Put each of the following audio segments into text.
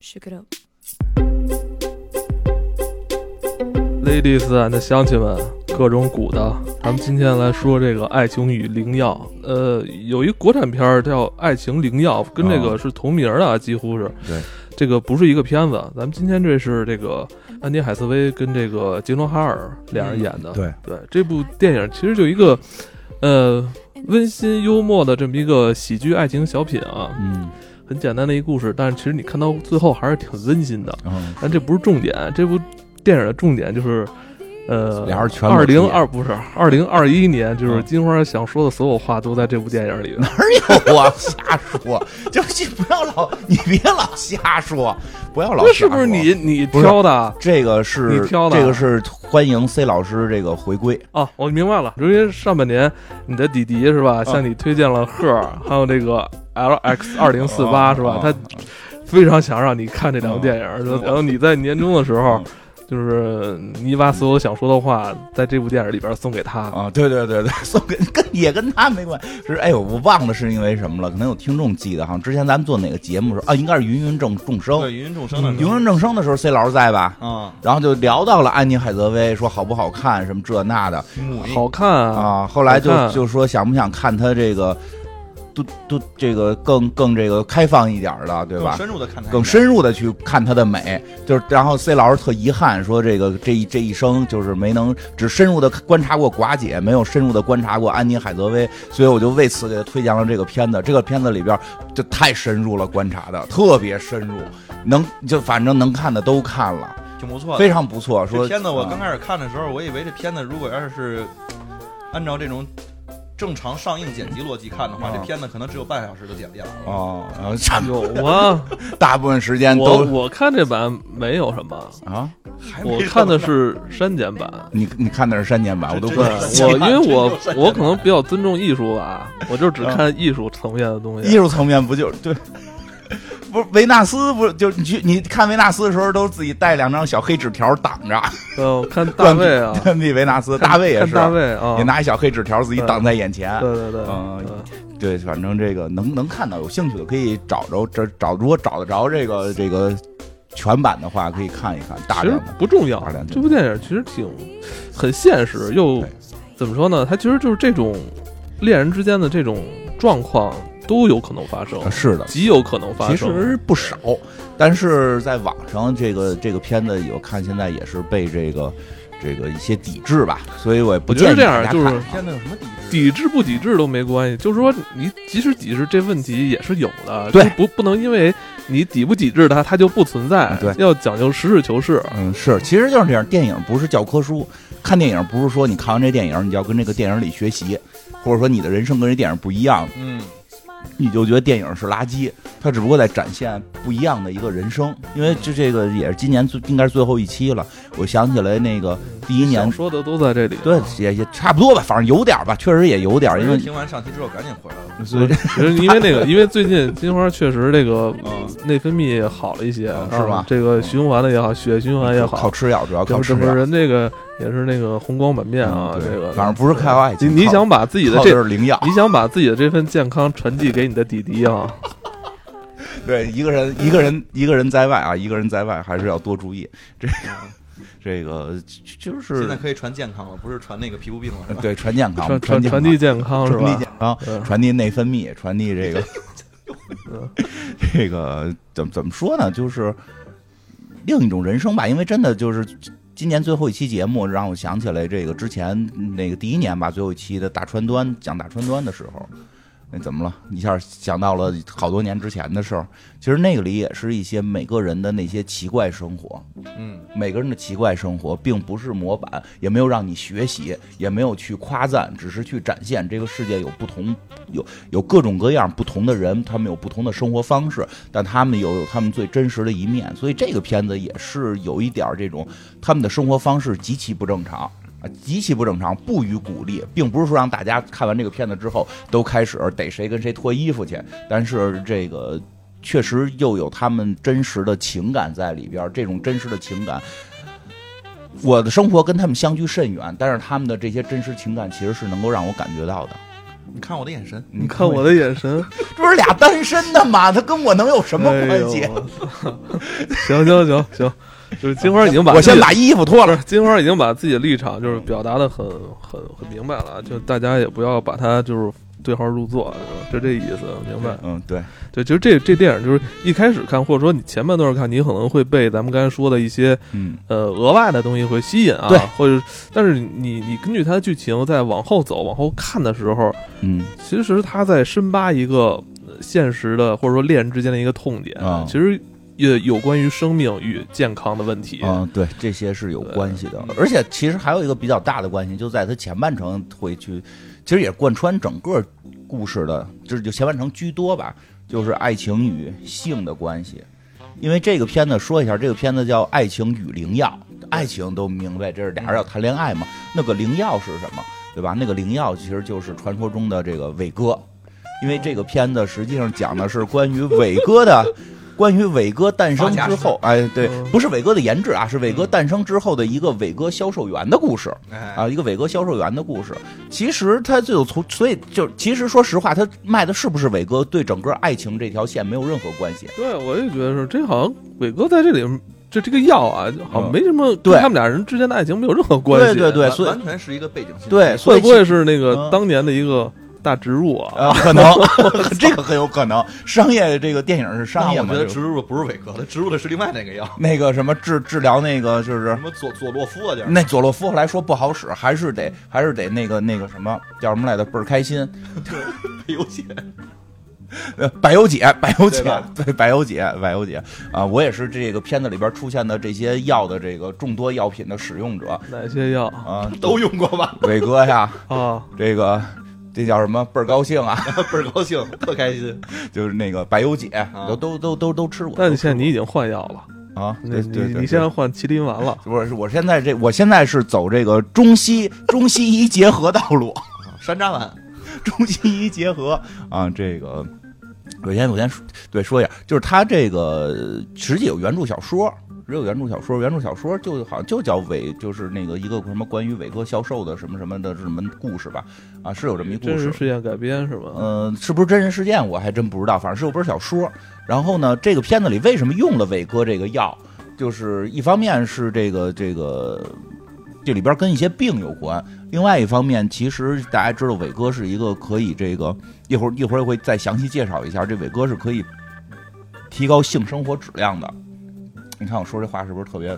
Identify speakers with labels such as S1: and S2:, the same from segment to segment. S1: Shake it up。
S2: Ladies and 乡亲们，各种鼓的，咱们今天来说这个《爱情与灵药》。呃，有一国产片儿叫《爱情灵药》，跟这个
S3: 啊
S2: 是同名儿的啊，几乎是。
S3: 对，
S2: 这个不是一个片子。咱们今天这是这个安妮海瑟薇跟这个杰诺哈尔俩人演的。
S3: 嗯对，
S2: 对，这部电影其实就一个，呃，温馨幽默的这么一个喜剧爱情小品啊，
S3: 嗯，
S2: 很简单的一故事，但是其实你看到最后还是挺温馨的。
S3: 嗯，
S2: 但这不是重点，这部电影的重点就是，呃，
S3: 俩人全裸
S2: 二
S3: 体
S2: 零二不是二零二一年，就是
S3: 嗯
S2: 金花想说的所有话都在这部电影里了。
S3: 哪有啊？瞎说，就是不要老，你别老瞎说，不 要老
S2: 那
S3: 瞎说。
S2: 是不是你你
S3: 不是
S2: 挑的啊
S3: 这个是
S2: 你挑的啊
S3: 这个是欢迎 C 老师这个回归，
S2: 啊？我明白了，因为上半年你的弟弟是
S3: 嗯
S2: 吧，向你推荐了赫尔，还有这个 LX 二零四八是吧？
S3: 啊
S2: 他非常想让你看这两部电影，
S3: 嗯
S2: 然后你在年终的时候
S3: 嗯。
S2: 就是你把所有想说的话，在这部电影里边送给他，
S3: 啊，对对对对， 送给跟也跟他没关系。是哎呦，我忘了是因为什么了，可能有听众记得，好像之前咱们做哪个节目的时候啊，应该是芸芸众众生，
S4: 对，芸芸众生的
S3: 哦嗯芸芸众生的时候，C 老师在吧？
S4: 啊，
S3: 然后就聊到了安妮海瑟薇，说好不好看，什么这那的
S4: 母一
S2: 好看啊！
S3: 啊。后来就
S2: 好看
S3: 就说想不想看她这个，都都这个更更这个开放一点儿的，对
S4: 更
S3: 吧？
S4: 深入的看他一眼，
S3: 更深入的去看她的美，就是然后 C 老师特遗憾说这个这一这一生就是没能只深入的观察过寡姐，没有深入的观察过安妮海瑟薇，所以我就为此给她推荐了这个片子。这个片子里边儿就太深入了观察的，特别深入，能就反正能看的都看了。
S4: 挺不错的。
S3: 非常不错。
S4: 这
S3: 说嗯啊
S4: 片子我刚
S3: 始
S4: 开始看的时候，我以为这片子如果要是按照这种正常上映剪辑逻辑看的话，
S3: 啊
S4: 这片子可能只有半小时就剪掉了。
S3: 哦，然后差不多
S2: 有啊，
S3: 大部分时间
S2: 我
S3: 都
S2: 我看这版没有什么，
S3: 啊，
S4: 还没
S2: 我看的是删减 版。
S3: 你你看的是删减版，我都
S4: 这
S3: 不
S2: 对
S4: 这
S2: 我，因为我
S4: 真有删减版
S2: 我可能比较尊重艺术吧，我就只看艺术层面的东
S3: 嗯艺
S2: 西。
S3: 术层面不就对。不是维纳斯，不是就你去你看维纳斯的时候，都自己带两张小黑纸条挡 着。
S2: 嗯，我看大卫啊，
S3: 断臂维纳斯，
S2: 看
S3: 大卫也
S2: 看
S3: 是，
S2: 大卫啊
S3: 也，拿一小黑纸条自己挡在眼前。
S2: 对对对，
S3: 嗯
S2: 嗯
S3: 对，反正这个能能看到，有兴趣的可以找着这找，如果找得着这个这个全版的话，可以看一看大
S2: 其
S3: 量
S2: 实
S3: 的。
S2: 不重要
S3: 大量。的
S2: 这部电影其实挺很现实，又
S3: 对
S2: 怎么说呢？它其实就是这种恋人之间的这种状况都有可能发生
S3: 啊，是的，
S2: 极有可能发
S3: 其
S2: 生。
S3: 实不少，但是在网上这个这个片子，我看现在也是被这个这个一些抵制吧，所以我也不
S2: 我觉得
S3: 建议
S2: 这样
S3: 大家
S2: 就是
S3: 看
S4: 片子有什么
S2: 抵
S4: 抵制？
S2: 制不抵制都没关系，就是说你即使抵制这问题也是有的，
S3: 对
S2: 就不不能因为你抵不抵制它，它就不存在，
S3: 嗯对
S2: 要讲究实事求是。啊
S3: 嗯，是，其实就是这样。电影不是教科书，看电影不是说你看完这电影，你就要跟这个电影里学习，或者说你的人生跟这电影不一样，
S4: 嗯，
S3: 你就觉得电影是垃圾。它只不过在展现不一样的一个人生，因为这这个也是今年最应该是最后一期了。我想起来那个第一年
S2: 想，说的都在这里。啊
S3: 对，也也差不多吧，反正有点吧，确实也有点，因为
S4: 听完上期之后赶紧回来了。
S3: 所以
S2: 其实因为那个，因为最近金花确实这个
S4: 嗯
S2: 内分泌好了一些，
S3: 嗯
S2: 啊
S3: 是吧
S2: 这个循环的也好，血液循环也
S3: 靠
S2: 好，
S3: 吃药，主要
S2: 整
S3: 靠吃
S2: 整个
S3: 药。
S2: 人这个也是那个红光满面啊，
S3: 嗯对
S2: 这个
S3: 反正不是靠爱
S2: 你
S3: 情，
S2: 你
S3: 靠
S2: 想把自己的
S3: 靠
S2: 这
S3: 的是灵药。
S2: 你想把自己的这份健康传递给你的弟弟啊，
S3: 对，一个人一个人一个人在外啊，一个人在外还是要多注意这个这个就就
S4: 现在
S3: 是
S4: 可以传健康了，不是传那个皮肤病了，是吧？
S3: 对传健康，
S2: 传
S3: 传
S2: 传
S3: 健
S2: 传
S3: 康
S2: 递健康是
S3: 传
S2: 吧
S3: 递？健康，
S2: 嗯
S3: 传递内分泌，传 递这个
S2: 嗯
S3: 这个怎么怎么说呢？就是另一种人生吧，因为真的就是。今年最后一期节目让我想起来这个之前那个第一年吧，最后一期的大川端讲大川端的时候，那怎么了？一下想到了好多年之前的事儿。其实那个里也是一些每个人的那些奇怪生活，
S4: 嗯，
S3: 每个人的奇怪生活，并不是模板，也没有让你学习，也没有去夸赞，只是去展现这个世界有不同，有有各种各样不同的人，他们有不同的生活方式，但他们有有他们最真实的一面。所以这个片子也是有一点儿这种他们的生活方式极其不正常。啊，极其不正常，不予鼓励，并不是说让大家看完这个片子之后都开始逮谁跟谁脱衣服去，但是这个确实又有他们真实的情感在里边儿，这种真实的情感。我的生活跟他们相距甚远，但是他们的这些真实情感其实是能够让我感觉到的。
S4: 你看我的眼神，
S2: 你看我的眼神，
S3: 这不是俩单身的吗？他跟我能有什么关系
S2: 哎？呦？行行行行，就是金花已经把
S3: 我
S2: 自
S3: 先
S2: 己
S3: 把衣服脱
S2: 不
S3: 了
S2: 是。金花已经把自己的立场就是表达的很很很明白了，就大家也不要把它就是对号入座，就这意思，明白？
S3: 嗯，对，
S2: 对，就是这这电影就是一开始看，或者说你前半段看，你可能会被咱们刚才说的一些
S3: 嗯，
S2: 呃额外的东西会吸引啊
S3: 对，
S2: 或者但是你你根据它的剧情再往后走、往后看的时候，
S3: 嗯，
S2: 其实他在深扒一个呃现实的或者说恋人之间的一个痛点，
S3: 啊
S2: 其实也有关于生命与健康的问题。呃
S3: 嗯，对，这些是有关系的，而且其实还有一个比较大的关系，就在它前半程会去，其实也贯穿整个故事的，就是就前半程居多吧，就是爱情与性的关系。因为这个片子说一下，这个片子叫《爱情与灵药》，爱情都明白，这是俩人要谈恋爱嘛。那个灵药是什么，对吧？那个灵药其实就是传说中的这个伟哥，因为这个片子实际上讲的是关于伟哥的，关于伟哥诞生之后，哎，对，
S2: 嗯
S3: 不是伟哥的研制啊，是伟哥诞生之后的一个伟哥销售员的故事
S4: 哎，
S3: 啊，一个伟哥销售员的故事。其实他就从，所以就其实说实话，他卖的是不是伟哥，对整个爱情这条线没有任何关系。
S2: 对，我也觉得是，这好像伟哥在这里面这这个药啊，好像没什么
S3: 对
S2: 跟他们俩人之间的爱情没有任何关系。
S3: 对对
S4: 完
S3: 所以
S4: 完全是一个背景信息。
S3: 对，所
S2: 会
S3: 以
S2: 不会是那个
S3: 嗯
S2: 当年的一个大植入啊？
S3: 啊，可能这个很有可能，商业这个电影是
S4: 那
S3: 商业
S4: 我
S3: 嘛
S4: 觉，得
S3: 这个
S4: 植入的不是伟哥，他植入的是另外那个药，
S3: 那个什么治治疗那个就是
S4: 什么佐佐洛夫啊，叫
S3: 那佐洛夫后来说不好使，还是得还是得那个那个什么叫什么来着，倍儿开心，
S4: 有解。
S3: 呃，百忧解，百忧解
S4: 对吧，
S3: 对，百忧解，百忧解啊！我也是这个片子里边出现的这些药的这个众多药品的使用者
S2: 哪些药
S3: 啊，
S4: 都用过吧？
S3: 伟哥呀，
S2: 啊？
S3: 这个这叫什么倍儿高兴啊，
S4: 倍儿高兴，特开心。
S3: 就是那个百忧解，
S4: 啊
S3: 都都都都都吃过。
S2: 那你现在你已经换药了，
S3: 在啊，
S2: 你
S3: 对对
S2: 你
S3: 对，
S2: 你现在换麒麟丸了。
S3: 不是，我现在这，我现在是走这个中西中西医结合道路，
S4: 山楂丸，
S3: 中西医结合啊，这个。我先我先说对说一下，就是他这个实际有原著小说，只有原著小说，原著小说就好像就叫伟，就是那个一个什么关于伟哥销售的什么什么的什么故事吧，啊，是有这么一故
S2: 真
S3: 事
S2: 实，事件改编是吧？
S3: 嗯，是不是真人事件我还真不知道，反正是有本小说。然后呢，这个片子里为什么用了伟哥这个药？就是一方面是这个这个这里边跟一些病有关，另外一方面，其实大家知道伟哥是一个可以这个一会儿一会儿会再详细介绍一下，这伟哥是可以提高性生活质量的。你看我说这话是不是特别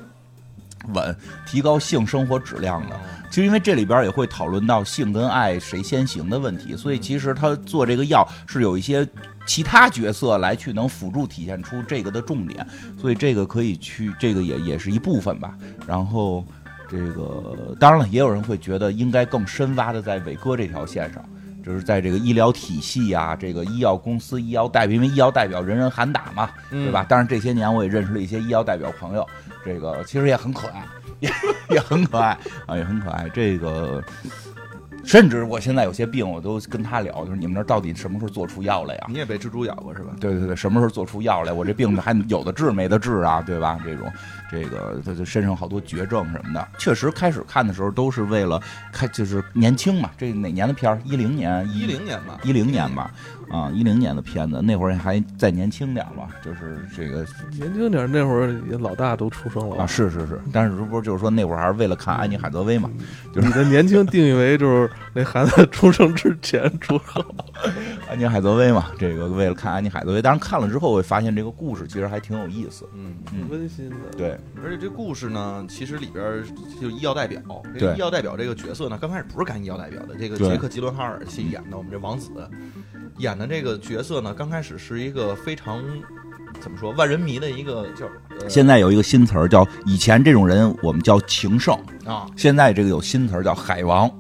S3: 稳？提高性生活质量的，其实因为这里边也会讨论到性跟爱谁先行的问题，所以其实他做这个药是有一些其他角色来去能辅助体现出这个的重点，所以呃这个可以去，这个也也是一部分吧。然后这个当然了，也有人会觉得应该更深挖的在伟哥这条线上。就是在这个医疗体系啊，这个医药公司、医药代表，因为医药代表人人喊打嘛，对
S4: 嗯
S3: 吧？当然这些年我也认识了一些医药代表朋友，这个其实也很可爱，也也很可爱啊，也很可爱。这个甚至我现在有些病，我都跟他聊，就是你们那儿到底什么时候做出药来呀？
S4: 你也被蜘蛛咬过是吧？
S3: 对对对，什么时候做出药来？我这病还有的治没得治啊，对吧？这种，这个他就身上好多绝症什么的，确实开始看的时候都是为了看，就是年轻嘛。这哪年的片儿？一零年，
S4: 一零年吧，
S3: 一零年吧，啊，一零年的片子，那会儿还再年轻点儿吧，就是这个
S2: 年轻点儿那会儿也老大都出生了吧
S3: 啊，是是是，但是如不就是说那会儿还是为了看安妮海瑟薇嘛，就是
S2: 你的年轻定义为就是那孩子出生之前出生，
S3: 安妮海瑟薇嘛，这个为了看安妮海瑟薇，当然看了之后会发现这个故事其实还挺有意思，
S4: 嗯，
S3: 嗯
S2: 温馨的。
S3: 对，
S4: 而且这故事呢，其实里边儿就医药代表，这
S3: 对
S4: 个医药代表这个角色呢，刚开始不是干医药代表的，这个
S3: 对
S4: 杰克·吉伦哈尔去演的，我们这王子演的这个角色呢，刚开始是一个非常怎么说万人迷的一个叫呃
S3: 现在有一个新词儿叫以前这种人我们叫情圣，
S4: 啊，
S3: 现在这个有新词儿叫海王，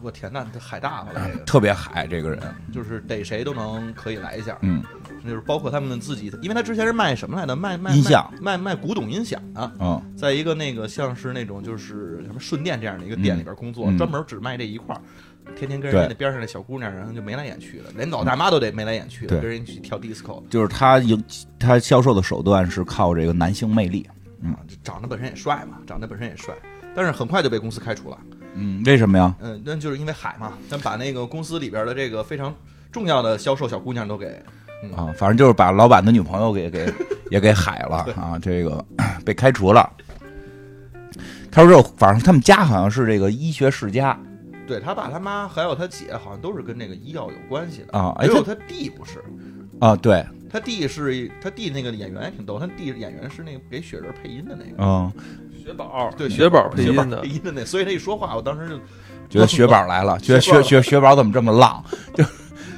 S4: 我天呐，这海大发了这个，
S3: 特别海这个人，
S4: 就是逮谁都能可以来一下，
S3: 嗯
S4: 就是包括他们自己，因为他之前是卖什么来的？卖卖
S3: 音响，
S4: 卖卖卖古董音响的。
S3: 嗯，
S4: 在一个那个像是那种就是什么顺电这样的一个店里边工作，
S3: 嗯嗯
S4: 专门只卖这一块儿，天天跟人家那
S3: 对
S4: 边上那小姑娘，然后就眉来眼去的，连老大妈都得眉来眼去的，
S3: 对
S4: 跟人去跳 disco
S3: 就是他有他销售的手段是靠这个男性魅力，嗯
S4: 啊，这长得本身也帅嘛，长得本身也帅，但是很快就被公司开除了。
S3: 嗯，为什么呀？
S4: 嗯，那就是因为海嘛，但把那个公司里边的这个非常重要的销售小姑娘都给
S3: 啊，反正就是把老板的女朋友给给也给海了啊，这个 被开除了。他说这，反正他们家好像是这个医学世家
S4: 对他爸、他妈还有他姐，好像都是跟这个医药有关系的。
S3: 啊，哎
S4: 只有
S3: 他
S4: 他弟不是，
S3: 啊，对，
S4: 他弟是他弟那个演员也挺逗，他弟演员是那个给雪人配音的那个，
S3: 嗯，
S2: 雪宝
S4: 对，
S2: 雪宝配
S4: 配
S2: 音的
S4: 配，音的那，所以他一说话，我当时就
S3: 觉得雪宝来了，觉得
S4: 雪宝
S3: 雪
S4: 来
S3: 雪雪宝怎么这么浪，就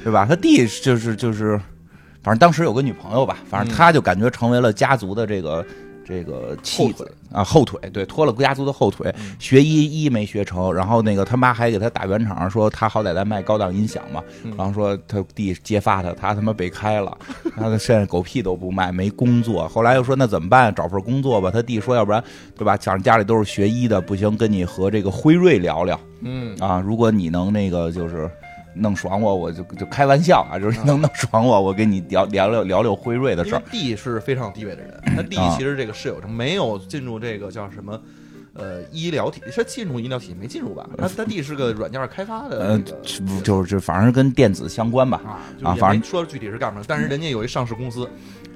S3: 对吧？他弟就是就是，反正当时有个女朋友吧，反正
S4: 嗯
S3: 他就感觉成为了家族的这个这个气
S4: 后腿
S3: 啊后腿，对，拖了家族的后腿。
S4: 嗯
S3: 学医医没学成，然后那个他妈还给他打圆场，说他好歹在卖高档音响嘛，
S4: 嗯
S3: 然后说他弟揭发他，他他妈被开了，他现在狗屁都不卖，没工作。后来又说那怎么办？找份工作吧。他弟说要不然对吧？想着家里都是学医的，不行，跟你和这个辉瑞聊聊。
S4: 嗯
S3: 啊，如果你能那个就是弄爽我，我就就开玩笑啊，就是
S4: 啊
S3: 能弄爽我，我跟你聊聊聊聊聊辉瑞的
S4: 因
S3: 事
S4: 为
S3: 儿。
S4: 弟是非常有地位的人，他弟
S3: 啊
S4: 其实这个是有什么没有进入这个叫什么，呃，医疗体，他进入医疗体系没进入吧？他他弟是个软件开发的
S3: 呃
S4: 那个，
S3: 就就是就反正跟电子相关吧，
S4: 啊，就
S3: 啊
S4: 也
S3: 反
S4: 没
S3: 正
S4: 说具体是干嘛，但是人家有一上市公司，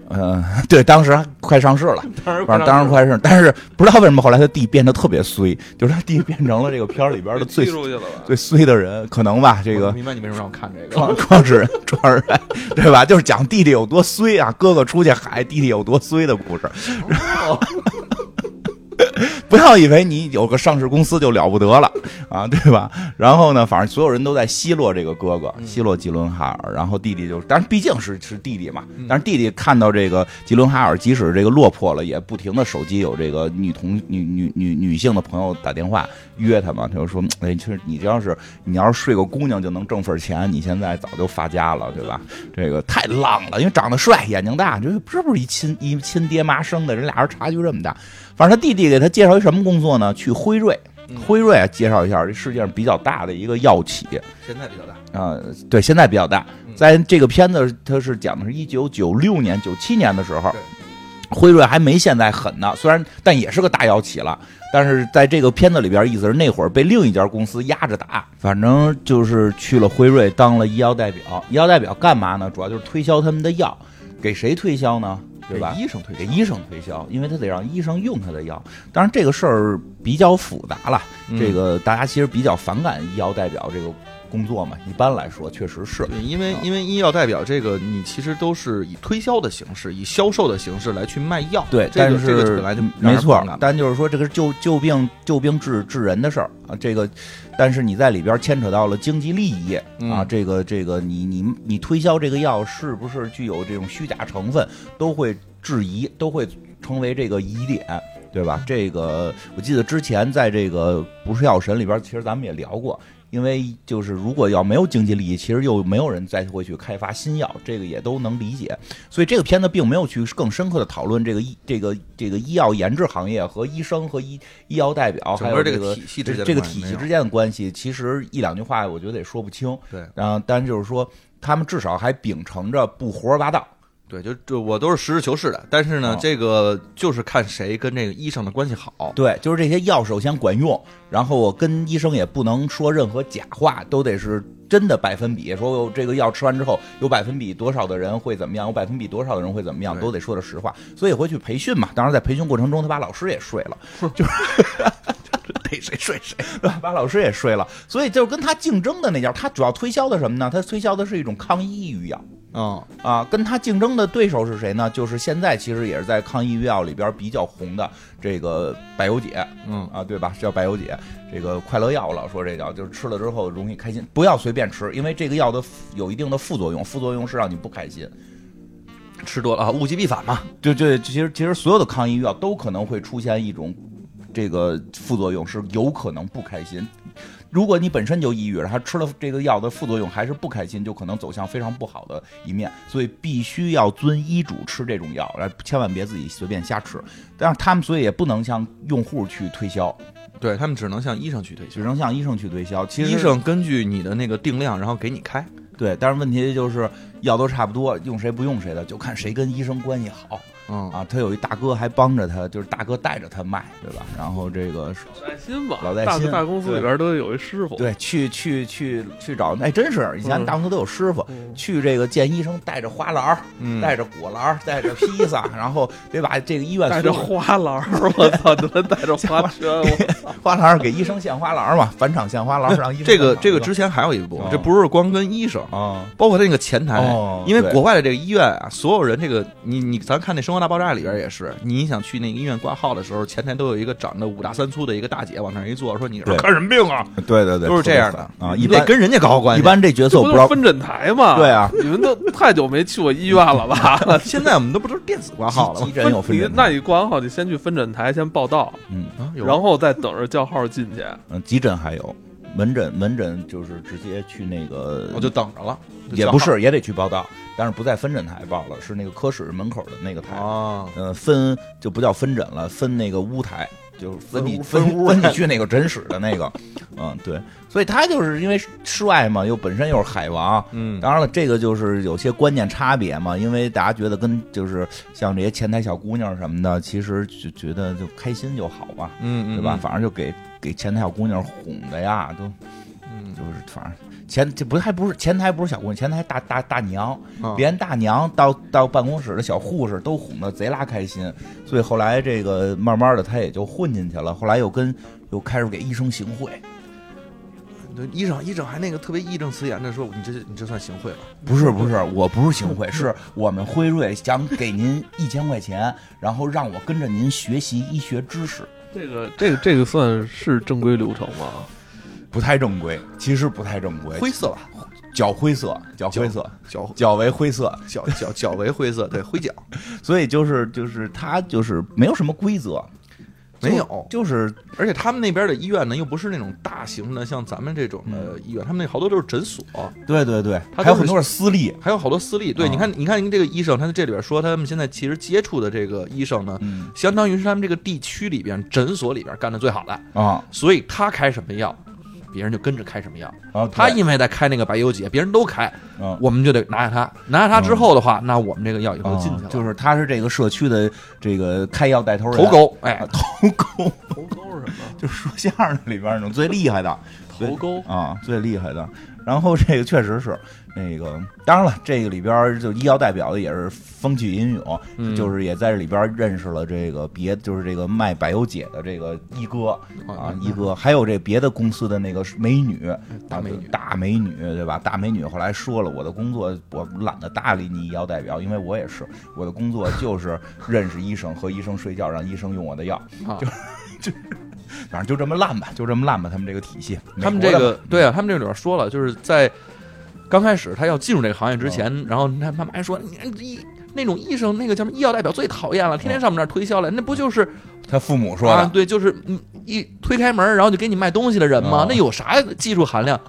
S3: 呃， 对，当时还快上市 了，
S4: 当然
S3: 反正当然快上市，但是不知道为什么后来他弟变得特别衰，就是他弟变成了这个片儿里边的 最
S2: 踢出去了吧？
S3: 最衰的人，可能吧，这
S4: 我
S3: 个
S4: 明白你为什么让我看这个
S3: 创。创始人 创始人对吧？就是讲弟弟有多衰啊，哥哥出去海，弟弟有多衰的故事。
S4: 哦
S3: 不要以为你有个上市公司就了不得了啊， 对吧？然后呢，反正所有人都在奚落这个哥哥，奚落吉伦哈尔，然后弟弟就，但是毕竟是是弟弟嘛，但是弟弟看到这个吉伦哈尔，即使这个落魄了，也不停的手机有这个女同女女女女性的朋友打电话约他嘛，他就说，哎，其实你这要是你要是睡个姑娘就能挣份钱，你现在早就发家了，对吧？这个太浪了，因为长得帅，眼睛大，这这不是一亲一亲爹妈生的，人俩人差距这么大。反正他弟弟给他介绍一什么工作呢？去辉瑞
S4: 嗯，
S3: 辉瑞啊介绍一下，这世界上比较大的一个药企
S4: 现在比较大，
S3: 啊、呃对，现在比较大。
S4: 嗯
S3: 在这个片子，它是讲的是一九九六年、九七年的时候
S4: 对，
S3: 辉瑞还没现在狠呢，虽然但也是个大药企了。但是在这个片子里边，意思是那会儿被另一家公司压着打，反正就是去了辉瑞当了医药代表。医药代表干嘛呢？主要就是推销他们的药，给谁推销呢？对吧？
S4: 给医生推
S3: 给
S4: 荐，
S3: 医生推销，因为他得让医生用他的药。当然，这个事儿比较复杂了，
S4: 嗯
S3: 这个大家其实比较反感医药代表这个工作嘛。一般来说，确实是
S4: 对，因为
S3: 啊
S4: 因为医药代表这个，你其实都是以推销的形式，以销售的形式来去卖药。
S3: 对，
S4: 这
S3: 但
S4: 个
S3: 是
S4: 这个本来就让人
S3: 没错
S4: 反感，
S3: 但就是说这个是救救病救病治治人的事儿啊，这个，但是你在里边牵扯到了经济利益啊，
S4: 嗯
S3: 这个这个你你你推销这个药是不是具有这种虚假成分，都会质疑，都会成为这个疑点。对吧？这个我记得之前在这个不是药神里边，其实咱们也聊过，因为就是如果要没有经济利益，其实又没有人再会去开发新药，这个也都能理解。所以这个片子并没有去更深刻的讨论这个医这个这个医药研制行业和医生和医医药代表哦还
S4: 整
S3: 有
S4: 个
S3: 这
S4: 个
S3: 个
S4: 体系之
S3: 这
S4: 间
S3: 这个
S4: 的关系
S3: 体系
S4: 没有
S3: 之间的关系，其实一两句话我觉得也说不清。
S4: 对
S3: 然后，但是就是说，他们至少还秉承着不胡说八道。
S4: 对，就就我都是实事求是的，但是呢，
S3: 啊
S4: 这个就是看谁跟这个医生的关系好。
S3: 对，就是这些药首先管用，然后我跟医生也不能说任何假话，都得是真的百分比。说我这个药吃完之后有百分比多少的人会怎么样，有百分比多少的人会怎么样，
S4: 对
S3: 都得说的实话。所以会去培训嘛。当然在培训过程中，他把老师也睡了， 就是逮谁睡谁，对吧把老师也睡了。所以就是跟他竞争的那家，他主要推销的什么呢？他推销的是一种抗抑郁药。
S4: 嗯，
S3: 啊，跟他竞争的对手是谁呢？就是现在其实也是在抗抑郁药里边比较红的这个百忧解，
S4: 嗯
S3: 啊，对吧？叫百忧解，这个快乐药了，说这叫就是吃了之后容易开心，不要随便吃，因为这个药的有一定的副作用，副作用是让你不开心。
S4: 吃多了啊，物极必反嘛。
S3: 对对，其实其实所有的抗抑郁药都可能会出现一种这个副作用，是有可能不开心。如果你本身就抑郁，然后吃了这个药的副作用还是不开心，就可能走向非常不好的一面。所以必须要遵医嘱吃这种药，然后千万别自己随便瞎吃。但是他们所以也不能向用户去推销，
S4: 对他们只能向医生去推销
S3: 只，能向医生去推销。其实
S4: 医生根据你的那个定量，然后给你开。
S3: 对，但是问题就是药都差不多，用谁不用谁的，就看谁跟医生关系好。
S4: 嗯
S3: 啊，他有一大哥还帮着他，就是大哥带着他卖，对吧？然后这个
S2: 带薪吧，
S3: 老带
S2: 大
S3: 薪
S2: 大公司里边都有一师傅，
S3: 对去去去去找，哎，真是以前
S2: 嗯
S3: 大公司都有师傅。
S2: 嗯，
S3: 去这个见医生，带着花篮儿，
S4: 嗯
S3: 带着果篮儿，带着披萨， 然后得把这个医院
S2: 带
S3: 所
S2: 着
S3: 有
S2: 花篮儿，我 操，他带着花圈，我
S3: 花篮儿给医生献花篮儿嘛，返场献花篮儿让医生
S4: 这个
S3: 返场
S4: 这个
S3: 对吧
S4: 之前还有一部
S3: 哦，
S4: 这不是光跟医生，
S3: 啊
S4: 包括他那个前台，
S3: 哦
S4: 因为
S3: 对
S4: 国外的这个医院啊，所有人这个你你咱看那《生活大爆炸》里边也是，你想去那个医院挂号的时候，前台都有一个长得五大三粗的一个大姐往那儿一坐，说你
S3: 对
S4: 是看什么病啊？
S3: 对对对
S4: 都是这样的
S3: 啊，
S4: 你
S3: 一
S4: 得
S3: 般
S4: 跟人家搞好关系。
S3: 一般这角
S2: 这
S3: 色我
S2: 不就
S3: 不知
S2: 是
S3: 道
S2: 分诊台吗？
S3: 对啊，
S2: 你们都太久没去过医院了 吧？
S4: 现在我们都不都是电子挂号了
S3: 急
S4: 吗？
S3: 诊有分
S2: 你
S3: 诊，
S2: 那你挂完号，你先去分诊台先报到，
S3: 嗯
S4: 啊，有
S2: 然后再等着叫号进去。
S3: 嗯，急诊还有门诊，门诊就是直接去那个，
S4: 哦我就等着了，就
S3: 也
S4: 叫
S3: 不
S4: 号
S3: 是也得去报道，但是不在分诊台报了，是那个科室门口的那个台，
S4: 啊，
S3: 嗯，分就不叫分诊了，分那个屋台。就是分你
S4: 分屋
S3: 分
S4: 分屋
S3: 分你去哪个诊室的那个，嗯，对，所以他就是因为室外嘛，又本身又是海王，
S4: 嗯，
S3: 当然了，这个就是有些观念差别嘛，因为大家觉得跟就是像这些前台小姑娘什么的，其实就觉得就开心就好嘛，
S4: 嗯嗯，
S3: 对吧？反正就给给前台小姑娘哄的呀，都
S4: 嗯？
S3: 就是反正前这不还不是前台不是小姑娘，前台大大大娘，
S4: 嗯，
S3: 连大娘到到办公室的小护士都哄得贼拉开心，所以后来这个慢慢的她也就混进去了，后来又跟又开始给医生行贿，
S4: 嗯对医生医生还那个特别义正辞严的说，你这你这算行贿了。
S3: 不是不是，我不是行贿，是我们辉瑞想给您一千块钱，然后让我跟着您学习医学知识，
S2: 这个这个这个算是正规流程吗？
S3: 不太正规，其实不太正规，
S4: 灰色吧，
S3: 较灰色，较灰色，
S4: 较
S3: 较为灰色，
S4: 较较较为灰色，对灰脚，
S3: 所以就是就是他就是没有什么规则，
S4: 没有
S3: 就就是
S4: 而且他们那边的医院呢，又不是那种大型的，像咱们这种的医院，他们那好多都是诊所，
S3: 对对对，
S4: 他都是
S3: 还有很多是私立，
S4: 还有好多私立。对，
S3: 啊
S4: 你看，你看这个医生，他在这里边说，他们现在其实接触的这个医生呢，
S3: 嗯
S4: 相当于是他们这个地区里边诊所里边干的最好的，
S3: 啊
S4: 所以他开什么药，别人就跟着开什么药。
S3: 啊，
S4: 他
S3: 对
S4: 因为在开那个白油解，别人都开，
S3: 嗯
S4: 我们就得拿下他，拿下他之后的话，那我们这个药也就进去
S3: 啊
S4: 了，
S3: 就是是他是这个社区的这个开药带头人
S4: 头钩，哎
S3: 啊，头钩
S2: 头钩是什么？
S3: 就是说相声里边那种最厉害的。
S2: 头钩
S3: 啊，最厉害的。然后这个确实是那个，当然了，这个里边儿就医药代表的也是风起云涌，
S4: 嗯
S3: 就是也在这里边儿认识了这个别，就是这个卖百忧解的这个一哥啊，一哥，还有这别的公司的那个美女，
S4: 嗯大美女
S3: 啊大美女，对吧？大美女后来说了，我的工作我懒得搭理你医药代表，因为我也是，我的工作就是认识医生，和医生睡觉，让医生用我的药，
S4: 啊
S3: 反正就这么烂吧，就这么烂吧，他们这个体系，
S4: 他们
S3: 美国
S4: 这
S3: 的
S4: 个对啊，他们这里边说了，就是在刚开始他要进入这个行业之
S3: 哦
S4: 前，然后他他们还说，你看医那种医生那个叫什么医药代表最讨厌了，天天上我们这儿推销来，那不就是
S3: 他父母说的
S4: 啊，对，就是嗯一推开门然后就给你卖东西的人吗
S3: 哦？
S4: 那有啥技术含量？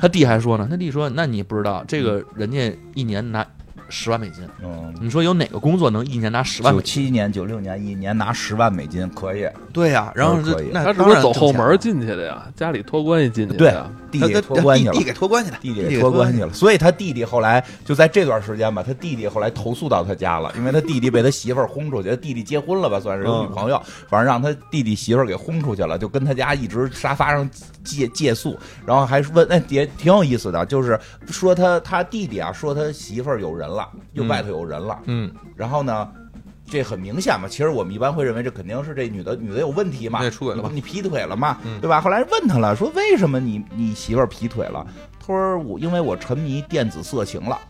S4: 他弟还说呢，他弟说，那你不知道这个人家一年拿十万美金，
S3: 嗯，
S4: 你说有哪个工作能一年拿十万
S3: 九
S4: 美金？
S3: 七年、九六年一年拿十万美金，可以。
S4: 对呀、然后
S3: 嗯
S4: 就
S3: 可以
S4: 那
S2: 他是
S4: 当
S2: 不是
S4: 然
S2: 走
S4: 挣
S2: 后
S4: 钱
S2: 门
S4: 了
S2: 进去的呀？家里托关系进去的
S3: 对
S2: 呀？，
S3: 弟
S4: 他
S3: 弟
S4: 他
S3: 托关系
S4: 他
S3: 了
S4: 弟，弟给托关系的，
S3: 弟弟
S4: 弟
S3: 给
S4: 给
S3: 托关
S4: 系
S3: 系了。所以他弟弟后来就在这段时间吧，他弟弟后来投诉到他家了，因为他弟弟被他媳妇儿轰出去，他弟弟结婚了吧，算是有女朋友，反正让他弟弟媳妇儿给轰出去了，就跟他家一直沙发上借借宿，然后还问，哎，也挺有意思的，就是说他他弟弟啊，说他媳妇儿有人了，又
S4: 嗯
S3: 外头有人了，
S4: 嗯，
S3: 然后呢，这很明显嘛。其实我们一般会认为这肯定是这女的女的有问题嘛，
S4: 那出轨了吧
S3: 你劈腿了嘛，
S4: 嗯
S3: 对吧？后来问他了，说为什么你你媳妇儿劈腿了？他说我因为我沉迷电子色情了。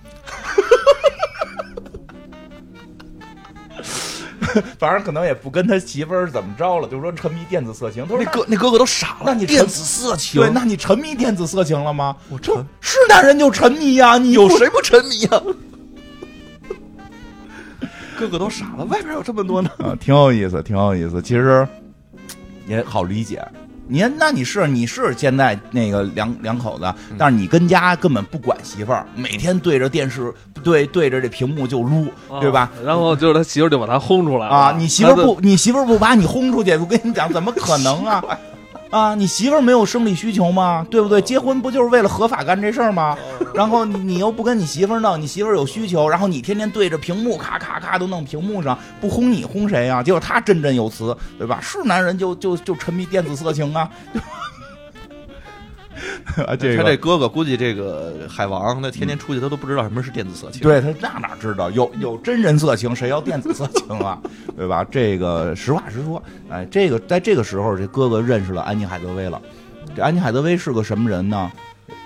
S3: 反正可能也不跟他媳妇儿怎么着了，就说沉迷电子色情。他说
S4: 那哥那哥哥都傻了，
S3: 那你
S4: 电
S3: 沉
S4: 子色情，
S3: 对，那你沉迷电子色情了吗？
S4: 我沉
S3: 是男人就沉迷呀、你
S4: 有
S3: 不
S4: 谁不沉迷啊呀、哥哥都傻了，外边有这么多呢。
S3: 啊，挺有意思，挺有意思。其实也好理解。你那你是你是现在那个两两口子，但是你跟家根本不管媳妇儿，每天对着电视对对着这屏幕就撸，对吧？
S2: 啊？然后就是他媳妇儿就把他轰出来了
S3: 啊，你媳妇儿
S2: 他就
S3: 不，你媳妇儿不把你轰出去，我跟你讲，怎么可能啊？啊，你媳妇儿没有生理需求吗？对不
S2: 哦
S3: 对？结婚不就是为了合法干这事儿吗？然后你你又不跟你媳妇儿弄，你媳妇儿有需求，然后你天天对着屏幕咔咔咔都弄屏幕上，不轰你轰谁啊？结果他振振有词，对吧？是男人就就就沉迷电子色 情啊。啊，这
S4: 他
S3: 个
S4: 这哥哥估计这个海王，他天天出去他都不知道什么是电子色情。，
S3: 对他那哪知道有有真人色情，谁要电子色情啊？对吧？这个实话实说，哎，这个在这个时候，这哥哥认识了安妮海瑟薇了。这安妮海瑟薇是个什么人呢？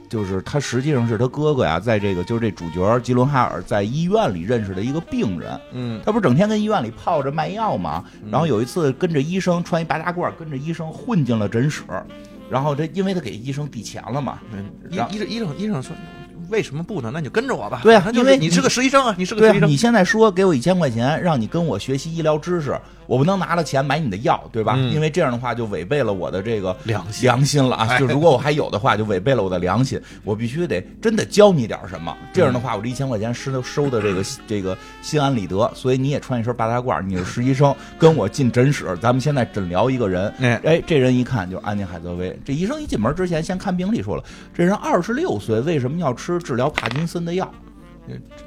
S3: 就是他实际上是他哥哥呀，在这个就是这主角吉伦哈尔在医院里认识的一个病人，
S4: 嗯，
S3: 他不是整天跟医院里泡着卖药吗？
S4: 嗯
S3: 然后有一次跟着医生穿一白大褂，跟着医生混进了诊室，然后这因为他给医生递钱了嘛，
S4: 嗯医
S3: 然
S4: 医生医生医生说，为什么不呢？那你就跟着我吧。
S3: 对啊
S4: 那就
S3: 因
S4: 是
S3: 为
S4: 你是个实习生啊，你是个
S3: 对啊
S4: 实习，生
S3: 你。现在说给我一千块钱，让你跟我学习医疗知识，我不能拿了钱买你的药，对吧？
S4: 嗯
S3: 因为这样的话就违背了我的这个
S4: 良心哎
S3: 良心了啊！就如果我还有的话，就违背了我的良 心，我必须得真的教你点什么。
S4: 嗯
S3: 这样的话，我这一千块钱收收的这 个这个心安理得。所以你也穿一身白大褂，你是实习生，跟我进诊室，咱们现在诊疗一个人。
S4: 哎
S3: 哎，这人一看就是安妮海瑟薇。这医生一进门之前，先看病历说了，这人二十六岁，为什么要吃治疗帕金森的药？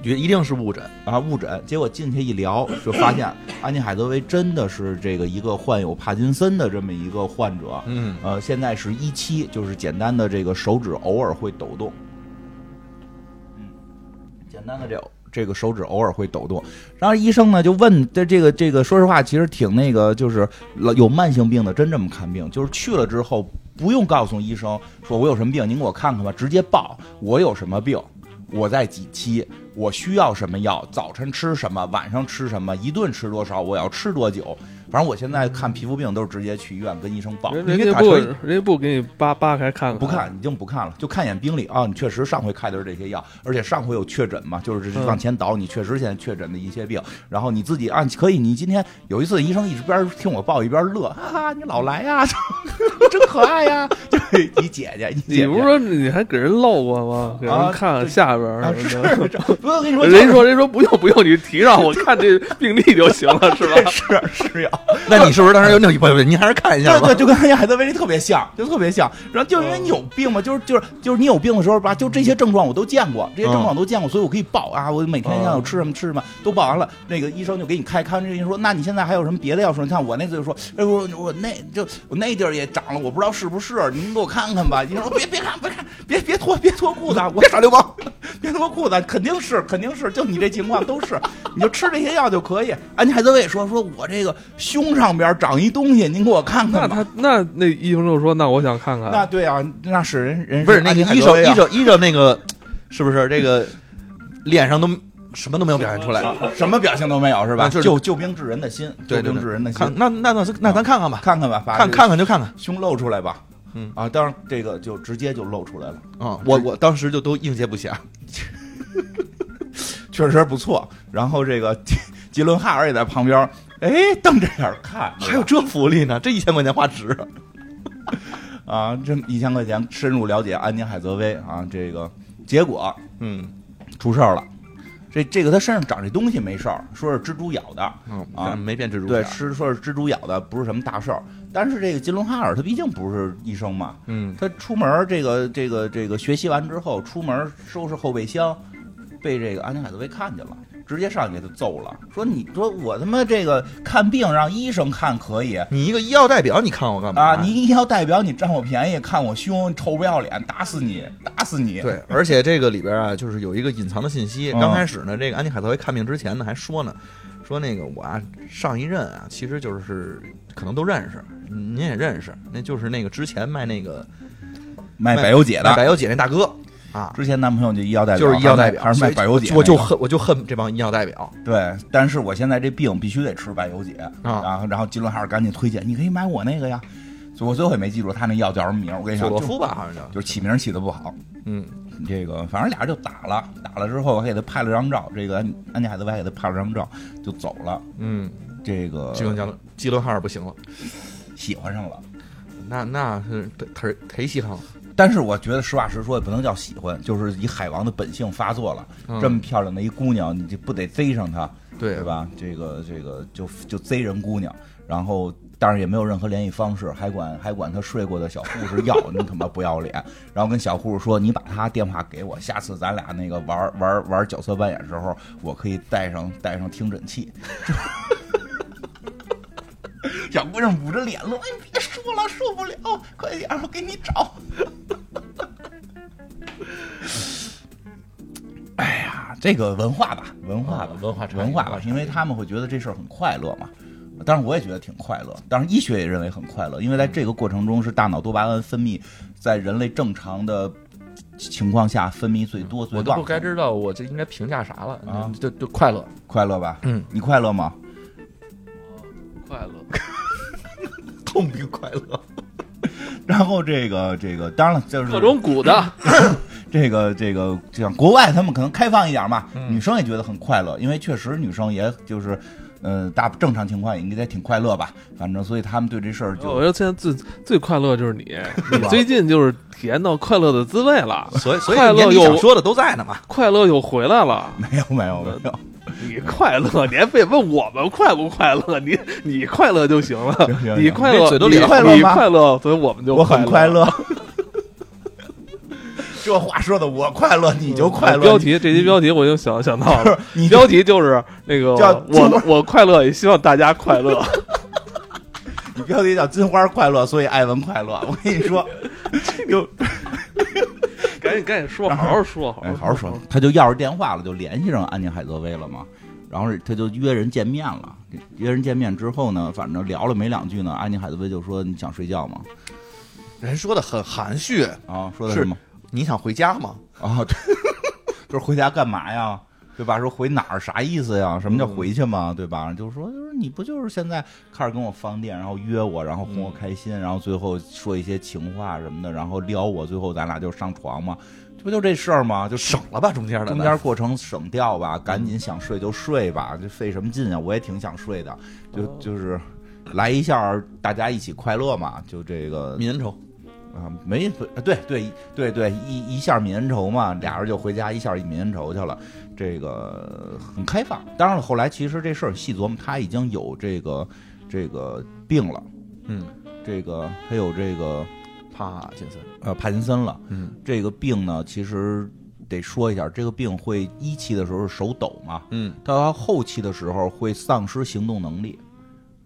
S4: 一一定是误诊，
S3: 啊误诊，结果进去一聊，就发现安妮海瑟薇真的是这个一个患有帕金森的这么一个患者，
S4: 嗯，
S3: 呃，现在是一期，就是简单的这个手指偶尔会抖动，嗯，简单的这这个手指偶尔会抖动，然后医生呢就问这这个这个，说实话其实挺那个，就是老有慢性病的真这么看病，就是去了之后不用告诉医生说我有什么病，您给我看看吧，直接报我有什么病。我在几期，我需要什么药，早晨吃什么，晚上吃什么，一顿吃多少，我要吃多久。反正我现在看皮肤病都是直接去医院跟医生报，
S2: 人
S3: 因为
S2: 人家
S3: 打
S2: 不
S3: 车
S2: 人家不给你扒扒开看看，
S3: 不看，已经不看了，就看一眼病历啊。你确实上回开的是这些药，而且上回有确诊嘛，就是
S2: 嗯
S3: 往前倒，你确实现在确诊的一些病。然后你自己啊，可以，你今天有一次医生一边听我报一边乐，哈、哈，你老来呀、真可爱呀、就是你姐姐，你姐
S2: 你
S3: 姐
S2: 不是说你还给人露过吗？给人看看下边儿
S3: 啊，
S2: 什
S3: 是
S2: 么的。
S3: 是，是不用跟你说，
S2: 人家说人家说不用不用，你提上我看 这病历就行了，是吧？
S3: 是是药。
S4: 那你是不是当时有那不不，您还是看一下嗯
S3: 对
S4: 吧
S3: 对，。就跟人海德薇特别像，就特别像。然后就是因为你有病嘛，就是就是就是你有病的时候吧，就这些症状我都见过，这些
S4: 嗯
S3: 症状都见过，所以我可以报啊，我每天
S2: 嗯
S3: 要有吃什么吃什么都报完了，那个医生就给你开开完这个医生说，那你现在还有什么别的要说？你看我那次就说，哎我我那就我那地儿也长了，我不知道是不是，您给我看看吧。医生说别别看别看别别脱别脱裤子啊，我
S4: 别耍流氓！
S3: 别脱裤子，肯定是，肯定是，就你这情况都是，你就吃这些药就可以。安妮海瑟薇也说，说我这个胸上边长一东西，您给我看
S2: 那
S3: 看吧。
S2: 他那那医生就说，那我想看
S3: 那
S2: 看。
S3: 对啊，那是人人
S4: 不是那个
S3: 生
S4: 医生，医生，医生那个是不是这个脸上都什么都没有表现出来？
S3: 什么表情都没有是吧？
S4: 啊就是
S3: 救救兵治人的心，
S4: 对
S3: 救
S4: 对
S3: 兵治人的
S4: 对，
S3: 心，
S4: 看那那那那咱看看吧，
S3: 看看吧，把
S4: 看
S3: 这
S4: 看看就看看。
S3: 胸露出来吧。
S4: 嗯
S3: 啊，当然这个就直接就露出来了，
S4: 啊，我我当时就都应接不暇。
S3: 确实不错。然后这个 吉吉伦哈尔也在旁边，哎，瞪着眼儿看，
S4: 还有这福利呢？这一千块钱花值。
S3: 啊，这一千块钱深入了解安妮海瑟薇啊，这个结果
S4: 嗯
S3: 出事儿了。这这个他身上长这东西没事儿，说是蜘蛛咬的，
S4: 嗯
S3: 啊
S4: 没变蜘蛛侠
S3: 对，吃说是蜘蛛咬的，不是什么大事儿。但是这个吉伦哈尔他毕竟不是医生嘛，
S4: 嗯，
S3: 他出门儿这个这个这个学习完之后，出门儿收拾后备箱，被这个安妮海瑟薇看见了，直接上去给他揍了，说你说我他妈这个看病让医生看可以
S4: 你一个医药代表，你看我干嘛
S3: 啊，你医疗代表你占我便宜，看我凶，臭不要脸，打死你，打死你，
S4: 对，而且这个里边啊，就是有一个隐藏的信息。
S3: 嗯
S4: 刚开始呢，这个安妮海瑟薇看病之前呢，还说呢，说那个我啊，上一任啊，其实就是可能都认识，嗯您也认识，那就是那个之前卖那个
S3: 卖百优姐
S4: 卖
S3: 的，
S4: 百优姐那大哥啊，
S3: 之前男朋友就医疗代表，
S4: 就是医药代表，
S3: 还是卖百优姐那个，
S4: 我就恨我就恨这帮医药代表。
S3: 对，但是我现在这病必须得吃百优解
S4: 啊
S3: 然后然后金轮海尔赶紧推荐，你可以买我那个呀。所以我最后也没记住他那药叫什么名儿，我跟你
S4: 索
S3: 说，
S4: 洛
S3: 哎就
S4: 夫吧，好像叫，
S3: 就是起名起的不好。
S4: 嗯，
S3: 这个反正俩人就打了，打了之后我还给他拍了张照，这个安安妮海瑟薇还给他拍了张照，就走了。
S4: 嗯，
S3: 这个
S4: 基伦加基伦哈尔不行了，
S3: 喜欢上了，
S4: 那那是忒忒稀罕了。
S3: 但是我觉得实话实说也不能叫喜欢，就是以海王的本性发作了。
S4: 嗯
S3: 这么漂亮的一姑娘，你就不得追上她？
S4: 对
S3: 对吧？这个这个就就贼人姑娘，然后但是也没有任何联系方式，还管还管她睡过的小护士要，你他妈不要脸！然后跟小护士说，你把她电话给我，下次咱俩那个玩玩玩角色扮演时候，我可以带上带上听诊器。 小姑娘捂着脸了，哎，别说了，受不了，快点儿，我给你找。 哎呀，这个文化吧，文化吧
S4: 啊，文化差异
S3: 文化
S4: 文化
S3: 吧
S4: 差，异
S3: 因为他们会觉得这事儿很快乐嘛。当然，我也觉得挺快乐。当然，医学也认为很快乐，因为在
S4: 嗯
S3: 这个过程中是大脑多巴胺分泌在人类正常的情况下分泌最多、最
S4: 嗯我都
S3: 旺
S4: 不
S3: 盛
S4: 该知道我这应该评价啥了
S3: 啊
S4: 就就快乐，
S3: 快乐吧？
S4: 嗯，
S3: 你快乐吗？
S2: 快乐。
S3: 痛并快乐。然后这个这个，当然了，就是
S2: 各种鼓的，
S3: 嗯 这个这个，就像国外他们可能开放一点嘛，
S4: 嗯
S3: 女生也觉得很快乐，因为确实女生也就是，呃，大正常情况也应该挺快乐吧，反正所以他们对这事儿
S2: 我
S3: 就
S4: 哦
S2: 觉得现在最最快乐就是 你，你最近就是体验到快乐的滋味了，
S4: 所以所以
S2: 快乐
S4: 年底
S2: 又
S4: 想说的都在呢嘛。
S2: 快乐又回来了。
S3: 没有没有没
S4: 呃
S3: 有，
S2: 你快 乐，你还非问我们快不快乐？你你快乐就行了
S3: 行行，
S2: 你快乐，
S4: 你嘴都
S2: 你
S4: 咧了
S2: 快
S3: 快乐
S2: 你
S3: 吗
S2: 快乐，所以我们就
S3: 我很
S2: 快
S3: 快。乐。 这话说的我快乐，你就快乐。
S2: 嗯标题这期标题我就想想到了，
S3: 你就
S2: 标题就是那个
S3: 叫
S2: 我我快乐，也希望大家快乐。
S3: 你标题叫“金花快乐”，所以艾文快乐。我跟你说，就
S2: 赶紧赶紧说，好好说，好
S3: 哎，好好说。，他就要着电话了，就联系上安妮海瑟薇了嘛。然后他就约人见面了，约人见面之后呢，反正聊了没两句呢，安妮海瑟薇就说：“你想睡觉吗
S1: 人说的很含蓄，？”
S3: 啊，说的
S1: 是
S3: 什么？
S1: 你想回家吗？
S3: 啊，对， 就是回家干嘛呀？对吧？说回哪儿啥意思呀？什么叫回去嘛？对吧？就是说，就是你不就是现在开始跟我放电，然后约我，然后哄我开心，然后最后说一些情话什么的，然后撩我，最后咱俩就上床嘛？这不就这事儿吗？就
S1: 省了吧，中间的
S3: 中间过程省掉吧，赶紧想睡就睡吧，这费什么劲啊？我也挺想睡的，就
S2: 哦
S3: 就是来一下，大家一起快乐嘛，就这个
S1: 民仇，
S3: 啊，没对对对对，一一下泯恩仇嘛，俩人就回家一下泯恩仇去了，这个很开放。当然了，后来其实这事儿细琢磨，他已经有这个这个病了，
S4: 嗯，
S3: 这个还有这个
S1: 帕金森，
S3: 呃帕金森了。
S4: 嗯，
S3: 这个病呢，其实得说一下，这个病会一期的时候是手抖嘛，
S4: 嗯，
S3: 到他后期的时候会丧失行动能力，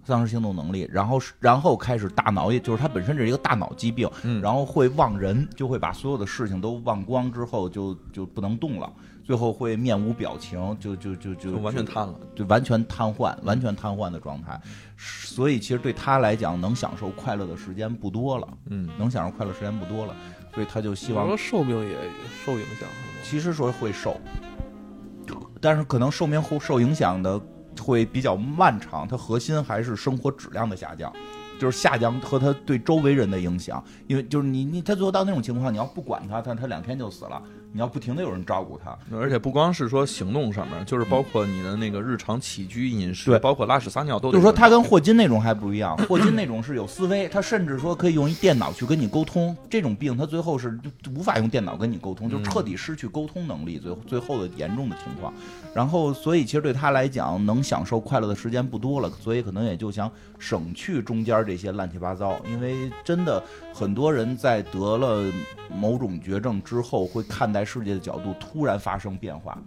S3: 丧失行动能力，然后是然后开始大脑也就是他本身这是一个大脑疾病，
S4: 嗯
S3: 然后会忘人，就会把所有的事情都忘光，之后就就不能动了。最后会面无表情，就就就就
S4: 就完全瘫了，
S3: 就完全瘫痪，完全瘫痪的状态。所以其实对他来讲，能享受快乐的时间不多了，
S4: 嗯，
S3: 能享受快乐时间不多了，所以他就希
S2: 希
S3: 望
S2: 望说寿命也受影响是吗？
S3: 其实说会受，但是可能寿命后受影响的会比较漫长，它核心还是生活质量的下降，就是下降和它对周围人的影响。因为就是你你他最后到那种情况，你要不管他，他他两天就死了。你要不停的有人照顾他，
S4: 而且不光是说行动上
S1: 嗯
S4: 面，就是包括你的那个日常起居饮食，
S3: 对
S4: 包括拉屎撒尿都
S3: 就
S4: 得
S3: 是说
S4: 有
S3: 他跟霍金那种还不一 样，霍金那种是有思维，他甚至说可以用一电脑去跟你沟通。这种病他最后是就无法用电脑跟你沟通，
S4: 嗯
S3: 就彻底失去沟通能力，最后最后的严重的情况。然后，所以其实对他来讲，能享受快乐的时间不多了，所以可能也就想省去中间这些乱七八糟。因为真的很多人在得了某种绝症之后，会看待世界的角度突然发生变化。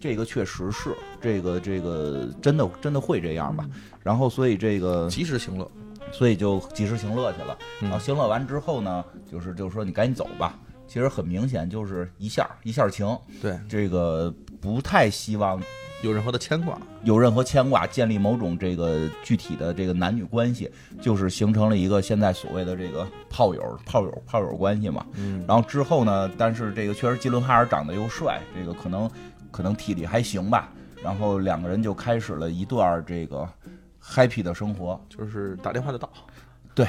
S3: 这个确实是，这个这个真的真的会这样
S4: 嗯
S3: 吧？然后，所以这个
S4: 及时行乐，
S3: 所以就及时行乐去了。
S4: 嗯
S3: 然后行乐完之后呢，就是就是说你赶紧走吧。其实很明显就是一下一下情，
S4: 对，
S3: 这个不太希望
S4: 有任何的牵挂，
S3: 有任何牵挂，建立某种这个具体的这个男女关系，就是形成了一个现在所谓的这个炮友、炮友、炮友关系嘛。
S4: 嗯，
S3: 然后之后呢，但是这个确实基伦哈尔长得又帅，这个可能可能体力还行吧。然后两个人就开始了一段这个 happy 的生活，
S4: 就是打电话就到，
S3: 对，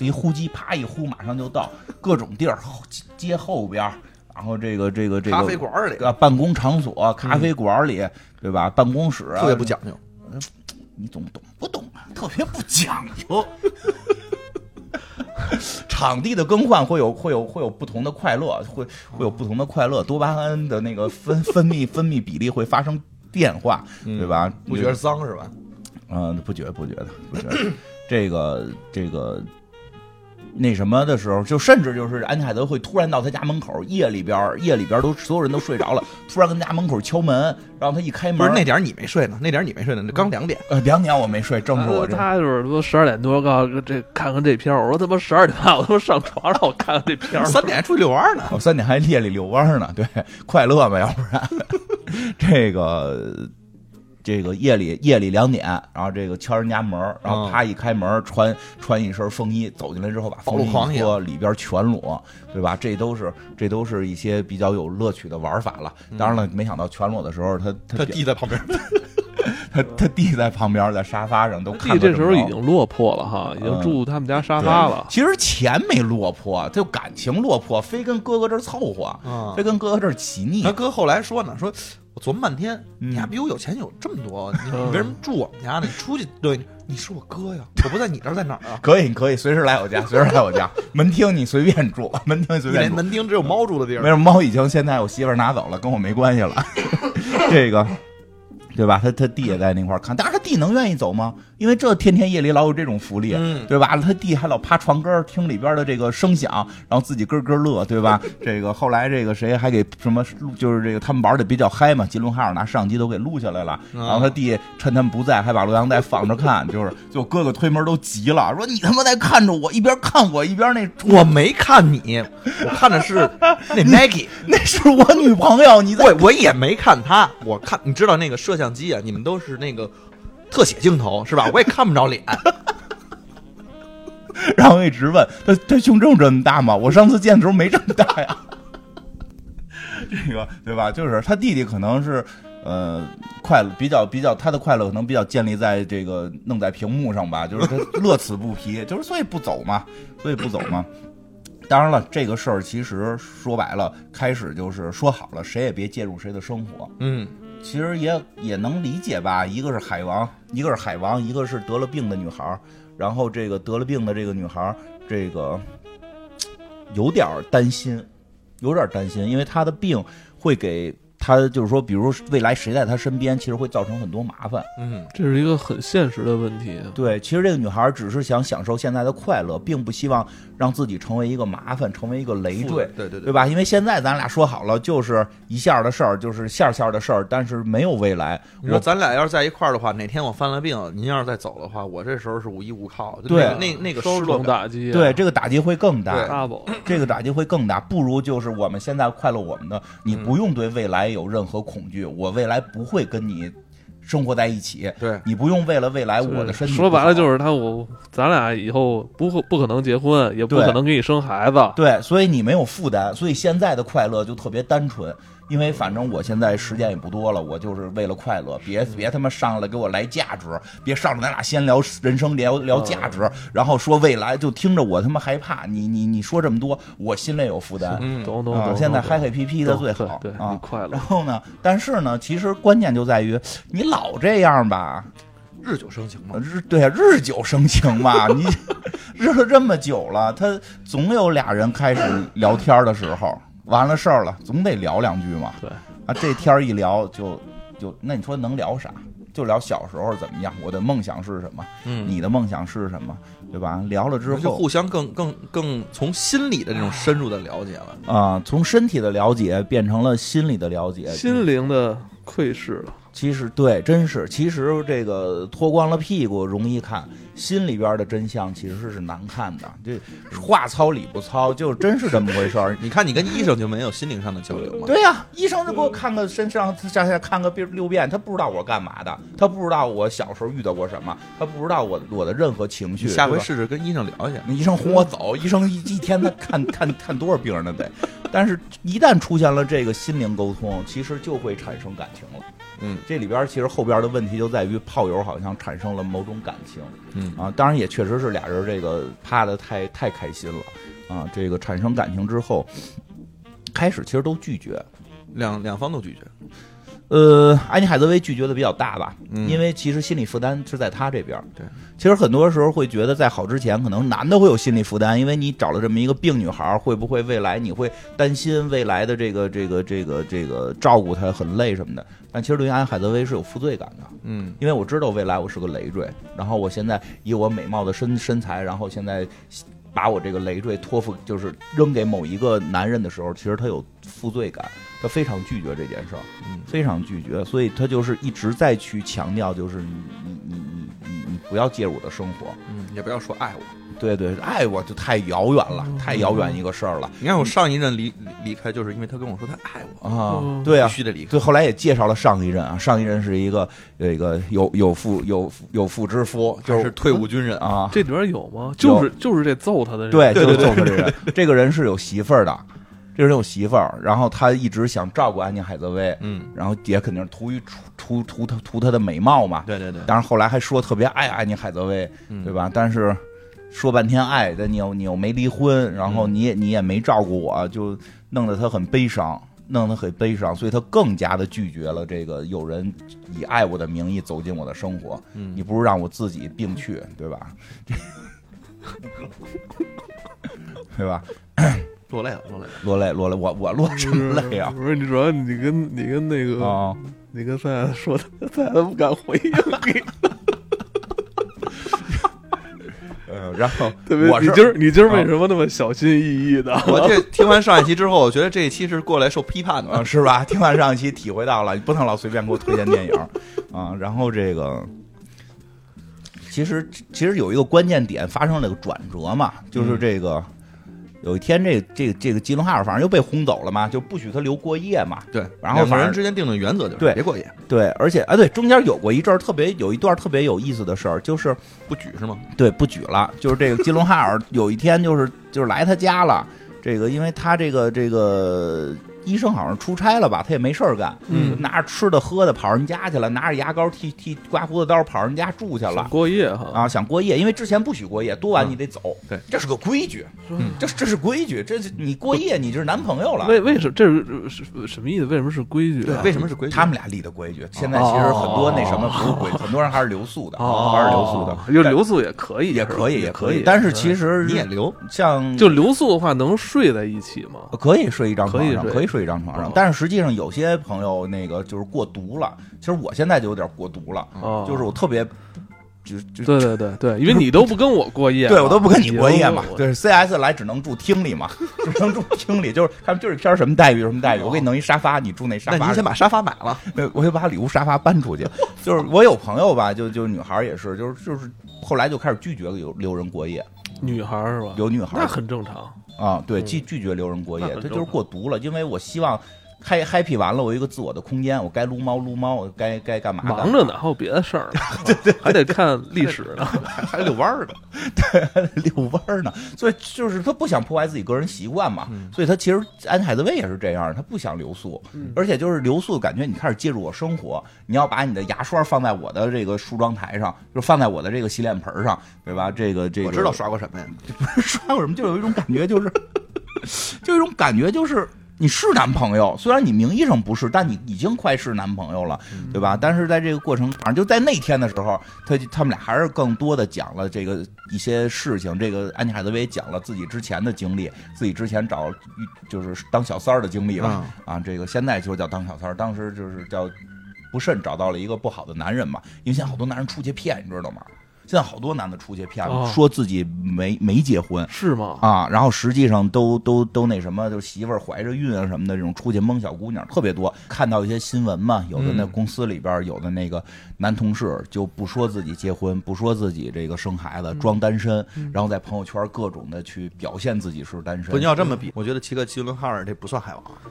S3: 一呼机啪一呼，马上就到，各种地儿，后街后边儿，然后这个这个这个
S4: 咖啡馆里
S3: 啊，办公场所、咖啡馆里，对吧？办公室啊
S4: 特别不，讲究，
S3: 你总懂不懂啊？特别不讲究。 场地的更换会有会有会有不同的 快乐，会会有不同的快乐，多巴胺的那个分分泌分泌比例会发生变化，
S1: 嗯
S3: 对？吧？
S1: 不觉得脏是吧？
S3: 嗯，不觉得不觉得不觉得， 这个这个那什么的时候，就甚至就是安妮海德会突然到他家门口，夜里边儿夜里边儿都所有人都睡着了，突然跟家门口敲门，然后他一开门，
S1: 不是那点儿你没睡呢，那点儿你没睡呢，刚两点。
S3: 呃两点我没睡，正是
S1: 呃
S3: 我这。
S2: 他就是说十二点多告诉这看看这片儿，我说他妈十二点半我他妈上床让我看看这片
S4: 嗯
S2: 儿，
S1: 三 点还出去遛弯 儿呢。
S3: 我哦三点还夜里遛弯儿呢，对， 快乐嘛，要不然 这个这个夜里夜里两点，然后这个敲人家门儿，然后
S1: 嗯
S3: 啪一开门儿，穿穿一身风衣走进来之后，把
S1: 暴露
S3: 风
S1: 狂
S3: 衣一
S1: 野
S3: 脱，里边全裸，对吧？这都是这都是一些比较有乐趣的玩法了。
S2: 嗯
S3: 当然了，没想到全裸的时候，他他
S1: 他弟在旁边，
S3: 他他弟在旁边，在沙发上都看
S2: 弟
S3: 个
S2: 这时
S3: 正
S2: 候已
S3: 着
S2: 经落魄了哈，已
S3: 嗯
S2: 经住他们家沙发了。
S3: 其实钱没落魄，他就感情落魄，非跟哥哥这儿凑合，
S1: 嗯
S3: 非跟哥哥这儿起腻
S1: 他。哥后来说呢，说我琢磨半天，
S3: 嗯
S1: 你还比我有钱有这么多， 你
S2: 嗯
S1: 你为什么住我们家呢？你出去对，你是我哥呀，我不在你这儿在 哪儿啊？
S3: 可以，可以，随时来 我家，随时来我家，门厅你随便住，门厅随
S1: 你
S3: 便
S1: 连
S3: 住。
S1: 门厅只有猫住的地
S3: 没
S1: 儿，
S3: 有，猫已经现在我媳妇儿拿走了，跟我没关系了。 这个，对吧？他他弟也在那块儿看，但是他弟能愿意走吗？因为这天天夜里老有这种福利，啊
S1: 嗯
S3: 对吧？他弟还老趴床根儿听里边的这个声响，然后自己咯咯乐，对吧？这个后来这个谁还给什么录，就是这个他们玩的比较嗨嘛，吉伦哈尔拿摄像机都给录下来了，
S1: 嗯
S3: 然后他弟趁他们不在还把录像带放着看，就是就哥哥推门都急了，说你他妈在看着我，一边看我一边那
S1: 我没看你，我看的是那 Maggie，
S3: 那是我女朋友，你在
S1: 我我也没看他，我看你知道那个摄像机啊，你们都是那个特写镜头是吧？我也看不着脸，
S3: 然后我一直问他，他胸这么这么大吗？我上次见的时候没这么大呀。 这个对吧？就是他弟弟可能是，呃，快乐比较比较，他的快乐可能比较建立在这个弄在屏幕上吧，就是他乐此不疲，就是所以不走嘛，所以不走嘛。当然了，这个事儿其实说白了，开始就是说好了，谁也别介入谁的生活，
S1: 嗯，
S3: 其实也也能理解吧。一个是海王，一个是海王，一个是得了病的女孩儿。然后这个得了病的这个女孩儿，这个嘖有点儿担心，有点儿担心，因为她的病会给她，就是说，比如未来谁在她身边，其实会造成很多麻烦。
S1: 嗯，
S2: 这是一个很现实的问题。
S3: 对，其实这个女孩儿只是想享受现在的快乐，并不希望让自己成为一个麻烦，成为一个累赘。
S1: 对对
S3: 对，吧？因为现在咱俩说好了，就是一下儿的事儿，就是下下的事儿，但是没有未来。
S1: 你
S3: 我
S1: 说咱俩要是在一块儿的话，哪天我犯了病，您要是再走的话，我这时候是无依无靠，就
S3: 对
S1: 那个那那个失
S2: 双
S1: 落
S2: 重
S1: 感，
S2: 打击啊，
S3: 对，这个打击会更
S1: 对
S3: 大，
S2: double
S3: 这个打击会更大。不如就是我们现在快乐我们的，你
S2: 嗯
S3: 不用对未来有任何恐惧，我未来不会跟你生活在一起，
S1: 对，
S3: 你不用为了未来
S2: 就是
S3: 哎我的身体不好。
S2: 说白了就是他我咱俩以后不会不可能结婚，也不
S3: 对
S2: 可能给你生孩子。
S3: 对，所以你没有负担，所以现在的快乐就特别单纯。因为反正我现在时间也不多了，我就是为了快乐，别别他妈上来给我来价值，别上来咱俩先聊人生聊聊
S2: 嗯
S3: 价值，然后说未来就听着我他妈害怕。你你你说这么多，我心里有负担。
S1: 嗯，
S2: 懂懂
S3: 啊，
S2: 懂。
S3: 现在
S2: 懂
S3: happy PP 的
S2: 懂
S3: 最好
S2: 对，对
S3: 啊
S2: 你，快乐
S3: 然。后呢，但是呢，其实关键就在于你老这样吧，
S1: 日久生情嘛，
S3: 日对啊，日久生情嘛，你日了这么久了，他总有俩人开始聊天的时候，完了事儿了，总得聊两句嘛。
S2: 对
S3: 啊，这天儿一聊就就那你说能聊啥？就聊小时候怎么样，我的梦想是什么，
S1: 嗯
S3: 你的梦想是什么，对吧？聊了之
S1: 就
S3: 后
S1: 互相更更更从心理的这种深入的了解了。。
S3: 啊、从身体的了解变成了心理的了解，
S2: 心灵的窥视了，
S3: 其实对，真是，其实这个脱光了屁股容易看，心里边的真相其实是难看的。这话糙理不糙，就真是这么回事儿
S1: 你看，你跟医生就没有心灵上的交流吗？
S3: 对呀、医生就给我看个身上下下看个遍六遍，他不知道我干嘛的，他不知道我小时候遇到过什么，他不知道我我的任何情绪。
S1: 你下回
S3: 对吧
S1: 试试跟医生聊一下。
S3: 那医生哄我走，医生一一天他看看看多少病人呢得，但是一旦出现了这个心灵沟通，其实就会产生感情了。
S1: 嗯，
S3: 这里边儿其实后边儿的问题就在于炮友好像产生了某种感情
S1: 嗯
S3: 啊，当然也确实是俩人这个啪的太太开心了啊，这个产生感情之后，开始其实都拒绝，
S1: 两两方都拒绝，
S3: 呃，安妮海瑟薇拒绝的比较大吧，
S1: 嗯
S3: 因为其实心理负担是在她这边。
S4: 对，
S3: 其实很多时候会觉得，在好之前，可能男的会有心理负担，因为你找了这么一个病女孩儿，会不会未来你会担心未来的这个这个这个这个照顾她很累什么的？但其实对于安妮海瑟薇是有负罪感的，
S1: 嗯，
S3: 因为我知道未来我是个累赘，然后我现在以我美貌的身身材，然后现在把我这个累赘托付，就是扔给某一个男人的时候，其实他有负罪感，他非常拒绝这件事儿，
S1: 嗯
S3: 非常拒绝，所以他就是一直在去强调，就是你你你你你你不要介入我的生活，
S4: 嗯，也不要说爱我，
S3: 对对，爱我就太遥远了，太遥远一个事儿了
S1: 你看我上一任离离离开，就是因为他跟我说他爱我，
S3: 啊
S2: 嗯，
S3: 对啊
S1: 必，须得离开。
S3: 对，后来也介绍了上一任啊，上一任是一个有一个有有妇有妇有妇之夫，就
S1: 还是退伍军人，
S3: 啊，
S2: 这里边有吗？就是就是这揍他的人，
S3: 对，就是揍他这人。这个人是有媳妇儿的，这个人有媳妇儿，然后他一直想照顾安妮海瑟薇，
S1: 嗯，
S3: 然后也肯定是图于图图图她图她的美貌嘛。
S1: 对对对，
S3: 当然后来还说特别爱安妮海瑟薇，
S1: 嗯
S2: 嗯
S3: 对吧？但是说半天爱，但你又你又没离婚，然后
S2: 嗯
S3: 你也你也没照顾我，就弄得他很悲伤。弄得很悲伤，所以他更加的拒绝了这个有人以爱我的名义走进我的生活。
S1: 嗯
S3: 你不如让我自己病去，对吧？ 对吧？
S1: 落泪了，落 泪了。
S3: 落泪，落泪，我我落什
S2: 不是
S3: 么泪啊？
S2: 嗯不是，你主要你跟你跟那个、
S3: 啊，
S2: 你跟赛亚说的，赛亚都不敢回应你，
S3: 呃，然后
S2: 嗯特别
S3: 我
S2: 你
S3: 是啊
S2: 今儿你今儿为什么那么小心翼翼的？
S1: 我这听完上一期之后，我觉得这一期是过来受批判
S3: 啊，
S1: 的。
S3: 是吧？ 听完上一期，体会到了，你不能老随便给我推荐电影啊。然后这个，其实其实有一个关键点发生了个转折嘛，就是这个。有一天这，这这个吉伦哈尔反正又被轰走了嘛，就不许他留过夜嘛。
S1: 对，
S3: 然后
S1: 两个
S3: 反
S1: 人
S3: 正
S1: 之间定的原则就是
S3: 对
S1: 别过夜，
S3: 对，而且啊，对，中间有过一阵儿特别有一段特别有意思的事儿，就是
S1: 不举是吗？
S3: 对，不举了。就是这个基隆哈尔有一天就是就是来他家了，这个因为他这个这个医生好像出差了吧，他也没事儿干，
S2: 嗯，
S3: 拿着吃的喝的跑人家去了，拿着牙膏剃剃刮胡子刀跑人家住去了。
S2: 过夜哈，
S3: 啊，想过夜，因为之前不许过夜，多晚你得走。
S1: 对，
S3: 这是个规矩，
S2: 嗯
S3: 这这是规矩，这是你过夜你就是男朋友了。
S2: 为为什么这是是什么意思？为什么是规矩、啊？
S1: 为什么是规矩？
S3: 他们俩立的规矩，现在其实很多那什么不是规矩，很多人还是留宿的，
S2: 哦，
S3: 还是留宿的，
S2: 就留宿也可以，
S3: 也
S2: 是吧
S3: 可以，
S2: 也
S3: 可
S2: 以。嗯
S3: 但是其实
S1: 你也留，
S3: 像
S2: 就留宿的话，能睡在一起吗？
S3: 可以睡一张床上，
S2: 可以睡
S3: 可以睡一张床上
S2: 哦，
S3: 但是实际上有些朋友那个就是过毒了。其实我现在就有点过毒了，
S2: 哦，
S3: 就是我特别，就就
S2: 对对对对，因为你都不跟我过夜嘛，
S3: 对我都不跟你过夜嘛
S2: 你哎都。不跟我
S3: 对，CS 来只能住厅里嘛，只能住厅里，就是他们就是片儿什么待遇什么待遇，我给你弄一沙发，你住那沙
S1: 那
S3: 发。
S1: 你先把沙发买了，
S3: 对，我就把里屋沙发 搬出去。就是我有朋友吧，就就女孩儿也是，就是就是后来就开始拒绝留留人过夜，
S2: 女孩儿是吧？
S3: 有女孩儿
S2: 那很正常。
S3: 啊，对，
S2: 嗯
S3: 拒拒绝留人过夜
S2: 那，很
S3: 他就
S2: 正
S3: 是
S2: 常
S3: 过毒了，因为我希望嗨 happy 完了，我有一个自我的空间，我该撸猫撸猫，我该该干嘛干嘛
S2: 忙着呢，还有别的事 儿呢，对对，还得看历史呢。
S1: 还遛弯儿呢。
S3: 遛弯儿呢，所以就是他不想破坏自己个人习惯嘛，
S2: 嗯
S3: 所以他其实安海瑟薇也是这样，他不想留宿，
S2: 嗯
S3: 而且就是留宿感觉你开始介入我生活，你要把你的牙刷放在我的这个梳妆台上，就放在我的这个洗脸盆儿上，对吧？这个这个
S1: 我知道刷过什么呀？
S3: 刷过什么，就有一种感觉，就是就有一种感觉，就是你是男朋友，虽然你名义上不是，但你已经快是男朋友了，对吧？但是在这个过程，反正就在那天的时候，他就他们俩还是更多的讲了这个一些事情。这个安妮海瑟薇也讲了自己之前的经历，自己之前找就是当小三儿的经历吧。啊，这个现在就叫当小三儿，当时就是叫不慎找到了一个不好的男人嘛，因为现在好多男人出去骗，你知道吗？现在好多男的出去骗，
S2: 哦
S3: 说自己没没结婚
S2: 是吗？
S3: 啊，然后实际上都都都那什么，就是媳妇儿怀着孕啊什么的，这种出去蒙小姑娘特别多。看到一些新闻嘛，有的那
S1: 嗯
S3: 公司里边有的那个男同事就不说自己结婚，不说自己这个生孩子，装单身，然后在朋友圈各种的去表现自己是单身。
S1: 不，你要这么比，我觉得齐克·吉伦哈尔这不算海王，啊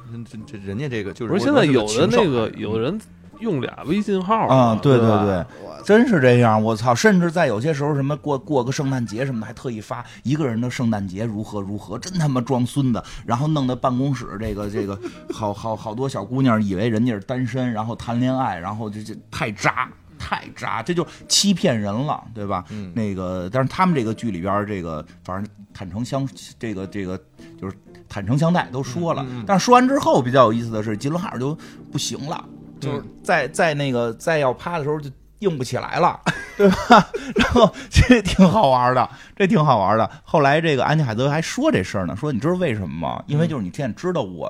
S1: 这这人家这个就是啊
S2: 不是现在有的那个有
S1: 的
S2: 人用俩微信号
S3: 嗯啊，对
S2: 对吧
S3: 对，真是这样。我操，甚至在有些时候，什么过过个圣诞节什么的，还特意发一个人的圣诞节如何如何，真他妈装孙子。然后弄得办公室这个这个好好好多小姑娘以为人家是单身，然后谈恋爱，然后这这太渣。太渣，这就欺骗人了，对吧？
S1: 嗯
S3: 那个，但是他们这个剧里边儿，这个反正坦诚相，这个这个就是坦诚相待都说了。但是说完之后，比较有意思的是，吉伦哈尔就不行了，就是在在那个在要趴的时候就硬不起来了，对吧？然后这挺好玩的，这挺好玩的。后来这个安妮海瑟薇还说这事儿呢，说你知道为什么吗？因为就是你现在知道我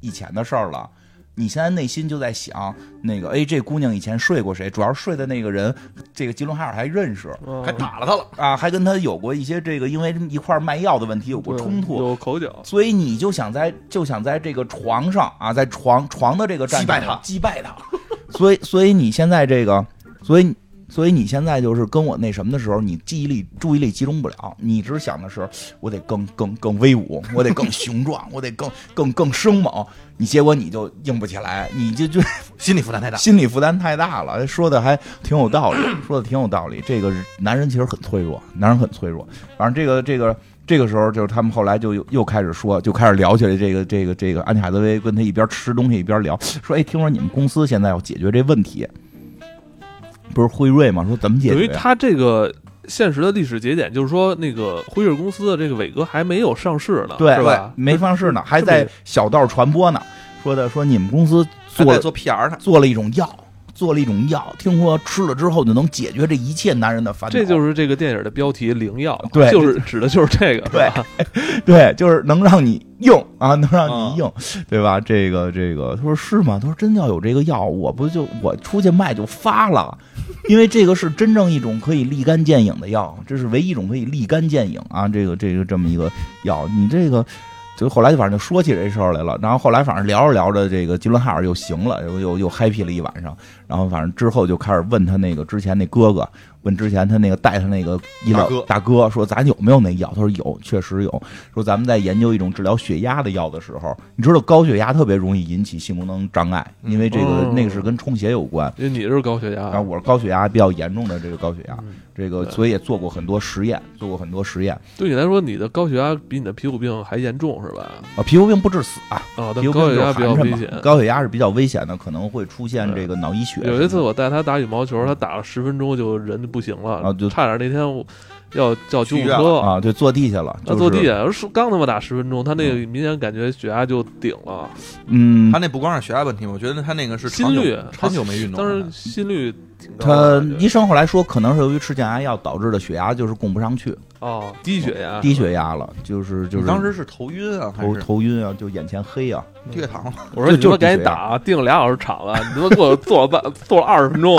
S3: 以前的事儿了。你现在内心就在想，那个，哎，这姑娘以前睡过谁？主要是睡的那个人，这个吉伦哈尔还认识
S2: 嗯
S1: 还打了他了。
S3: 啊，还跟他有过一些这个因为一块儿卖药的问题有过
S2: 对
S3: 冲突，
S2: 有口角，
S3: 所以你就想在就想在这个床上啊，在床床的这个战场上击败他。所以所以你现在这个，所以所以你现在就是跟我那什么的时候，你记忆力注意力集中不了，你只想的是我得更更更威武，我得更雄壮，我得更更更生猛。你结果你就硬不起来，你就就
S1: 心理负担太大。
S3: 心理负担太大了。说的还挺有道理，说的挺有道理。这个男人其实很脆弱，男人很脆弱。反正这个这个这个时候，就是他们后来就又又开始说，就开始聊起来这个这个这个安妮海瑟薇跟他一边吃东西一边聊，说哎，听说你们公司现在要解决这问题，不是辉瑞吗？说怎么解
S2: 等于
S3: 决呀？
S2: 他这个现实的历史节点，就是说那个辉瑞公司的这个伟哥还没有上市呢，
S3: 对
S2: 是吧？
S3: 没方式呢，还在小道传播呢。说的说你们公司
S1: 还
S3: 做
S1: 在做 PR 呢，
S3: 做了一种药，做了一种药，听说吃了之后就能解决这一切男人的烦恼。
S2: 这就是这个电影的标题《灵药》，
S3: 对
S2: 就是指的就是这个，
S3: 对
S2: 是吧？
S3: 对，就是能让你硬啊，能让
S1: 嗯
S3: 你硬，对吧？这个这个，他说是吗？他说真要有这个药，我不就我出去卖就发了， 因为这个是真正一种可以立竿见影的药，这是唯一一种可以立竿见影啊，这个这个这么一个药，你这个。就后来就反正就说起这事儿来了，然后后来反正聊着聊着，这个吉伦哈尔又行了，又又又 happy 了一晚上，然后反正之后就开始问他那个之前那哥哥，问之前他那个带他那个医疗
S1: 大哥
S3: 大哥说咱有没有那药？他说有，确实有。说咱们在研究一种治疗血压的药的时候，你知道高血压特别容易引起性功能障碍，因为这个、
S2: 嗯
S3: 那个是跟充血有关。
S2: 因为你是高血压，
S3: 然后我是高血压比较严重的这个高血压，
S2: 嗯
S3: 这个
S2: 对
S3: 所以也做过很多实验，做过很多实验
S2: 对你来说，你的高血压比你的皮肤病还严重，是吧？
S3: 啊，皮肤病不致死啊，
S2: 啊，
S3: 皮
S2: 但
S3: 肤
S2: 高血
S3: 病就
S2: 压
S3: 是
S2: 比较
S3: 寒
S2: 危
S3: 碜
S2: 险
S3: 嘛，。高血压是比较危险的，可能会出现
S2: 对
S3: 这个脑溢血。
S2: 有一次我带他打羽毛球，他打了十分钟就人就不行了，
S3: 啊就
S2: 差点那天我要叫救护
S1: 去医院
S2: 车。
S3: 啊，就坐地下了，
S2: 他
S3: 就是、
S2: 坐地，下，是刚他妈打十分钟，他那个明显感觉血压就顶了，
S3: 嗯
S1: 他，那不光是血压问题，我觉得他那个是
S2: 心
S1: 长久
S2: 率
S1: 长久没运动
S2: 当
S1: 了。
S2: 时心率挺高
S3: 他
S2: 的。感觉
S3: 医生后来说，可能是由于吃降压药导致的血压就是供不上去，
S2: 哦，低血压，
S3: 低血压了，就是就是
S1: 你当时是头晕啊，还
S3: 头
S1: 是
S3: 头晕啊，就眼前黑啊，
S1: 低血糖 了？
S2: 我说
S3: 就
S2: 你他妈
S3: 就低
S2: 赶
S3: 血
S2: 紧打，啊定了俩小时场了，你他妈给我坐了半坐了二十分钟，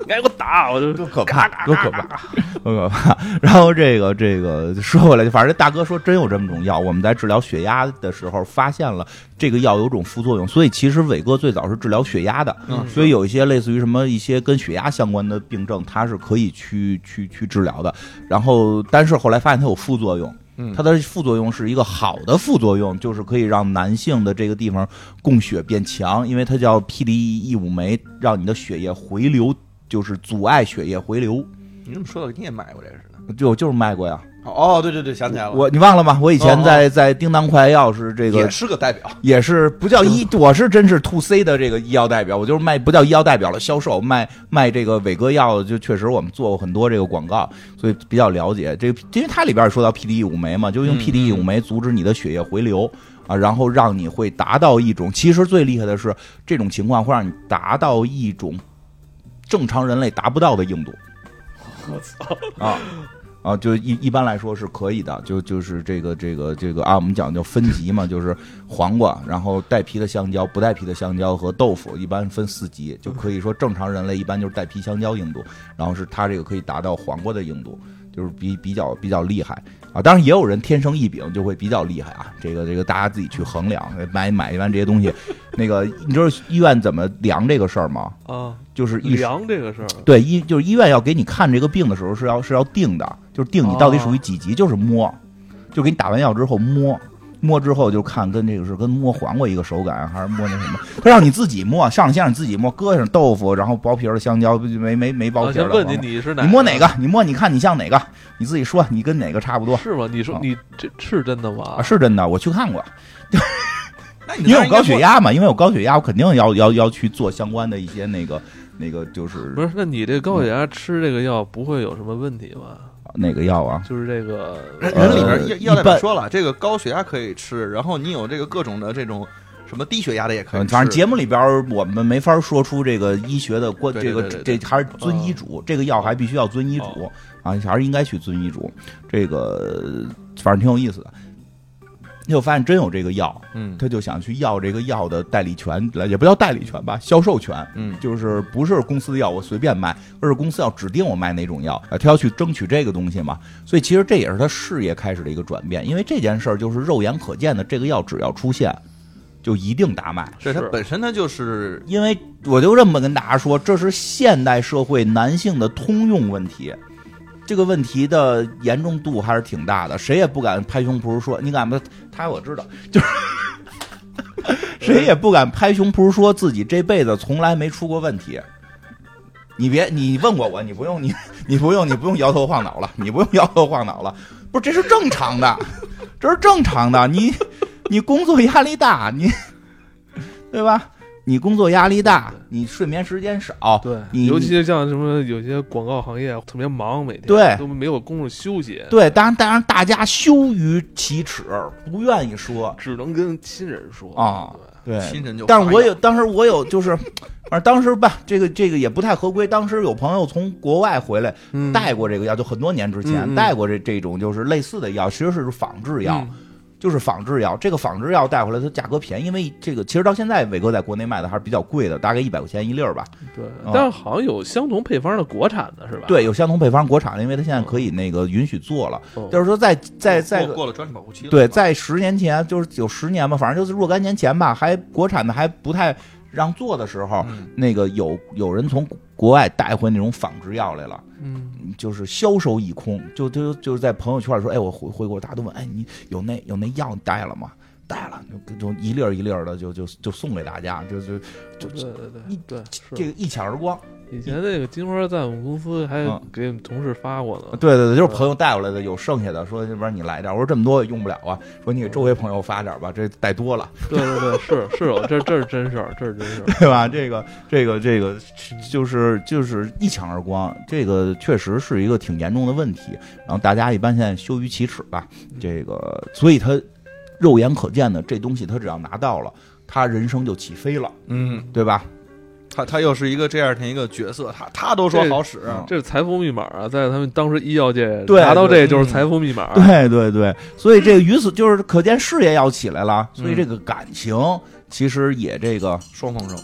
S2: 你赶紧给我打，啊我就
S3: 多可怕，多可怕， 多可怕。然后这个这个说回来，反正这大哥说真有这么种药，我们在治疗血压的时候发现了这个药有种副作用，所以其实伟哥最早是治疗血压的，
S1: 嗯
S3: 所以有一些类似于什么一些跟血压相关的病症，它是可以去去去治疗的。然后但是后来发现它有副作用。
S1: 嗯
S3: 它的副作用是一个好的副作用，就是可以让男性的这个地方供血变强，因为它叫 PDE 5酶，让你的血液回流，就是阻碍血液回流。
S1: 你这么说到你也买过这个似的。
S3: 就就是卖过呀，
S1: 哦，对对对，想起来了，
S3: 我你忘了吗？我以前在在叮当快药是这
S1: 哦也
S3: 个
S1: 是个代表，
S3: 也是不叫医，我是真是 to C 的这个医药代表，我就是卖不叫医药代表了，销售卖卖这个伟哥药，就确实我们做过很多这个广告，所以比较了解这个，因为它里边也说到 PDE 五酶嘛，就用
S1: 嗯
S3: PDE 五酶阻止你的血液回流。啊，然后让你会达到一种，其实最厉害的是这种情况会让你达到一种正常人类达不到的硬度。我操啊！啊，就一一般来说是可以的，就就是这个这个这个啊，我们讲究分级嘛，就是黄瓜，然后带皮的香蕉、不带皮的香蕉和豆腐，一般分四级，就可以说正常人类一般就是带皮香蕉硬度，然后是它这个可以达到黄瓜的硬度，就是比比较比较厉害啊。当然也有人天生异禀就会比较厉害啊，这个这个大家自己去衡量，哎买买完这些东西，那个你知道医院怎么量这个事儿吗？
S2: 啊，
S3: 就是一
S2: 量这个事儿，
S3: 对医就是医院要给你看这个病的时候是要是要定的，就是定你到底属于几级，就是摸，就给你打完药之后摸，摸之后就看跟这个是跟摸黄瓜一个手感，啊还是摸那什么，他让你自己摸，上来先让你自己摸，搁上豆腐，然后剥皮儿的香蕉，不没没没剥
S2: 我
S3: 皮儿
S2: 啊先
S3: 的
S2: 问
S3: 黄
S2: 你
S3: 瓜。
S2: 你是哪？啊
S3: 你摸哪？个？你摸，你看你像哪个？你自己说，你跟哪个差不多
S2: 是吗？你说
S3: 啊
S2: 你这是真的吗
S3: 啊？？是真的，我去看过，
S2: 哎
S1: 那你
S3: 因为我高血，压嘛，因为我高血压，我肯定要要要去做相关的一些那个那个就是
S2: 不是，那你这高血
S3: 嗯
S2: 压吃这个药不会有什么问题吧？
S3: 哪个药啊？
S2: 就是这个
S1: 人人里
S3: 呃
S1: 边医医药
S3: 一
S1: 代表
S3: 般
S1: 说了，这个高血压可以吃，然后你有这个各种的这种什么低血压的也可以
S3: 嗯
S1: 吃。
S3: 反正节目里边儿我们没法说出这个医学的关，
S4: 对
S3: 这个
S4: 对对
S3: 这
S4: 对嗯
S3: 这还是遵医嘱，这个药还必须要遵医嘱
S4: 哦
S3: 啊，还是应该去遵医嘱。这个反正挺有意思的。就发现真有这个药，
S1: 嗯
S3: 他就想去要这个药的代理权，也不叫代理权吧，销售权。
S1: 嗯
S3: 就是不是公司的药我随便卖，而是公司要指定我卖哪种药，啊，他要去争取这个东西嘛。所以其实这也是他事业开始的一个转变，因为这件事儿就是肉眼可见的，这个药只要出现，就一定大卖。
S1: 对它
S2: 是
S1: 本身它就是
S3: 因为我就这么跟大家说，这是现代社会男性的通用问题。这个问题的严重度还是挺大的，谁也不敢拍胸脯说，你敢不？他我知道，就是 谁也不敢拍胸脯说自己这辈子从来没出过问题。你别，你问过我，你不用，你 你不用，你不用摇头晃脑了，你不用摇头晃脑了，不是，这是正常的，这是正常的。你你工作压力大，你对吧？你工作压力大，你睡眠时间少，
S2: 对，
S3: 你
S2: 尤其是像什么有些广告行业特别忙，每天
S3: 对
S2: 都没有功夫休息，
S3: 对，当然当然大家羞于启齿，不愿意说
S2: 只能跟亲人说
S3: 啊
S2: 对
S3: 对，
S1: 亲人就。
S3: 但是我有，当时我有就是，反正当时吧，这个这个也不太合规。当时有朋友从国外回来
S2: 嗯
S3: 带过这个药，就很多年之前
S2: 嗯嗯
S3: 带过这这种就是类似的药，其实是仿制药。
S2: 嗯
S3: 就是仿制药，这个仿制药带回来它价格便宜，因为这个其实到现在伟哥在国内卖的还是比较贵的，大概一百块钱一粒儿吧。
S2: 嗯对
S3: 啊，
S2: 但是好像有相同配方的国产的是吧？
S3: 对，有相同配方国产的，因为它现在可以那个允许做了，
S2: 哦，
S3: 就是说在在在
S1: 过过了专利保护期了，
S3: 对，
S1: 是吧
S3: 在十年前，就是有十年吧，反正就是若干年前吧，还国产的还不太让做的时候，
S1: 嗯
S3: 那个有有人从国外带回那种仿制药来了，
S2: 嗯，
S3: 就是销售一空，就就就是在朋友圈里说，哎，我回回国，大家都问，哎，你有那有那药你带了吗？带了，就就一粒儿一粒儿的就就就送给大家，就就就
S2: 对对对
S3: 一
S2: 对，
S3: 这
S2: 是
S3: 个一抢而光。
S2: 以前那个金花在我们公司还
S3: 啊
S2: 给我们同事发过 呢，
S3: 对对对，就是朋友带过来的，有剩下的，说要不然你来点儿，我说这么多也用不了啊，说你给周围朋友发点儿吧，这带多了。
S2: 对对对，是是有，这这是真事儿，这是真事儿。
S3: 对吧？这个这个这个就是就是一抢而光，这个确实是一个挺严重的问题。然后大家一般现在羞于启齿吧，这个所以他肉眼可见的这东西，他只要拿到了，他人生就起飞了，
S1: 嗯，
S3: 对吧？
S1: 他他又是一个这样的一个角色，他他都说
S2: 这
S1: 好使，
S3: 嗯
S2: 这是财富密码啊，在他们当时医药界
S3: 对
S2: 拿到这
S3: 对
S2: 就是
S1: 嗯
S2: 财富密码。啊
S3: 对对对，所以这个于此就是可见事业要起来了，所以这个感情其实也这个
S1: 双丰收。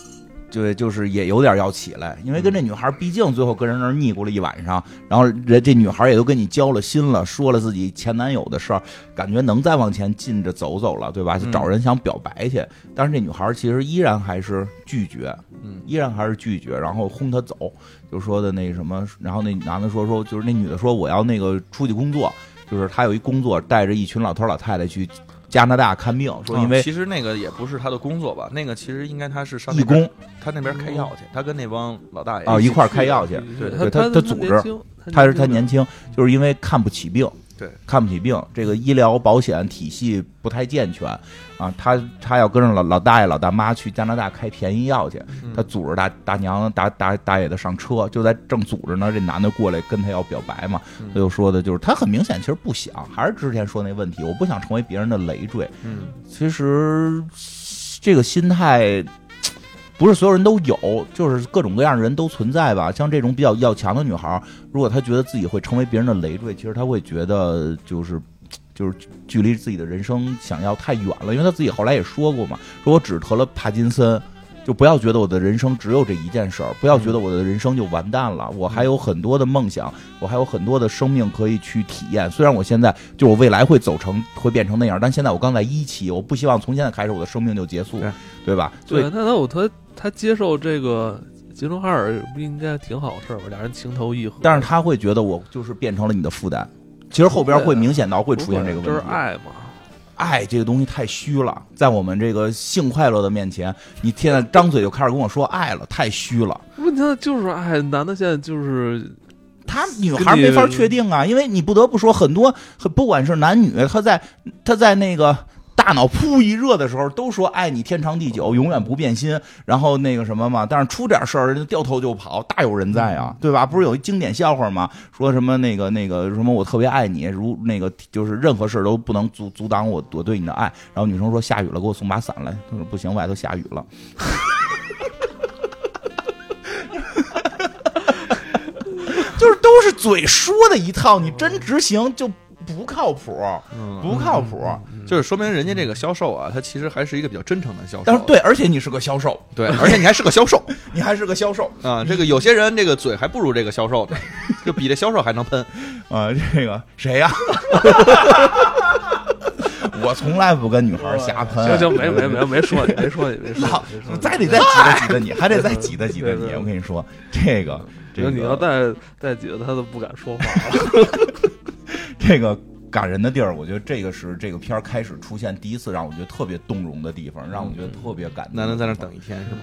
S3: 对，就是也有点要起来，因为跟这女孩儿毕竟最后跟人那儿腻咕了一晚上，然后人这女孩儿也都跟你交了心了，说了自己前男友的事儿，感觉能再往前进着走走了，对吧？就找人想表白去，但是这女孩儿其实依然还是拒绝，
S1: 嗯，
S3: 依然还是拒绝，然后轰他走，就说的那什么，然后那男的说说，就是那女的说我要那个出去工作，就是她有一工作，带着一群老头儿老太太去加拿大看病，说因
S1: 啊
S3: 为
S1: 其实那个也不是他的工作吧，那个其实应该他是上
S3: 义
S1: 那边
S3: 工，
S1: 他那边开药去，他跟那帮老大爷
S3: 啊一块儿
S1: 起
S3: 开
S1: 去
S3: 药去
S1: 对
S2: 他
S3: 对他
S2: 他
S3: 他组织
S2: 年轻
S3: 他是
S2: 轻
S3: 他
S2: 的嗯
S3: 年轻，就是因为看不起病，
S1: 对，
S3: 看不起病，这个医疗保险体系不太健全啊，他他要跟着老老大爷老大妈去加拿大开便宜药去，
S1: 嗯
S3: 他组织大大娘大大大爷的上车，就在正组织呢，这男的过来跟他要表白嘛，
S1: 嗯
S3: 他就说的就是他很明显其实不想，还是之前说那问题，我不想成为别人的累赘，
S1: 嗯，
S3: 其实这个心态不是所有人都有，就是各种各样的人都存在吧。像这种比较要强的女孩儿，如果她觉得自己会成为别人的累赘，其实她会觉得就是就是距离自己的人生想要太远了。因为她自己后来也说过嘛，说我只得了帕金森。就不要觉得我的人生只有这一件事儿，不要觉得我的人生就完蛋了。我还有很多的梦想，我还有很多的生命可以去体验。虽然我现在就我未来会走成会变成那样，但现在我刚在一期，我不希望从现在开始我的生命就结束，
S1: 对
S3: 对吧？所
S2: 对，
S3: 以
S2: 那他我他他接受这个吉中哈尔不应该挺好事儿吗？俩人情投意合，
S3: 但是他会觉得我就是变成了你的负担。其实后边会明显到会
S2: 会
S3: 出现这个问题，
S2: 就
S3: 啊
S2: 是爱嘛。
S3: 爱这个东西太虚了，在我们这个性快乐的面前，你现在张嘴就开始跟我说爱了，太虚了。
S2: 问题就是爱，男的现在就是
S3: 他女孩没法确定啊，因为你不得不说，很多很不管是男女，他在他在那个。大脑噗一热的时候，都说爱你天长地久，永远不变心，然后那个什么嘛，但是出点事儿人家掉头就跑，大有人在啊，对吧？不是有一经典笑话吗？说什么那个那个什么我特别爱你，如那个就是任何事儿都不能阻阻挡我我对你的爱。然后女生说下雨了，给我送把伞来。他说不行，外头下雨了。就是都是嘴说的一套，你真执行就不靠谱，不靠谱。
S4: 就是说明人家这个销售啊，他其实还是一个比较真诚的销售。
S3: 但是对，而且你是个销售，
S4: 对，而且你还是个销售
S3: 你还是个销售
S4: 啊。这个有些人这个嘴还不如这个销售的，就比这销售还能喷。
S3: 啊、这个谁呀、 我从来不跟女孩瞎喷。
S2: 行行，没没 没没说你，没说你，没说
S3: 老
S2: 你，没说你。
S3: 再得再挤兑挤兑你，还得再挤兑挤兑
S2: 对
S3: 你。
S2: 对
S3: 我跟你说，这个这个哎
S2: 你要再再挤，他都不敢说话了。
S3: 这个感人的地儿，我觉得这个是这个片儿开始出现第一次让我觉得特别动容的地方，让我觉得特别感动。
S4: 男的在那儿等一天是吗？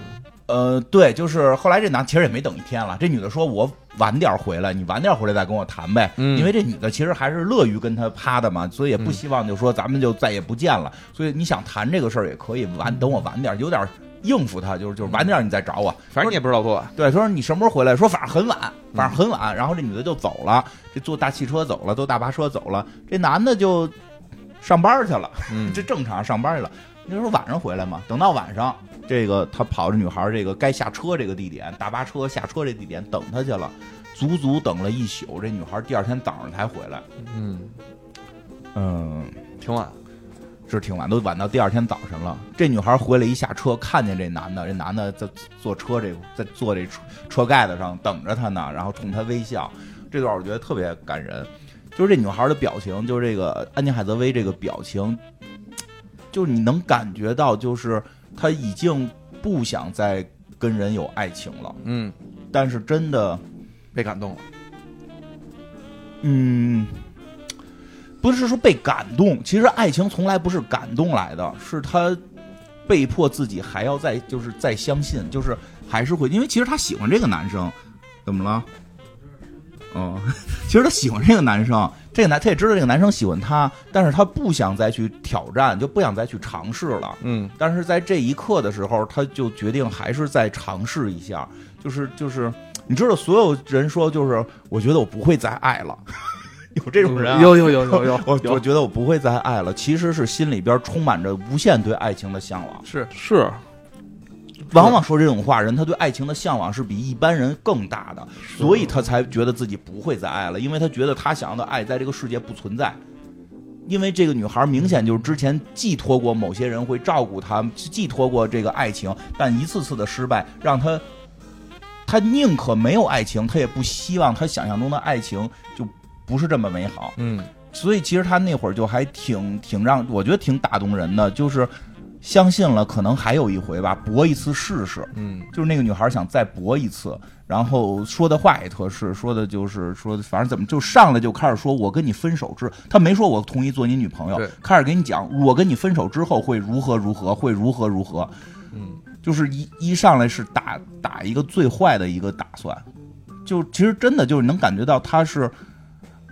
S3: 呃，对，就是后来这男其实也没等一天了，这女的说我晚点回来，你晚点回来再跟我谈呗，
S4: 嗯
S3: 因为这女的其实还是乐于跟他趴的嘛，所以也不希望就说咱们就再也不见了，所以你想谈这个事儿也可以晚等我晚点，有点应付他，就是就是晚点你再找我，
S4: 反正你也不是老多啊，
S3: 对，他说你什么时候回来？说反正很晚，反正很晚。然后这女的就走了，这坐大汽车走了，坐大巴车走了。这男的就上班去了，
S4: 嗯
S3: 这正常上班去了。你说晚上回来嘛？等到晚上，这个他跑着女孩儿这个该下车这个地点，大巴车下车这地点等她去了，足足等了一宿。这女孩儿第二天早上才回来，
S4: 嗯，
S3: 嗯，
S4: 挺晚。
S3: 是挺晚，都晚到第二天早晨了。这女孩回来一下车，看见这男的，这男的在坐车这在坐这车车盖子上等着她呢，然后冲她微笑。这段我觉得特别感人，就是这女孩的表情，就是这个安妮海瑟薇这个表情，就是你能感觉到，就是她已经不想再跟人有爱情了，
S4: 嗯，
S3: 但是真的，
S4: 被感动了。
S3: 嗯。不是说被感动，其实爱情从来不是感动来的，是他被迫自己还要再就是再相信，就是还是会，因为其实他喜欢这个男生，怎么了？哦， 其实他喜欢这个男生，这个男他也知道这个男生喜欢他，但是他不想再去挑战，就不想再去尝试了。
S4: 嗯，
S3: 但是在这一刻的时候，他就决定还是再尝试一下，就是就是，你知道，所有人说就是，我觉得我不会再爱了， 有这种人、啊，
S2: 有有有有有
S3: 我我
S2: 有，
S3: 觉得我不会再爱了，其实是心里边充满着无限对爱情的向往。
S4: 是
S2: 是
S3: 往往说这种话人，他对爱情的向往是比一般人更大的，所以他才觉得自己不会再爱了，因为他觉得他想要的爱在这个世界不存在。因为这个女孩明显就是之前寄托过某些人会照顾她，寄托过这个爱情，但一次次的失败让她，她宁可没有爱情，她也不希望她想象中的爱情就不是这么美好。
S4: 嗯，
S3: 所以其实他那会儿就还挺挺让我觉得挺打动人的，就是相信了，可能还有一回吧，搏一次试试。
S4: 嗯，
S3: 就是那个女孩想再搏一次，然后说的话也特是，说的就是说，反正怎么就上来就开始说我跟你分手之，她没说我同意做你女朋友
S4: 对，
S3: 开始给你讲我跟你分手之后会如何如何，会如何如何，
S4: 嗯，
S3: 就是一一上来是打打一个最坏的一个打算，就其实真的就是能感觉到她是，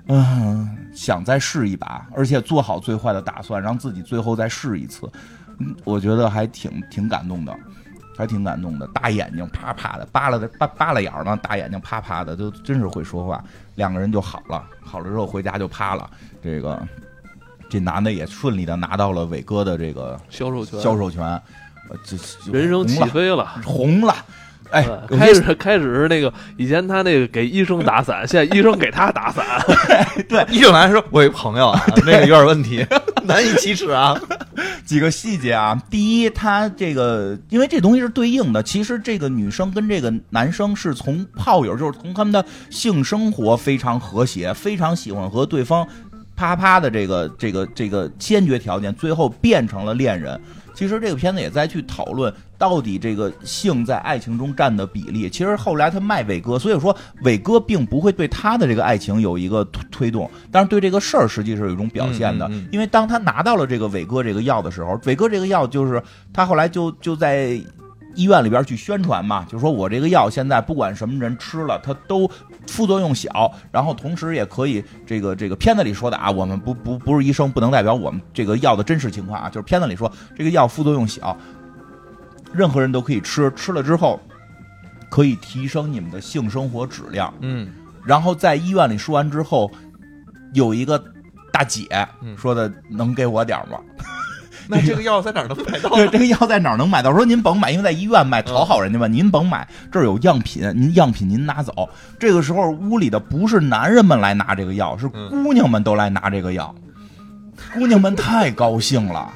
S3: 嗯、想再试一把，而且做好最坏的打算，让自己最后再试一次，嗯，我觉得还挺挺感动的。还挺感动的，大眼睛啪啪的，扒拉的扒扒拉眼儿呢，大眼睛啪啪的，就真是会说话。两个人就好了，好了之后回家就趴了。这个这男的也顺利的拿到了伟哥的这个
S2: 销售权，
S3: 销售权，呃，这
S2: 人生起呃飞了。
S3: 红了，红了。哎，有
S2: 对开
S3: 些
S2: 始开始是那个以前他那个给医生打伞，现在医生给他打 伞，
S1: 一正来说，我有一朋友啊，那个有点问 题，难以启齿啊。
S3: 几个细节啊。第一，他这个因为这东西是对应的，其实这个女生跟这个男生是从炮友，就是从他们的性生活非常和谐，非常喜欢和对方啪啪的这个这个这个先决条件，最后变成了恋人。其实这个片子也在去讨论到底这个性在爱情中占的比例。其实后来他卖伟哥，所以说伟哥并不会对他的这个爱情有一个推推动，但是对这个事儿实际是有一种表现的。
S4: 嗯嗯嗯
S3: 因为当他拿到了这个伟哥这个药的时候，伟哥这个药就是他后来就就在医院里边去宣传嘛，就说我这个药现在不管什么人吃了，它都副作用小，然后同时也可以这个这个片子里说的啊，我们不不不是医生，不能代表我们这个药的真实情况啊，就是片子里说这个药副作用小，任何人都可以吃，吃了之后可以提升你们的性生活质量。
S4: 嗯，
S3: 然后在医院里说完之后，有一个大姐
S4: 嗯
S3: 说的：“能给我点儿吗？”
S1: 那这个药在哪儿能买到？
S3: 对，这个药在哪儿能买到？说您甭买，因为在医院卖讨好人家嘛，您甭买，这儿有样品，您样品您拿走。这个时候屋里的不是男人们来拿这个药，是
S1: 嗯
S3: 姑娘们都来拿这个药，姑娘们太高兴了。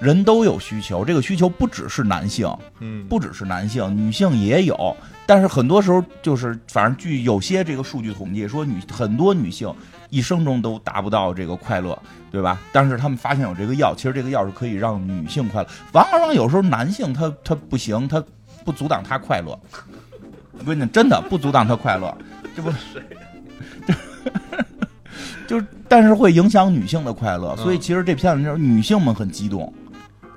S3: 人都有需求，这个需求不只是男性，
S1: 嗯，
S3: 不只是男性，女性也有。但是很多时候就是，反正据有些这个数据统计说女，很多女性一生中都达不到这个快乐，对吧？但是他们发现有这个药，其实这个药是可以让女性快乐。往往有时候男性他他不行，他不阻挡他快乐。我跟你讲真的不阻挡他快乐，这不就就但是会影响女性的快乐。所以其实这片子就是女性们很激动。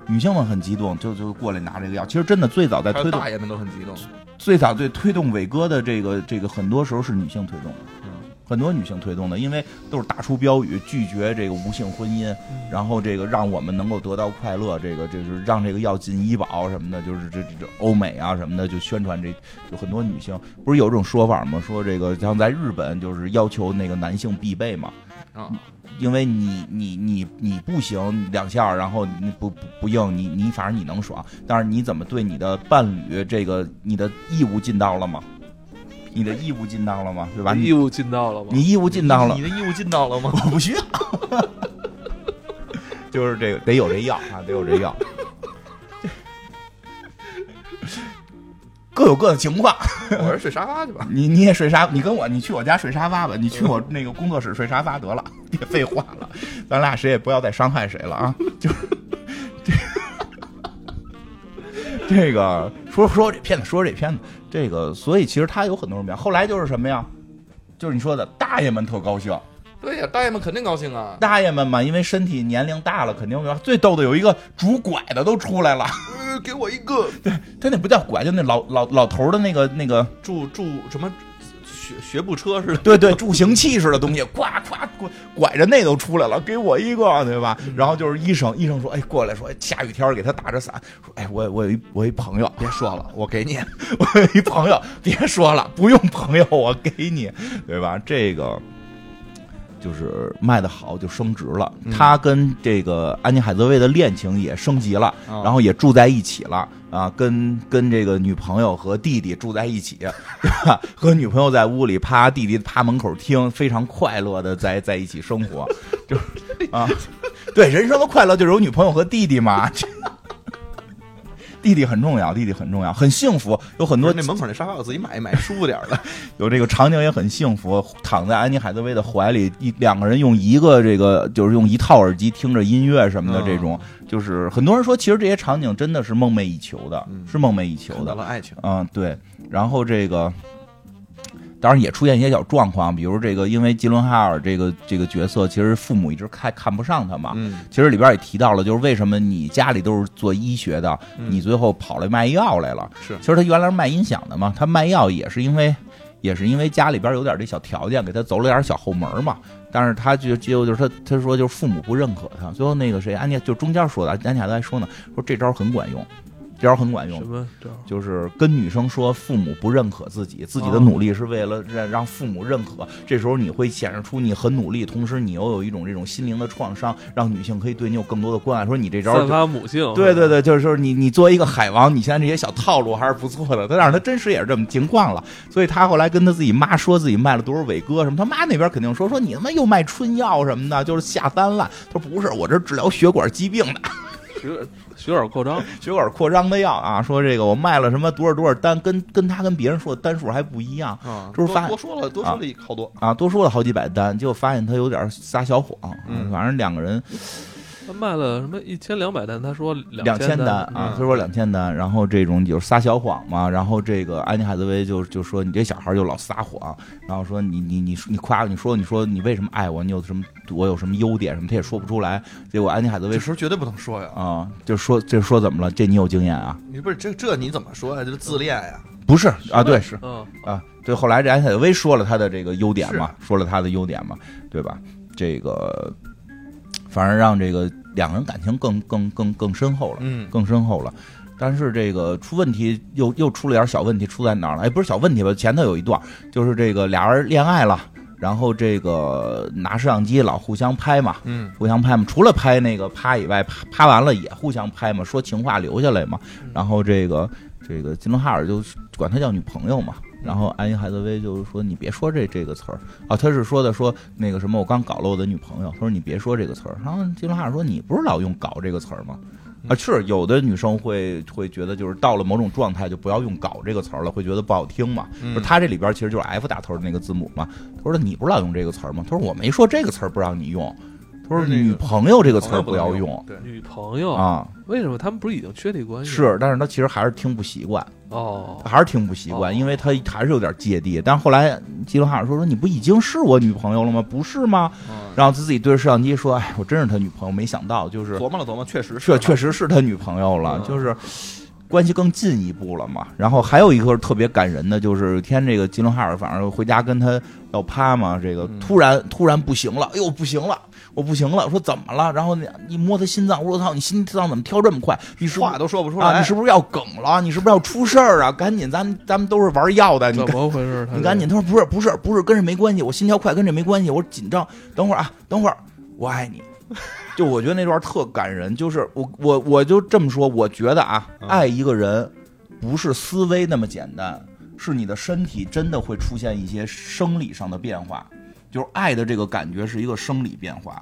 S3: 女性们很激动，就就过来拿这个药。其实真的最早在
S1: 还
S3: 推
S1: 有
S3: 动
S1: 大爷们都很激 动。
S3: 最早对推动伟哥的这个这个，很多时候是女性推动的，
S1: 嗯
S3: 很多女性推动的，因为都是打出标语，拒绝这个无性婚姻，然后这个让我们能够得到快乐，这个这就是让这个药进医保什么的，就是这这这欧美啊什么的就宣传这，就很多女性不是有种说法吗？说这个像在日本就是要求那个男性必备嘛，
S4: 啊，
S3: 因为你你你你不行两下儿，然后你不不不硬，你你反正你能爽，但是你怎么对你的伴侣这个你的义务尽到了吗？你的义务尽到了吗？对吧？
S2: 义
S3: 你
S2: 务尽到了吗？
S3: 你义务尽到了
S1: 你，的义务尽到了吗？
S3: 我不需要。就是这个得有这药啊，得有这药。各有各的情况，
S4: 我是睡沙发去吧。
S3: 你你也睡沙，你跟我，你去我家睡沙发吧，你去我那个工作室睡沙发得了， 别废话了，咱俩谁也不要再伤害谁了啊！就是这这个说说这片子，说这片子，这个，所以其实他有很多种表。后来就是什么呀？就是你说的大爷们特高兴，
S4: 对呀，大爷们肯定高兴啊。
S3: 大爷们嘛，因为身体年龄大了，肯定最逗的有一个拄拐的都出来了，
S1: 呃给我一个
S3: 他那不叫拐，就那老老老头儿的那个那个
S1: 住住什么学学步车似的。
S3: 对对，助行器似的东西，咵咵拐拐着那都出来了，给我一个，对吧？然后就是医生，医生说，哎，过来说，哎下雨天儿给他打着伞，说，哎，我我有一我有一朋友，别说了，我给你， 我有一朋友，别说了，不用朋友，我给你， 对吧？这个。就是卖的好就升值了，他跟这个安妮海瑟薇的恋情也升级了，
S1: 啊
S3: 然后也住在一起了啊，跟跟这个女朋友和弟弟住在一起，对吧？ 和女朋友在屋里趴，弟弟趴门口听，非常快乐的在在一起生活， 就是啊，对人生的快乐就是有女朋友和弟弟嘛。 这弟弟很重要，弟弟很重要，很幸福，有很
S1: 说
S3: 多
S1: 那门口那沙发我自己买一买，舒服点儿 的。
S3: 有这个场景也很幸福，躺在安妮海瑟薇的怀里，一两个人用一个这个就是用一套耳机听着音乐什么的，
S1: 嗯
S3: 这种、就是很多人说，其实这些场景真的是梦寐以求的，
S1: 嗯
S3: 是梦寐以
S1: 看
S3: 求的。
S1: 到了爱情，
S3: 嗯，对。然后这个当然也出现一些小状况，比如这个因为吉伦哈尔这个这个角色，其实父母一直看看不上他嘛，
S1: 嗯，
S3: 其实里边也提到了，就是为什么你家里都是做医学的，
S1: 嗯
S3: 你最后跑来卖药来了。
S1: 是
S3: 其实他原来是卖音响的嘛，他卖药也是因为，也是因为家里边有点这小条件，给他走了点小后门嘛。但是他就就就是他他说就是父母不认可他，最后那个谁安妮就中间说的，安妮还在说呢，说这招很管用，这招很管用
S2: 什。么这样？
S3: 就是跟女生说父母不认可自己，自己的
S2: 哦
S3: 努力是为了让让父母认可。这时候你会显示出你很努力，同时你又有一种这种心灵的创伤，让女性可以对你有更多的关爱。说你这招
S2: 散
S3: 就。
S2: 发母性？
S3: 对对，对，就是说你你作为一个海王，你现在这些小套路还是不错的。但是他真实也是这么情况了，所以他后来跟他自己妈说自己卖了多少伟哥什么，他妈那边肯定说说你他妈又卖春药什么的，就是下三滥。他说不是，我这治疗血管疾病的，
S2: 血血管扩张，
S3: 血管扩张的药啊。说这个我卖了什么多少多少单，跟跟他跟别人说的单数还不一样
S1: 啊，
S3: 就是发
S1: 多多说了，多说了一好多。
S3: 啊，多说了好几百单，结果发现他有点撒小谎，
S1: 嗯
S3: 反正两个人。
S2: 他卖了什么一千两百单，他说两
S3: 两千
S2: 单
S3: 单
S1: 嗯
S3: 啊，他说两千单，然后这种就是撒小谎嘛，然后这个安妮海瑟薇就就说你这小孩就老撒谎，然后说你你你你夸我，你说你说你为什么爱我，你有什么我有什么优点什么，他也说不出来，结果安妮海瑟薇
S1: 这
S3: 说
S1: 时候绝对不能说呀！
S3: 啊，就说这说怎么了？这你有经验啊？
S1: 你不是这这你怎么说呀？这自恋呀？
S3: 不是啊，对是
S2: 嗯，
S3: 啊，对，后来这安妮海瑟薇说了她的这个优点嘛，说了她的优点嘛，对吧？这个反正让这个两个人感情更更更更深厚了。
S1: 嗯，
S3: 更深厚了。但是这个出问题又又出了点小问题，出在哪儿了？哎，不是小问题吧？前头有一段，就是这个俩人恋爱了，然后这个拿摄像机老互相拍嘛，
S1: 嗯，
S3: 互相拍嘛。除了拍那个啪以外，啪啪完了也互相拍嘛，说情话留下来嘛。然后这个这个金龙哈尔就管她叫女朋友嘛。然后安妮海瑟薇就是说：“你别说这这个词儿啊，她是说的说那个什么，我刚搞了我的女朋友。”她说：“你别说这个词儿。”然后金龙哈尔说：“你不是老用‘搞’这个词儿吗？”啊，是有的女生会会觉得，就是到了某种状态就不要用“搞”这个词儿了，会觉得不好听嘛。
S1: 嗯
S3: 就是她这里边其实就是 F 打头的那个字母嘛。她说：“你不是老用这个词儿吗？”她说：“我没说这个词儿不让你用。”她说：“
S1: 就是那个
S3: 女朋友这个词
S1: 朋
S3: 儿
S1: 友
S3: 不
S1: 能
S3: 要
S1: 用哦
S3: 用。
S1: 对，
S2: 女朋友，
S3: 啊。”
S2: 为什么他们不是已经确立关系了？
S3: 是，但是她其实还是听不习惯。
S2: 哦，
S3: 还是听不习惯，
S2: 哦
S3: 因为他还是有点芥蒂。但后来基伦哈尔说：“说你不已经是我女朋友了吗？不是吗？”
S1: 嗯
S3: 然后他自己对着摄像机说：“哎，我真是他女朋友，没想到就是
S1: 琢磨了琢磨，确实
S3: 确
S1: 是
S3: 确实是他女朋友了，
S2: 嗯
S3: 就是关系更进一步了嘛。”然后还有一个特别感人的，就是有一天这个基伦哈尔反正回家跟他要啪嘛，这个
S1: 嗯
S3: 突然突然不行了，哎呦不行了，我不行了，说怎么了？然后那一摸他心脏，我说操，你心脏怎么跳这么快？你是不是
S1: 话都哎说不出
S3: 啊，
S1: 来。
S3: 你是不是要梗了？你是不是要出事儿啊？赶紧，咱们咱们都是玩药的，你
S2: 怎
S3: 赶
S2: 么回事？他
S3: 你赶紧。他说不是不是不是，跟这没关系，我心跳快跟这没关系，我紧张。等会儿啊，等会儿，我爱你。就我觉得那段特感人，就是我我我就这么说，我觉得啊，
S1: 嗯
S3: 爱一个人不是思维那么简单，是你的身体真的会出现一些生理上的变化，就是爱的这个感觉是一个生理变化。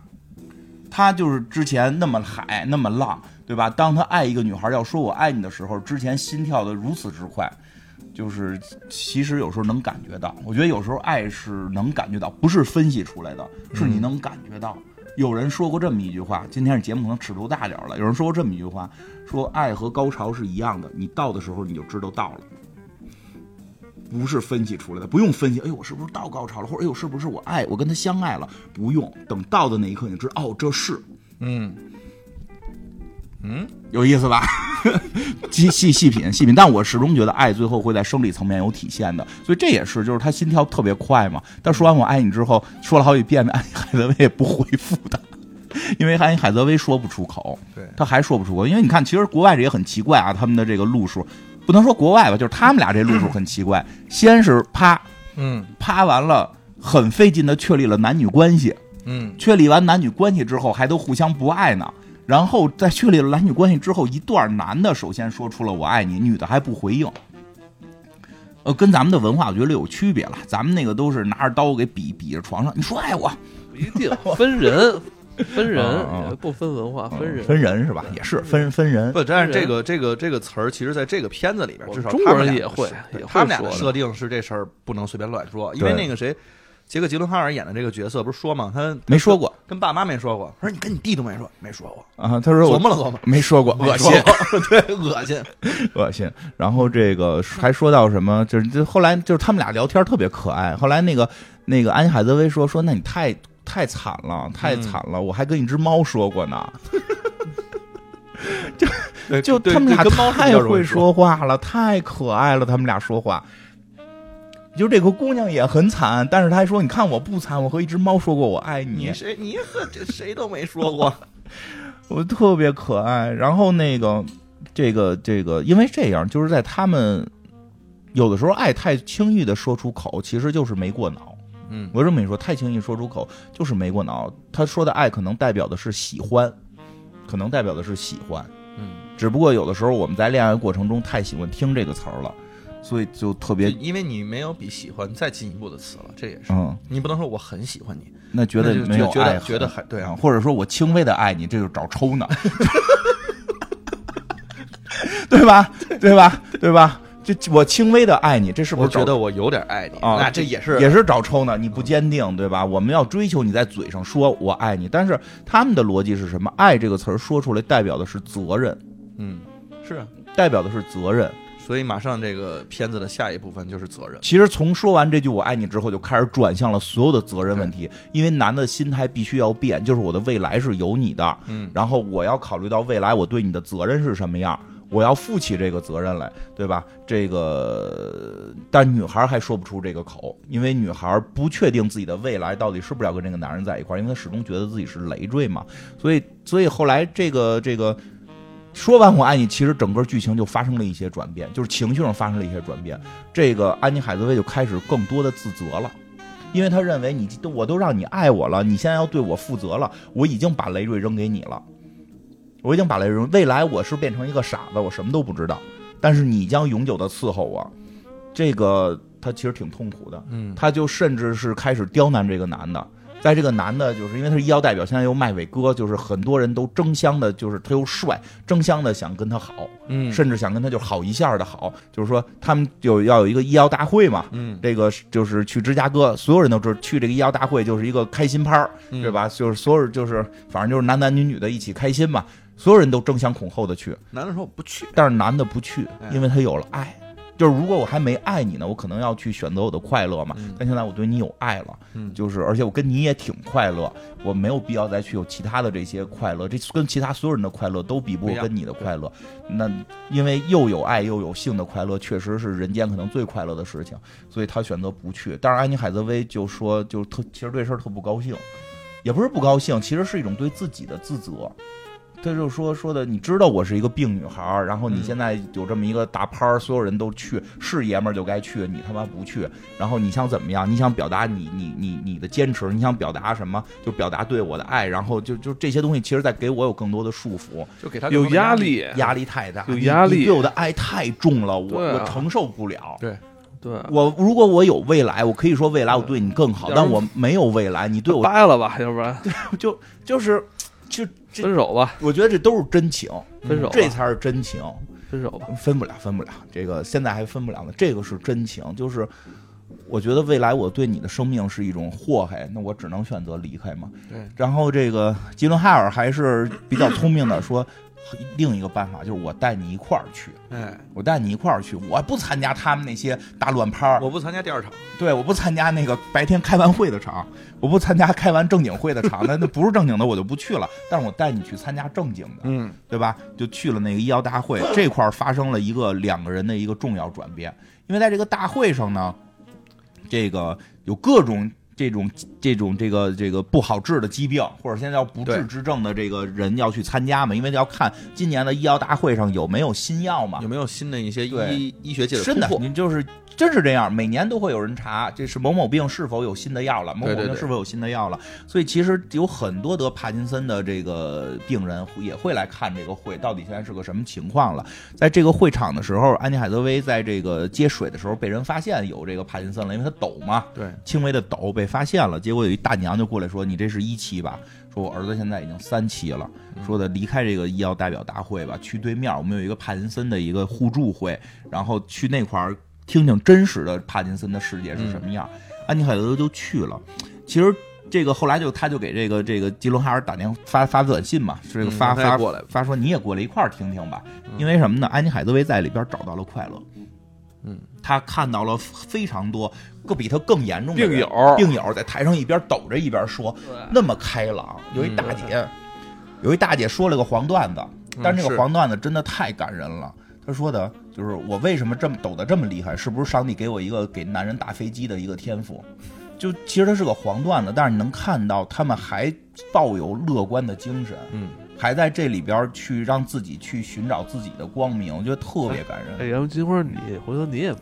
S3: 他就是之前那么海那么浪，对吧？当他爱一个女孩要说我爱你的时候，之前心跳的如此之快，就是其实有时候能感觉到。我觉得有时候爱是能感觉到，不是分析出来的，是你能感觉到。有人说过这么一句话，今天是节目可能尺度大点儿了。有人说过这么一句话，说爱和高潮是一样的，你到的时候你就知道到了。不是分析出来的，不用分析。哎呦，我是不是到高潮了？或者哎呦，是不是我爱我跟他相爱了？不用，等到的那一刻你就知道，哦，这是
S1: 嗯
S3: 有意思吧？细细细品细品，但我始终觉得爱最后会在生理层面有体现的，所以这也是就是他心跳特别快嘛。但说完我爱你之后，说了好几遍，安妮海瑟薇也不回复他，因为安妮海瑟薇说不出口，
S1: 对
S3: 他还说不出口。因为你看，其实国外这也很奇怪啊，他们的这个路数不能说国外吧，就是他们俩这路数很奇怪，先是啪
S1: 嗯
S3: 啪完了，很费劲的确立了男女关系，
S1: 嗯，
S3: 确立完男女关系之后，还都互相不爱呢。然后在确立了男女关系之后，一段男的首先说出了“我爱你”，女的还不回应。呃，跟咱们的文化我觉得有区别了，咱们那个都是拿着刀给比比着床上，你说爱我，
S2: 不一定分人，分
S3: 啊啊
S2: 人不分文化，分人
S3: 呃分人是吧？也是分分人，
S1: 不，但是啊这个这个这个词儿，其实在这个片子里边，
S2: 我
S1: 至
S2: 们
S1: 少
S2: 中
S1: 他
S2: 国
S1: 们
S2: 人
S1: 俩
S2: 也会
S1: 是
S2: 也
S1: 对
S2: 会
S1: 他们俩
S2: 说
S1: 的
S2: 的
S1: 设定是这事儿不能随便乱说，因为
S3: 对
S1: 那个谁，杰克·吉伦哈尔演的这个角色不是说嘛，他
S3: 没说过
S1: 跟爸妈没说过，他说你跟你弟都没说，没说过，
S3: 啊。他说
S1: 琢
S3: 我
S1: 磨了琢磨，
S3: 没说过，恶心。
S1: 没说过， 对，恶心，
S3: 恶心。 然后这个还说到什么，就是就后来就是他们俩聊天特别可爱。后来那个那个安妮海瑟薇说说，那你太太惨了，太惨了，我还跟一只猫说过呢。
S1: 对
S3: 就
S1: 呃对
S3: 他们
S1: 对
S3: 俩
S1: 跟猫是比
S3: 太
S1: 较容易
S3: 会，说话了，太可爱了，他们俩说话。就这个姑娘也很惨，但是她还说：“你看我不惨，我和一只猫说过我爱你。”
S1: 你谁你和这谁都没说过，
S3: 我特别可爱。然后那个，这个这个，因为这样，就是在他们有的时候爱太轻易的说出口，其实就是没过脑。
S1: 嗯
S3: 我这么一说，太轻易说出口就是没过脑。他说的爱可能代表的是喜欢，可能代表的是喜欢。
S1: 嗯，
S3: 只不过有的时候我们在恋爱过程中太喜欢听这个词儿了，所以就特别
S1: 因为你没有比喜欢再进一步的词了，这也是，
S3: 嗯，
S1: 你不能说我很喜欢你，
S3: 那觉得
S1: 那就
S3: 没有
S1: 觉得
S3: 爱很，
S1: 觉得很对
S3: 啊，或者说我轻微的爱你，这就是找 抽呢，对吧？对吧？对吧？就就我轻微的爱你，这是不
S1: 我
S3: 是
S1: 觉
S3: 找
S1: 得我有点爱你，
S3: 啊
S1: 那这也是
S3: 也是找抽呢？你不坚定，对吧？我们要追求你在嘴上说我爱你，但是他们的逻辑是什么？爱这个词儿说出来代表的是责任，
S1: 嗯是啊，
S3: 代表的是责任。
S1: 所以马上这个片子的下一部分就是责任，
S3: 其实从说完这句“我爱你”之后，就开始转向了所有的责任问题，因为男的心态必须要变，就是我的未来是有你的，
S1: 嗯，
S3: 然后我要考虑到未来我对你的责任是什么样，我要负起这个责任来，对吧？这个，但女孩还说不出这个口，因为女孩不确定自己的未来到底是不是要跟这个男人在一块儿，因为她始终觉得自己是累赘嘛，所以，所以后来这个这个。说完“我爱你”，其实整个剧情就发生了一些转变，就是情绪上发生了一些转变。这个安妮海瑟薇就开始更多的自责了，因为她认为你都我都让你爱我了，你现在要对我负责了，我已经把累赘扔给你了，我已经把累赘扔，未来我是变成一个傻子，我什么都不知道，但是你将永久的伺候我，这个她其实挺痛苦的，
S1: 嗯
S3: 她就甚至是开始刁难这个男的。在这个男的，就是因为他是医药代表，现在又卖伟哥，就是很多人都争相的，就是他又帅，争相的想跟他好，
S1: 嗯
S3: 甚至想跟他就好一下的好，就是说他们有要有一个医药大会嘛，
S1: 嗯
S3: 这个是就是去芝加哥，所有人都知道去这个医药大会就是一个开心趴儿，
S1: 嗯
S3: 对吧？就是所有就是反正就是男男女女的一起开心嘛，所有人都争相恐后的去，
S1: 男的说我不去，
S3: 但是男的不去
S1: 哎，
S3: 因为他有了爱。就是如果我还没爱你呢，我可能要去选择我的快乐嘛
S1: 嗯。
S3: 但现在我对你有爱了，
S1: 嗯
S3: 就是而且我跟你也挺快乐，我没有必要再去有其他的这些快乐，这跟其他所有人的快乐都比不
S1: 不
S3: 过
S1: 一样
S3: 跟你的快乐。那因为又有爱又有性的快乐，确实是人间可能最快乐的事情，所以他选择不去。但是安妮海瑟薇就说，就特其实对这事儿特不高兴，也不是不高兴，其实是一种对自己的自责。他就说说的，你知道我是一个病女孩儿，然后你
S1: 嗯
S3: 现在有这么一个大趴儿，所有人都去，是爷们儿就该去，你他妈不去，然后你想怎么样？你想表达你你你你的坚持，你想表达什么？就表达对我的爱，然后就就这些东西，其实在给我有更多的束缚，
S4: 就给他
S2: 有
S4: 更多的
S2: 压
S4: 力。
S2: 力，
S3: 压力太大，
S2: 有压力
S3: 你你对我的爱太重了，我、
S2: 对啊
S3: 我承受不了。
S2: 对，
S3: 我如果我有未来，我可以说未来我对你更
S2: 嗯要
S3: 好，
S2: 是
S3: 但我没有未来，你对我
S2: 掰了吧，要不然
S3: 就就是就这，
S2: 分手吧，
S3: 我觉得这都是真情，
S2: 分手吧，
S3: 这才是真情。
S2: 分手吧。
S3: 分不了，分不了，这个现在还分不了呢。这个是真情，就是我觉得未来我对你的生命是一种祸害，那我只能选择离开嘛。
S4: 对。
S3: 然后这个吉伦哈尔还是比较聪明的，说另一个办法就是我带你一块儿去，
S1: 哎，
S3: 我带你一块儿去，我不参加他们那些大乱拍儿，
S1: 我不参加第二场，
S3: 对，我不参加那个白天开完会的场，我不参加开完正经会的场，那那不是正经的我就不去了。但是我带你去参加正经的，
S1: 嗯，
S3: 对吧？就去了那个医药大会，这块儿发生了一个两个人的一个重要转变，因为在这个大会上呢，这个有各种。这种这种这个这个不好治的疾病，或者现在要不治
S1: 对
S3: 之症的这个人要去参加嘛，因为要看今年的医药大会上有没有新药嘛
S1: 有，没有新的一些
S3: 对
S1: 医医学界的
S3: 真的
S1: 突，破？
S3: 你就是真是这样，每年都会有人查，这是某某病是否有新的药了，某某
S4: 对对
S3: 病
S4: 对
S3: 是否有新的药了。所以其实有很多得帕金森的这个病人也会来看这个会，到底现在是个什么情况了。在这个会场的时候，安妮海瑟薇在这个接水的时候被人发现有这个帕金森了，因为她抖嘛，
S4: 对，
S3: 轻微的抖被发现了。结果有一大娘就过来说：“你这是一期吧？”说我儿子现在已经三期了，
S1: 嗯
S3: 说的离开这个医药代表大会吧，去对面我们有一个帕金森的一个互助会，然后去那块儿听听真实的帕金森的世界是什么样。
S1: 嗯
S3: 安妮海瑟薇就去了，其实。这个后来就他就给这个这个吉伦哈尔打电话发发短信嘛，是这个
S1: 嗯
S3: 发
S1: 他也
S3: 发
S1: 过来了
S3: 发说你也过来一块儿听听吧，因为什么呢？安妮海瑟薇在里边找到了快乐，
S1: 嗯，
S3: 她看到了非常多个比她更严重的人
S2: 病友
S3: 病友在台上一边抖着一边说，那么开朗。有一大姐，
S2: 嗯
S3: 有一大姐说了个黄段子，但是这个
S1: 是
S3: 黄段子真的太感人了。她说的就是我为什么这么抖得这么厉害，是不是上帝给我一个给男人打飞机的一个天赋？就其实它是个黄段子，但是你能看到他们还抱有乐观的精神，
S1: 嗯，
S3: 还在这里边去让自己去寻找自己的光明，我觉得特别感人。
S2: 哎，要不金花，你回头你也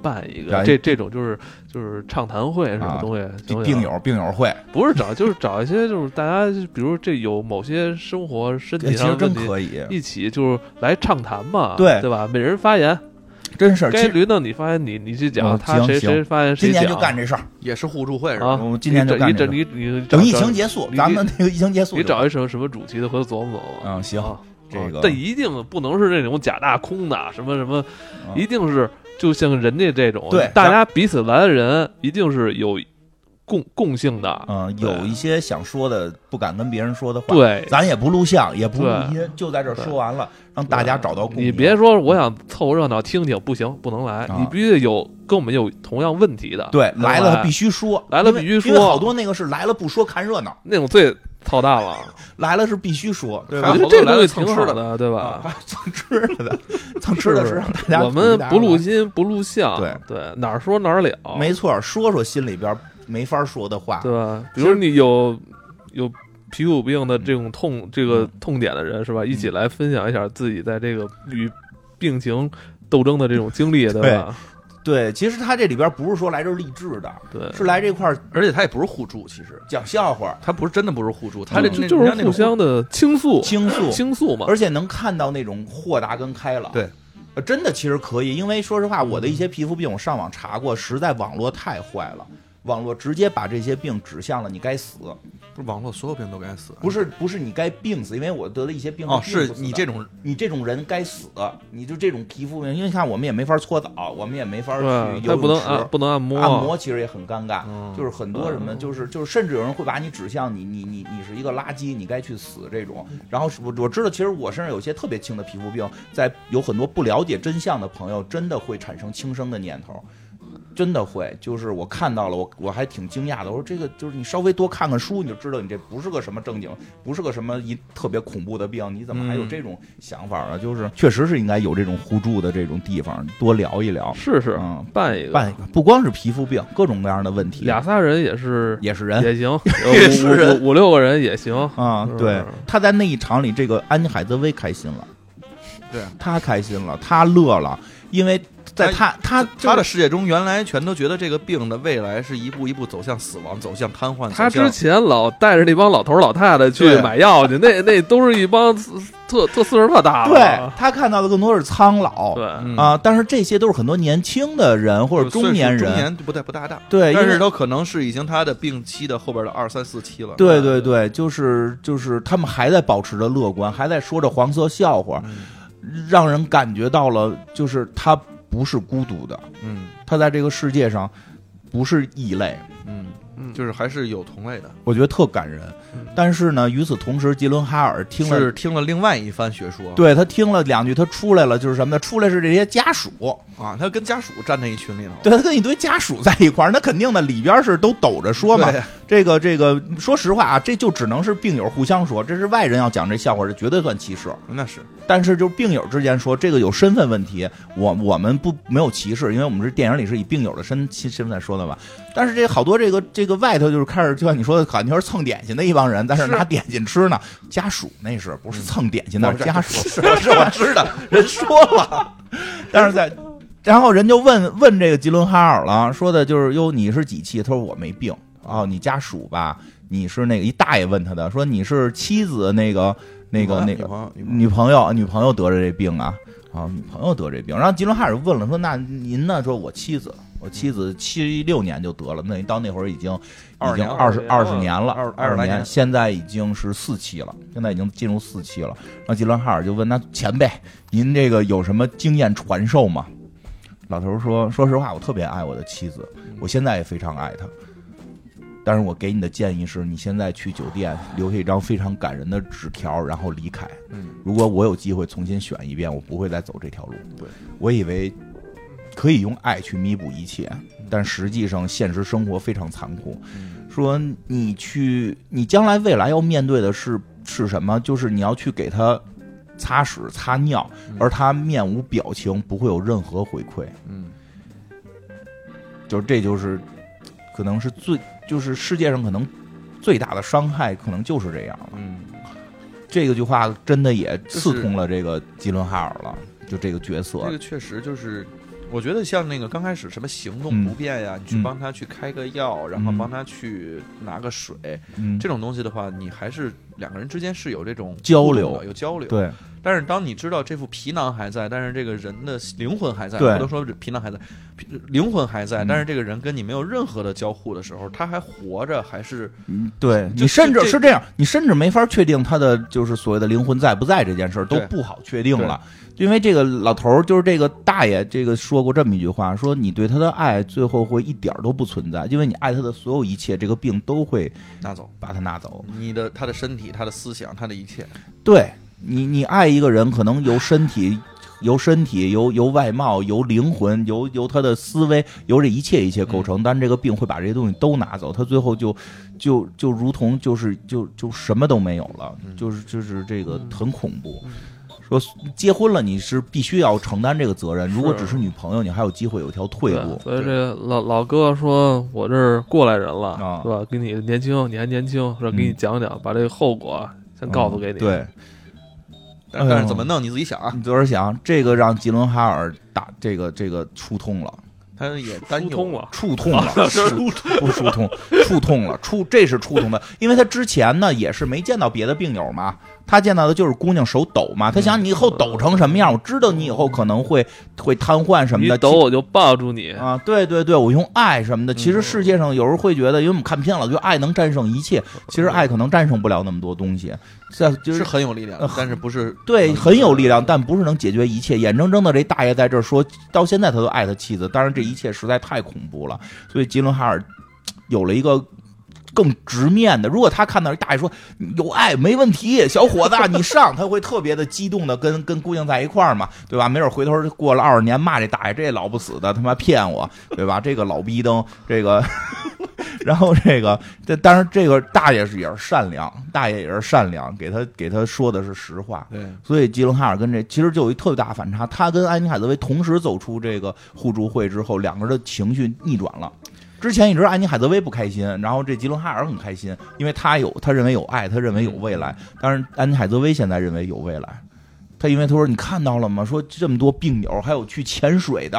S2: 办一
S3: 然
S2: 个这这种就是就是畅谈会什么
S3: 啊
S2: 东西，行不行
S3: 病友病友会，
S2: 不是找就是找一些就是大家比如这有某些生活身
S3: 其
S2: 体上
S3: 实
S2: 的问
S3: 真
S2: 题，
S3: 可以，啊
S2: 一起就是来畅谈嘛，
S3: 对
S2: 对吧？每人发言，
S3: 真是。
S2: 该
S3: 今
S2: 轮到你发言，你你去讲，
S3: 嗯
S2: 他谁
S3: 行
S2: 谁发言谁
S3: 今
S2: 讲。
S3: 年就干这事儿，
S1: 也是互助会是吧？
S2: 啊！
S3: 我们今年就干
S2: 你
S3: 这
S2: 整
S3: 个
S2: 你你
S3: 等疫
S2: 找
S3: 情结束，
S2: 你
S3: 咱们那个疫情结束就，
S2: 你找一什么什么主题的，回头琢磨琢磨。
S3: 嗯行
S2: 啊，
S3: 这个
S2: 这一定不能是那种假大空的，什么什么，
S3: 嗯
S2: 一定是就像人家这种，
S3: 对
S2: 大家彼此来的人一定是有共共性的，
S3: 嗯，有一些想说的不敢跟别人说的话，，
S2: 对，
S3: 咱也不录像，也不录
S2: 对
S3: 音，就在这儿说完了，让大家找到共鸣。
S2: 你别说我想凑热闹听听，不行，不能来，
S3: 啊
S2: 你必须得有跟我们有同样问题的，
S3: 对来了，他必
S2: 必
S3: 须说，
S2: 来了
S3: 因为
S2: 必须说
S3: 因为好多那个是来了不说看热闹，
S2: 那种最操蛋了，
S3: 来了是必须说，对
S2: 我
S3: 吧
S2: 觉？得
S4: 好多
S2: 这
S4: 来
S2: 东西
S4: 了蹭
S2: 挺好
S4: 吃的
S2: 的，对吧？
S3: 啊， 蹭吃的的， 蹭吃的是让大家
S2: 我们不录
S3: 音，
S2: 音不录像，
S3: 对
S2: 对，哪儿说哪儿了，
S3: 没错，说说心里边没法说的话，
S2: 对吧？啊比如你有有皮肤病的这种痛这个痛点的人是吧？一起来分享一下自己在这个与病情斗争的这种经历，对吧？
S3: 对，其实他这里边不是说来这儿励志的，
S2: 对，
S3: 是来这块儿
S1: 而且他也不是互助，其实
S3: 讲笑话、
S1: 他不是真的不是互助，他这
S2: 就
S1: 那
S2: 就
S1: 人家
S2: 是
S1: 那
S2: 互
S1: 种
S2: 相的倾诉
S3: 倾诉，
S2: 倾诉嘛，
S3: 而且能看到那种豁达跟开朗。
S1: 对
S3: 呃，真的其实可以，因为说实话，我的一些皮肤病我上网查过，实在网络太坏了，网络直接把这些病指向了你该死，
S1: 不是网络所有病都该死，
S3: 不是不是你该病死，因为我得了一些病
S1: 嗯哦，
S3: 病
S1: 是
S3: 不死
S1: 你
S3: 的
S1: 这种
S3: 你这种人该死，你就这种皮肤病，因为你看我们也没法搓澡，我们也没法去
S2: 对，啊
S3: 游
S2: 他
S3: 泳
S2: 不能
S3: 池
S2: 按不能按摩，
S3: 按摩其实也很尴尬，
S1: 嗯
S3: 就是很多什么，
S2: 嗯
S3: 就是就是，甚至有人会把你指向你你你你是一个垃圾，你该去死这种。
S1: 嗯
S3: 然后是我我知道，其实我身上有些特别轻的皮肤病，在有很多不了解真相的朋友，真的会产生轻生的念头。真的会，就是我看到了，我我还挺惊讶的。我说这个就是你稍微多看看书，你就知道你这不是个什么正经，不是个什么一特别恐怖的病，你怎么还有
S1: 嗯
S3: 这种想法呢？就是确实是应该有这种互助的这种地方，多聊一聊。
S2: 试试
S3: 嗯，
S2: 办一个，
S3: 办一个，不光是皮肤病，各种各样的问题，
S2: 俩仨人也是
S3: 也是人
S2: 也行，
S1: 也是
S2: 呃 五
S1: 人
S2: 五五五六个人也行，
S3: 啊
S2: 嗯。
S3: 对，他在那一场里，这个安妮海瑟薇开心了，
S1: 对
S3: 他开心了，他乐了，因为在他他
S1: 他的世界中，原来全都觉得这个病的未来是一步一步走向死亡，走向瘫痪。
S2: 他
S1: 走
S2: 之
S1: 向
S2: 前老带着那帮老头儿老太太去
S3: 对
S2: 买药去，那那都是一帮特特岁数特大的，
S3: 对他看到的更多是苍老
S2: 对，
S1: 嗯
S3: 啊，但是这些都是很多年轻的人或者
S1: 就岁
S3: 中
S1: 数
S3: 年
S1: 中
S3: 人，
S1: 年不对不大大，
S3: 对，呃
S1: 但
S3: 因为
S1: 是都可能是已经他的病期的后边的二三四期了。嗯
S3: 对对对，就是就是他们还在保持着乐观，还在说着黄色笑话，
S1: 嗯
S3: 让人感觉到了就是他不是孤独的，
S1: 嗯
S3: 他在这个世界上不是异类，
S1: 嗯
S2: 嗯
S1: 就是还是有同类的。
S3: 我觉得特感人
S2: 嗯。
S3: 但是呢，与此同时，杰伦哈尔听
S1: 是
S3: 了，
S1: 听了另外一番学说，
S3: 对他听了两句，他出来了，就是什么呢？出来是这些家 属，
S1: 啊，他跟家属站在一群里头，
S3: 对他跟一堆家属在一块儿，那肯定的，里边是都抖着说嘛
S1: 对。
S3: 这个这个，说实话啊，这就只能是病友互相说，这是外人要讲这笑话，这绝对算歧视。
S1: 那是
S3: 但是就是病友之间说这个有身份问题，我我们不没有歧视，因为我们是电影里是以病友的身身身份在说的嘛。但是这好多这个这个外头就是开始就像你说的，感觉是蹭点心的一帮人，在那
S1: 是
S3: 拿点心吃呢。家属那是不是蹭点心？那是家属，
S1: 是是我知道，人说了，
S3: 但是在。然后人就问问这个吉伦哈尔了，说的就是哟，你是几期？他说我没病哦，你家属吧？你是那个一大爷问他的，说你是妻子那个那
S1: 哦
S3: 个那个
S1: 女
S3: 女朋友，女朋友得着这病啊啊，女朋友得这病。然后吉伦哈尔问了说：“那您呢？”说：“我妻子，我妻子七六年就得了，那到那会儿已经已
S1: 20
S3: 经
S1: 年了
S3: 二十二
S2: 20
S3: 十
S2: 年
S3: 年了，
S1: 二
S3: 二
S1: 二
S3: 十
S1: 十来
S3: 年，
S1: 年
S3: 现在已经是四期了，现在已经进入四期了。”然后吉伦哈尔就问：“那前辈，您这个有什么经验传授吗？”老头儿说：“说实话，我特别爱我的妻子，我现在也非常爱她。但是我给你的建议是，你现在去酒店留下一张非常感人的纸条，然后离开。
S1: 嗯，
S3: 如果我有机会重新选一遍，我不会再走这条路。
S1: 对，
S3: 我以为可以用爱去弥补一切，但实际上现实生活非常残酷。
S1: 嗯
S3: 说你去，你将来未来要面对的是是什么？就是你要去给他擦屎擦尿，而他面无表情，不会有任何回馈。
S1: 嗯
S3: 就是这就是可能是最就是世界上可能最大的伤害，可能就是这样了。
S1: 嗯，
S3: 这个句话真的也
S1: 就是
S3: 刺痛了这个吉伦哈尔了，就这个角色
S1: 这。个确实就是。我觉得像那个刚开始什么行动不便呀，你去帮他去开个药，然后
S3: 嗯
S1: 帮他去拿个水，
S3: 嗯
S1: 这种东西的话，你还是两个人之间是有这种
S3: 交
S1: 互动
S3: 流
S1: 的有交流。
S3: 对，
S4: 但是当你知道这副皮囊还在，但是这个人的灵魂还在，不
S3: 对
S4: 能说皮囊还在，皮灵魂还在，
S3: 嗯
S4: 但是这个人跟你没有任何的交互的时候，他还活着，还是
S3: 嗯，对
S4: 这
S3: 你甚至
S4: 这
S3: 是这样，你甚至没法确定他的就是所谓的灵魂在不在这件事儿都
S4: 对
S3: 不好确定了，因为这个老头儿就是这个大爷，这个说过这么一句话，说你对他的爱最后会一点儿都不存在，因为你爱他的所有一切，这个病都会
S4: 拿走
S3: 把他拿走。
S4: 你的他的身体、他的思想、他的一切。
S3: 对你，你爱一个人，可能由身体。由身体、由由外貌、由灵魂、由由他的思维、由这一切一切构
S4: 嗯
S3: 成，但这个病会把这些东西都拿走，他最后就就就如同就是就就什么都没有了，
S4: 嗯
S3: 就是就是这个
S2: 嗯
S3: 很恐怖
S2: 嗯。
S3: 说结婚了，你是必须要承担这个责任。如果
S2: 是
S3: 只是女朋友，你还有机会有一条退
S2: 对，
S3: 路。
S2: 所以这老老哥说：“我这是过来人了，
S3: 啊
S2: 是吧？给你年轻，你还年轻，是吧？给你
S3: 嗯
S2: 讲讲，把这个后果先告诉给你。
S3: 对，
S4: 但
S3: 哎呦
S4: 但是怎么弄你自己想啊，
S3: 你昨儿想，这个让吉伦哈尔打这个这个触痛了。
S4: 他也担
S2: 疏
S4: 忧
S2: 通了，
S3: 触痛
S2: 啊
S3: 了，触不疏通，触痛了，触这是触痛的，因为他之前呢也是没见到别的病友嘛，他见到的就是姑娘手抖
S2: 嗯
S3: 嘛，他想你以后抖成什么样，我知道你以后可能会会瘫痪什么
S2: 你
S3: 的，
S2: 抖我就嗯抱住你。
S3: 啊，对对对，我用爱什么的，其实世界上有时候会觉得，因为我们看偏了，就爱能战胜一切，其实爱可能战胜不了那么多东西，这就是是
S4: 很有力量
S3: 呃，
S4: 但是不是
S3: 对，
S1: 嗯
S4: 能
S3: 很有力量，但不是能解决一切。眼睁睁的这大爷在这儿说，到现在他都爱他妻子，当然这一切实在太恐怖了，所以吉伦哈尔嘖有了一个。更直面的，如果他看到一大爷说有爱没问题，小伙子你上，他会特别的激动的跟 跟姑娘在一块儿嘛，对吧？没准回头过了二十年骂这大爷，这老不死的他妈骗我，对吧？这个老逼灯，这个， 然后这个这当然这个大爷是也是善良，大爷也是善良，给他给他说的是实话，
S4: 对
S3: 所以吉伦哈尔跟这其实就有一特别大的反差，他跟安妮海瑟薇同时走出这个互助会之后，两个人的情绪逆转了。之前一直安妮海瑟薇不开心，然后这吉伦哈尔很开心，因为他有他认为有爱，他认为有未来。但是安妮海瑟薇现在认为有未来，他因为他说你看到了吗？说这么多病友，还有去潜水的，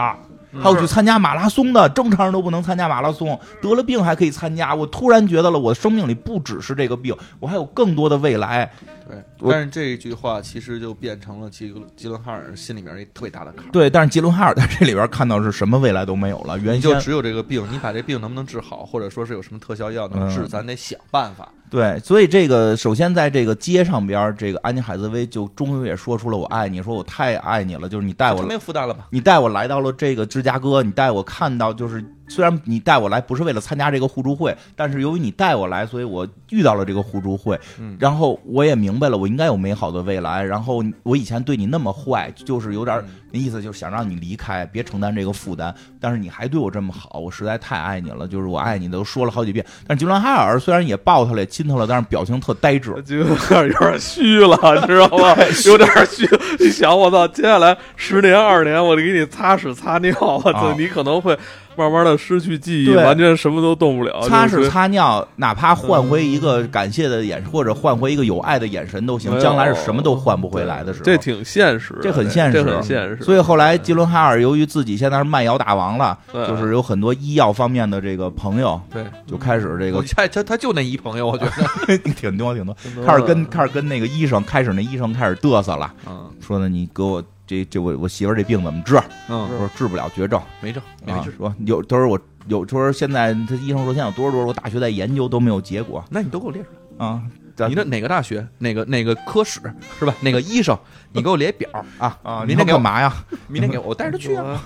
S3: 还有去参加马拉松的，正常人都不能参加马拉松，得了病还可以参加。我突然觉得了，我生命里不只是这个病，我还有更多的未来。
S4: 对，
S3: 我
S4: 但是这一句话其实就变成了吉吉伦哈尔心里面一特别大的坎儿。
S3: 对，但是吉伦哈尔在这里边看到是什么未来都没有了，原
S4: 你就
S3: 先
S4: 只有这个病，你把这病能不能治好，或者说是有什么特效药能治，
S3: 嗯
S4: 咱得想办法。
S3: 对，所以这个首先在这个街上边儿，这个安妮海瑟薇就终于也说出了我爱你，说我太爱你了，就是你带我
S4: 这没
S3: 来，
S4: 有负担了吧？
S3: 你带我来到了这个芝加哥，你带我看到就是虽然你带我来不是为了参加这个互助会，但是由于你带我来，所以我遇到了这个互助会，
S4: 嗯
S3: 然后我也明白了我应该有美好的未来，然后我以前对你那么坏，就是有点儿
S4: 嗯
S3: 那意思就是想让你离开，别承担这个负担。但是你还对我这么好，我实在太爱你了，就是我爱你都说了好几遍。但是吉伦哈尔虽然也抱他了，也亲他了，但是表情特呆滞。
S2: 就有点有点虚了，你知道吗？有点虚。你想，我操，接下来十年二十年，我得给你擦屎擦尿，我操，
S3: 啊
S2: 你可能会慢慢的失去记忆，
S3: 对
S2: 完全什么都动不
S4: 哦
S2: 了。
S3: 擦
S2: 就
S3: 屎
S2: 是
S3: 擦尿，哪怕换回一个感谢的眼，或者换回一个有爱的眼神都
S2: 没
S3: 行。
S2: 有
S3: 将来是什么都换不回来的时候，
S2: 这挺现实的，
S3: 这很现
S2: 这
S3: 实
S2: 很现实。
S3: 所以后来吉伦哈尔由于自己现在是卖药大王了，
S2: 对
S3: 就是有很多医药方面的这个朋友，
S4: 嗯对，
S3: 就开始这
S4: 我
S3: 个
S4: 他他他就那一朋友，我觉得，
S3: 挺多挺多，
S2: 很多
S3: 开始跟开始跟那个医生，开始那医生开始嘚瑟了，
S4: 嗯
S3: 说呢你给我这这我我媳妇儿这病怎么治？我
S4: 嗯，
S3: 说治不了绝症
S4: 没症，没
S3: 啊
S4: 治，，
S3: 说有他说我有他说现在他医生说现在有多少多少，我大学在研究都没有结果
S4: 那你都给我列出
S3: 啊。
S4: 来，
S3: 咱
S4: 你的哪个大学，哪个哪个科室是吧？哪个医生，你给我列表，
S3: 啊啊，
S4: 明
S3: 您
S4: 天给我
S3: 干嘛呀？
S4: 明天给我，我带着他去啊。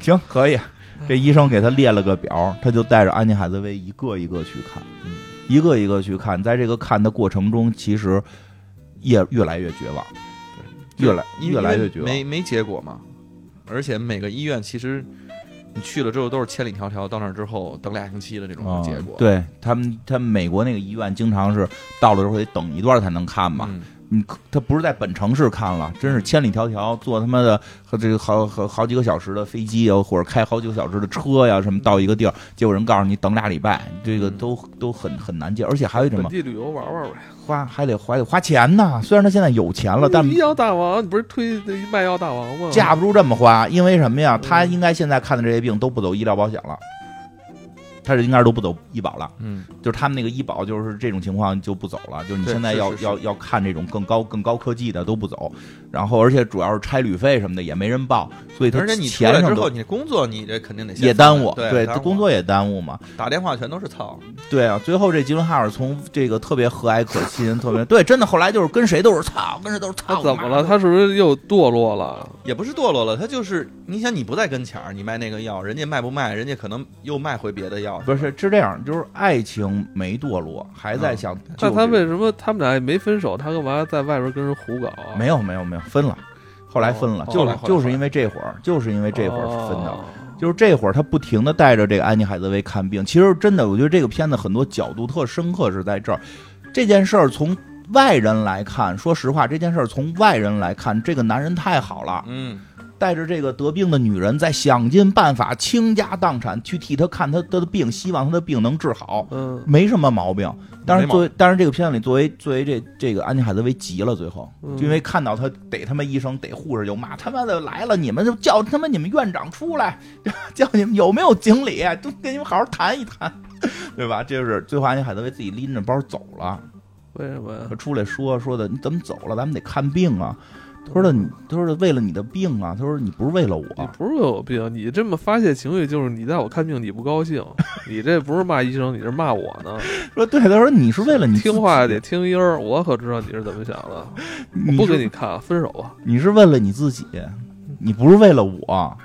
S3: 行，可以。
S4: 嗯
S3: 这医生给他列了个表，他就带着安妮海瑟薇一个一个去看，
S4: 嗯
S3: 一个一个去看。在这个看的过程中，其实也越来越绝望， 越来
S4: 因为
S3: 越来
S4: 因为
S3: 越绝望。
S4: 没没结果嘛。而且每个医院其实你去了之后都是千里迢迢到那儿之后等俩星期的这种结果
S3: 啊。对他们，他们美国那个医院经常是到了之后得等一段才能看嘛。
S4: 嗯，
S3: 你他不是在本城市看了，真是千里迢迢坐他妈的和这个好好好几个小时的飞机啊，或者开好几个小时的车呀、什么到一个地儿，结果人告诉你等俩礼拜，这个
S4: 嗯
S3: 都都很很难见，而且还有一种
S2: 本
S3: 嘛
S2: 地旅游玩玩呗。
S3: 花还得还得花钱呢。虽然他现在有钱了，但
S1: 哎
S2: 医药大王，你不是推那卖药大王吗？
S3: 架不住这么花，因为什么呀？他应该现在看的这些病都不走医疗保险了。他这应该是都不走医保了，
S4: 嗯，
S3: 就是他们那个医保就是这种情况就不走了，就是你
S4: 对
S3: 现在
S4: 是
S3: 要
S4: 是是
S3: 要要看这种更高更高科技的都不走，然后而且主要是差旅费什么的也没人报，所以他
S1: 而且你出
S3: 钱
S1: 来
S3: 上
S1: 之
S3: 都
S1: 后，你工作你这肯定得先
S3: 也耽误，
S1: 对，
S3: 对，
S1: 耽
S3: 他
S1: 误
S3: 工作也耽误嘛，
S1: 打电话全都是操，
S3: 对啊，最后这吉伦哈尔从这个特别和蔼可亲，特别对，真的后来就是跟谁都是操，跟谁都是
S2: 他
S3: 操，
S2: 怎么了？他是不是又堕落了？
S1: 也不是堕落了，他就是你想你不在跟前儿，你卖那个药，人家卖不卖，人家可能又卖回别的药，
S3: 不是是这样，就是爱情没堕落，还在想救
S2: 那他
S3: 这
S2: 为
S3: 个，
S2: 什么他们俩也没分手？他干嘛在外边跟人胡搞啊？
S3: 没有没有没有分了，后来分了，
S2: 哦
S3: 就是
S1: 后来后来
S3: 就是因为这会儿，就是因为这会儿分的。
S2: 哦
S3: 就是这会儿他不停的带着这个安妮海瑟薇看病。其实真的，我觉得这个片子很多角度特深刻是在这儿。这件事儿从外人来看，说实话，这件事儿从外人来看，这个男人太好了，
S1: 嗯，
S3: 带着这个得病的女人在想尽办法倾家荡产去替她看她的病，希望她的病能治好。
S2: 嗯
S3: 没什么毛病，但是
S1: 没毛病
S3: 作为但是这个片子里作为作为这这个安妮海瑟薇急了，最后
S2: 嗯
S3: 就因为看到他逮他妈医生逮护士就骂他妈的来了，你们就叫他妈你们院长出来， 叫你们有没有经理，啊都跟你们好好谈一谈， 对吧？这就是最后安妮海瑟薇自己拎着包走了，
S2: 为什么呀
S3: 他？出来说说的你怎么走了？咱们得看病啊。他说的你，他说的为了你的病啊，他说你不是为了我，
S2: 你不是有病，你这么发泄情绪，就是你带我看病，你不高兴， 你这不是骂医生，你是骂我呢。
S3: 说对，他说你是为了你自己
S2: 听话得听音儿，我可知道你是怎么想的。我
S3: 是
S2: 不跟你看，啊分手吧。
S3: 你是为了你自己，你不是为了我，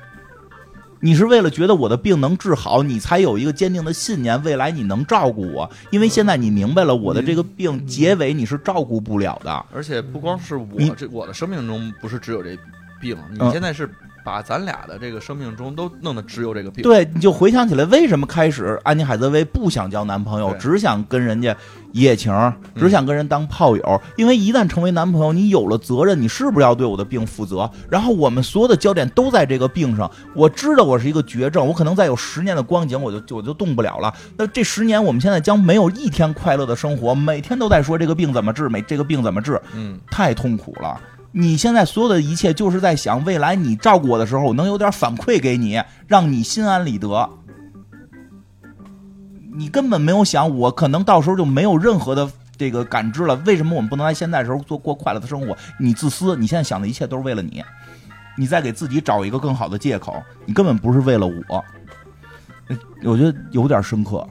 S3: 你是为了觉得我的病能治好，你才有一个坚定的信念，未来你能照顾我。因为现在你明白了，我的这个病结尾你是照顾不了的。
S1: 而且不光是
S3: 你
S1: 我这我的生命中不是只有这病，你
S3: 嗯
S1: 现在是把咱俩的这个生命中都弄得只有这个病，
S3: 对，你就回想起来，为什么开始安妮海瑟薇不想交男朋友，
S1: 对嗯
S3: 只想跟人家一夜情，只想跟人当炮友？因为一旦成为男朋友，你有了责任，你是不是要对我的病负责？然后我们所有的焦点都在这个病上。我知道我是一个绝症，我可能再有十年的光景，我就就我就动不了了。那这十年，我们现在将没有一天快乐的生活，每天都在说这个病怎么治，每这个病怎么治。
S1: 嗯，
S3: 太痛苦了。你现在所有的一切，就是在想未来你照顾我的时候，我能有点反馈给你，让你心安理得。你根本没有想，我可能到时候就没有任何的这个感知了。为什么我们不能在现在的时候做过快乐的生活？你自私，你现在想的一切都是为了你，你在给自己找一个更好的借口，你根本不是为了我。 呃我觉得有点深刻，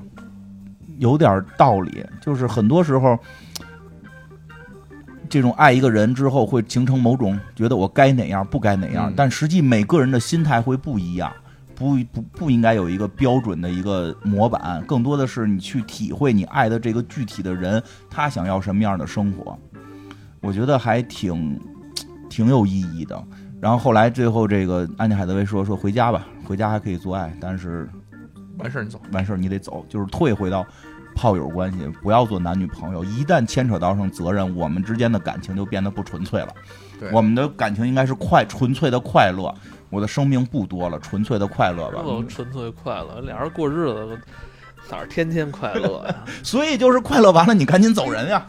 S3: 有点道理，就是很多时候。这种爱一个人之后会形成某种觉得我该哪样不该哪样，
S1: 嗯
S3: 但实际每个人的心态会不一样，不不不应该有一个标准的一个模板，更多的是你去体会你爱的这个具体的人他想要什么样的生活，我觉得还挺挺有意义的。然后后来最后这个安妮海瑟薇说说回家吧，回家还可以做爱，但是
S1: 完事儿你走，
S3: 完事儿你得走，就是退回到炮友关系，不要做男女朋友。一旦牵扯到上责任，我们之间的感情就变得不纯粹了
S1: 对。
S3: 我们的感情应该是快纯粹的快乐。我的生命不多了，纯粹的快乐吧。
S2: 我纯粹快乐，俩人过日子哪儿天天快乐呀？
S3: 所以就是快乐完了，你赶紧走人呀、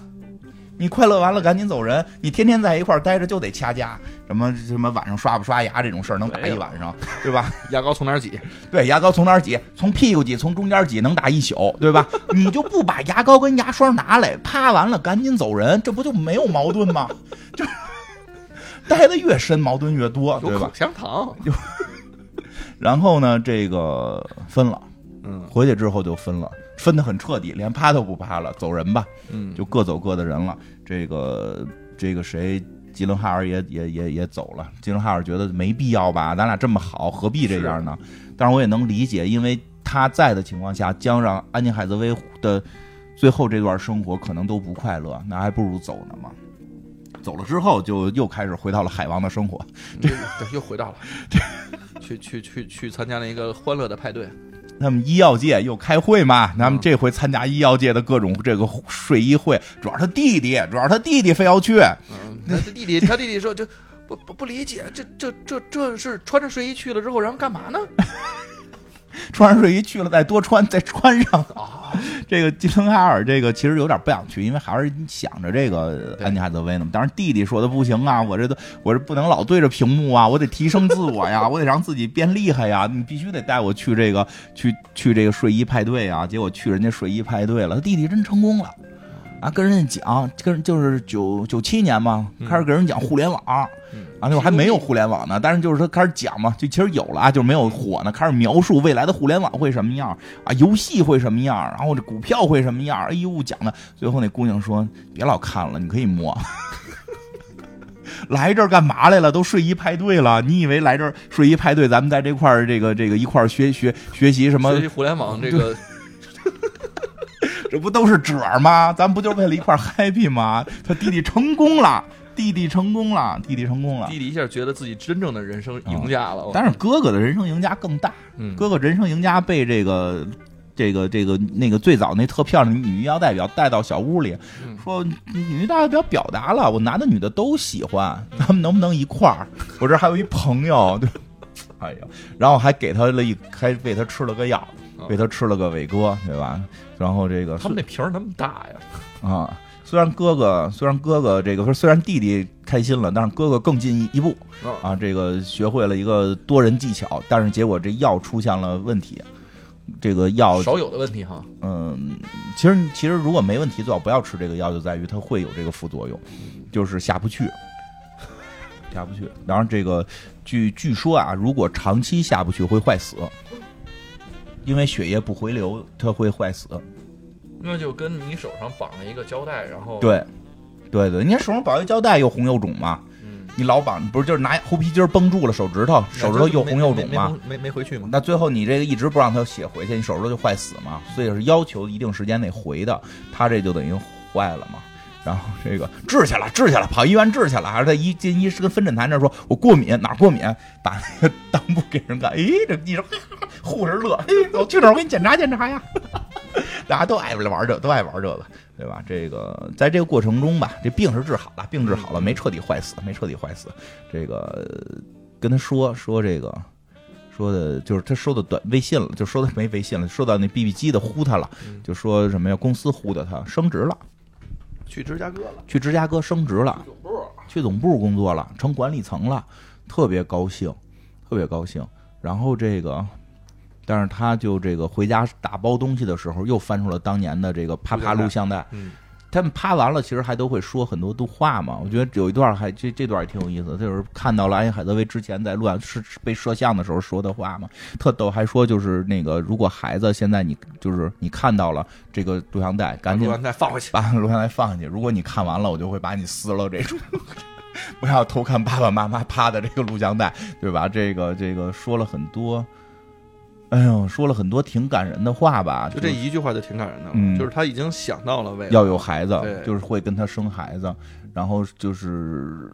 S3: 你快乐完了，赶紧走人！你天天在一块儿待着就得掐架，什么什么晚上刷不刷牙这种事儿能打一晚上，对吧？
S1: 牙膏从哪儿挤？
S3: 对，牙膏从哪儿挤？从屁股挤，从中间挤，能打一宿，对吧？你就不把牙膏跟牙刷拿来，啪完了赶紧走人，这不就没有矛盾吗？这 待得越深，矛盾越多，对
S1: 有
S3: 吧
S1: 口？香糖，
S3: 然后呢，这个分了，
S1: 嗯
S3: 回去之后就分了，分得很彻底，连啪都不啪了，走人吧，
S1: 嗯，
S3: 就各走各的人了。这个这个谁？吉伦哈尔也也也也走了。吉伦哈尔觉得没必要吧，咱俩这么好，何必这样呢？但是我也能理解，因为他在的情况下，将让安妮海瑟薇的最后这段生活可能都不快乐，那还不如走呢嘛。走了之后，就又开始回到了海王的生活。
S1: 这又回到了，去去去去参加了一个欢乐的派对，
S3: 他们医药界又开会嘛，他们这回参加医药界的各种这个睡衣会，主要是他弟弟，主要是他弟弟非要去，
S1: 嗯，他弟 弟，他弟弟说就不不不理解，这这这这是穿着睡衣去了之后，然后干嘛呢？
S3: 穿上睡衣去了，再多穿，再穿上。 这个基伦哈尔，这个其实有点不想去，因为还是想着这个安妮海瑟薇呢嘛。当然，弟弟说的不行啊，我这都我这不能老对着屏幕啊，我得提升自我呀，我 得让自己变厉害呀，你必须得带我去这个去去这个睡衣派对啊。结果去人家睡衣派对了，他弟弟真成功了。啊，跟人家讲，跟人就是九九七年嘛，开始给人讲互联网，
S1: 嗯
S3: 啊，那会儿还没有互联网呢，但是就是他开始讲嘛，就其实有了啊，就是没有火呢，开始描述未来的互联网会什么样啊，游戏会什么样，然后这股票会什么样，哎呦，讲的最后那姑娘说，别老看了，你可以摸。 来这儿干嘛来了？都睡衣派对了，你以为来这儿睡衣派对，咱们在这块儿这个这个一块儿学学学习什么
S4: 学习互联网这个
S3: 这不都是褶儿吗？咱不就是为了一块儿 happy 吗？他弟弟成功了，弟弟成功了，弟弟成功了。
S4: 弟弟一下觉得自己真正的人生赢家了。
S3: 但是哥哥的人生赢家更大，
S4: 嗯
S3: 哥哥人生赢家被这个。这个这个那个最早那特漂亮的女校代表带到小屋里，
S4: 嗯
S3: 说女校代表表达了，我男的女的都喜欢，咱们能不能一块儿？我这儿还有一朋友，对， 哎呀，然后还给他了一，还喂他吃了个药，
S4: 嗯
S3: 喂他吃了个伟哥，对吧？然后这个
S4: 他们那瓶儿那么大呀，
S3: 啊，虽然哥哥，虽然哥哥这个不是，虽然弟弟开心了，但是哥哥更进一步
S4: 啊
S3: 啊，这个学会了一个多人技巧，但是结果这药出现了问题，这个药，
S4: 少有的问题哈。
S3: 嗯，其实其实如果没问题，最好不要吃这个药，就在于它会有这个副作用，就是下不去。下不去，然后这个据据说啊，如果长期下不去会坏死，因为血液不回流，它会坏死。
S4: 那就跟你手上绑了一个胶带，然后，
S3: 对，对对，你看手上绑一胶带又红又肿嘛，
S4: 嗯，
S3: 你老绑不是就是拿猴皮筋儿绷住了手指头，手指头又红又肿嘛。
S1: 没没没回去嘛。
S3: 那最后你这个一直不让它血回去，你手指头就坏死嘛。所以是要求一定时间内回的，它这就等于坏了嘛。然后这个治去了，治去了，跑医院治去了，还是在医进医师跟分诊台那儿说，我过敏哪儿过敏，把那个 裆部给人看，咦，这医生护士乐，哎，走去哪儿我给你检查检查呀。 大家都爱玩这，都爱玩这个，对吧？这个在这个过程中吧，这病是治好了，病治好了，没彻底坏死，没彻底坏死。这个呃跟他说说这个，说的就是他收到短微信了，就收到没微信了，收到那 BB 机的呼他了，就说什么呀？公司呼的他升职了，
S1: 去芝加哥了，
S3: 去芝加哥升职了，去总部啊工作了，成管理层了，特别高兴，特别高兴。然后这个，但是他就这个回家打包东西的时候，又翻出了当年的这个啪啪录像带。
S4: 嗯，
S3: 他们啪完了，其实还都会说很多都话嘛。我觉得有一段还这这段也挺有意思，就是看到了安妮海瑟薇之前在录像是是被摄像的时候说的话嘛，特逗。还说就是那个，如果孩子现在你就是你看到了这个录像带，赶紧
S1: 录像带放回去。
S3: 把录像带放下去。如果你看完了，我就会把你撕了。这种 不要偷看爸爸妈妈啪的这个录像带，对吧？这个这个说了很多，哎呦，说了很多挺感人的话吧。
S1: 就这一句话就挺感人的了，
S3: 嗯
S1: 就是他已经想到了未来。
S3: 要有孩子
S1: 对，
S3: 就是会跟他生孩子，然后就是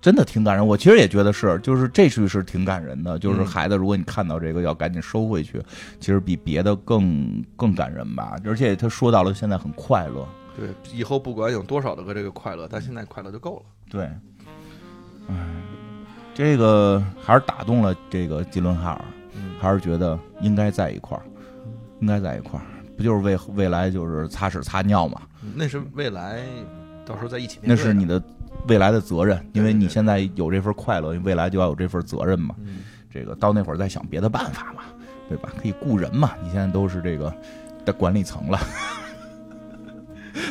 S3: 真的挺感人。我其实也觉得是，就是这句是挺感人的，就是
S1: 嗯
S3: 孩子，如果你看到这个，要赶紧收回去，其实比别的更更感人吧。而且他说到了现在很快乐，
S1: 对，以后不管有多少的个这个快乐，但现在快乐就够了。
S3: 对，哎，这个还是打动了这个吉伦哈尔，
S1: 嗯
S3: 还是觉得应该在一块儿，应该在一块儿。不就是为未来就是擦屎擦尿嘛？
S1: 那是未来，到时候在一起面
S3: 那
S1: 对。
S3: 是你的未来的责任，因为
S1: 对对
S3: 你
S1: 对
S3: 现在有这份快乐，未来就要有这份责任嘛。
S1: 嗯，
S3: 这个到那会儿再想别的办法嘛，对吧？可以雇人嘛，你现在都是这个的管理层了。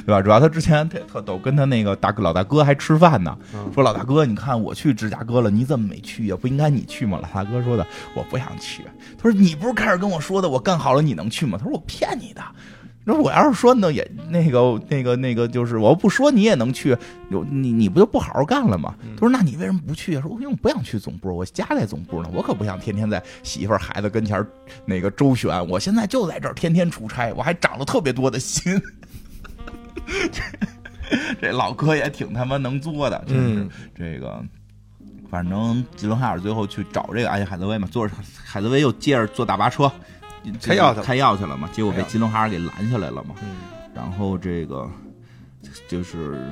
S3: 对吧？主要他之前特特逗，跟他那个大哥老大哥还吃饭呢，
S1: 嗯
S3: 说老大哥，你看我去芝加哥了，你怎么没去呀？不应该你去吗？老大哥说的，我不想去。他说你不是开始跟我说的，我干好了你能去吗？他说我骗你的。那我要是说呢，也那个那个那个，就是我要不说你也能去，有你你不就不好好干了吗？他说那你为什么不去啊？说因为我不想去总部，我家在总部呢，我可不想天天在媳妇儿孩子跟前儿那个周旋，我现在就在这儿天天出差，我还长了特别多的心。 这老哥也挺他妈能作的，真是、
S1: 嗯
S3: 这个。反正吉伦哈尔最后去找这个安妮海瑟薇嘛，坐着海瑟薇又接着坐大巴车
S1: 开药去了
S3: 开药去了嘛，结果
S1: 开嗯
S3: 被
S1: 药
S3: 吉伦哈尔给拦下来了嘛。
S1: 嗯
S3: 然后这个就是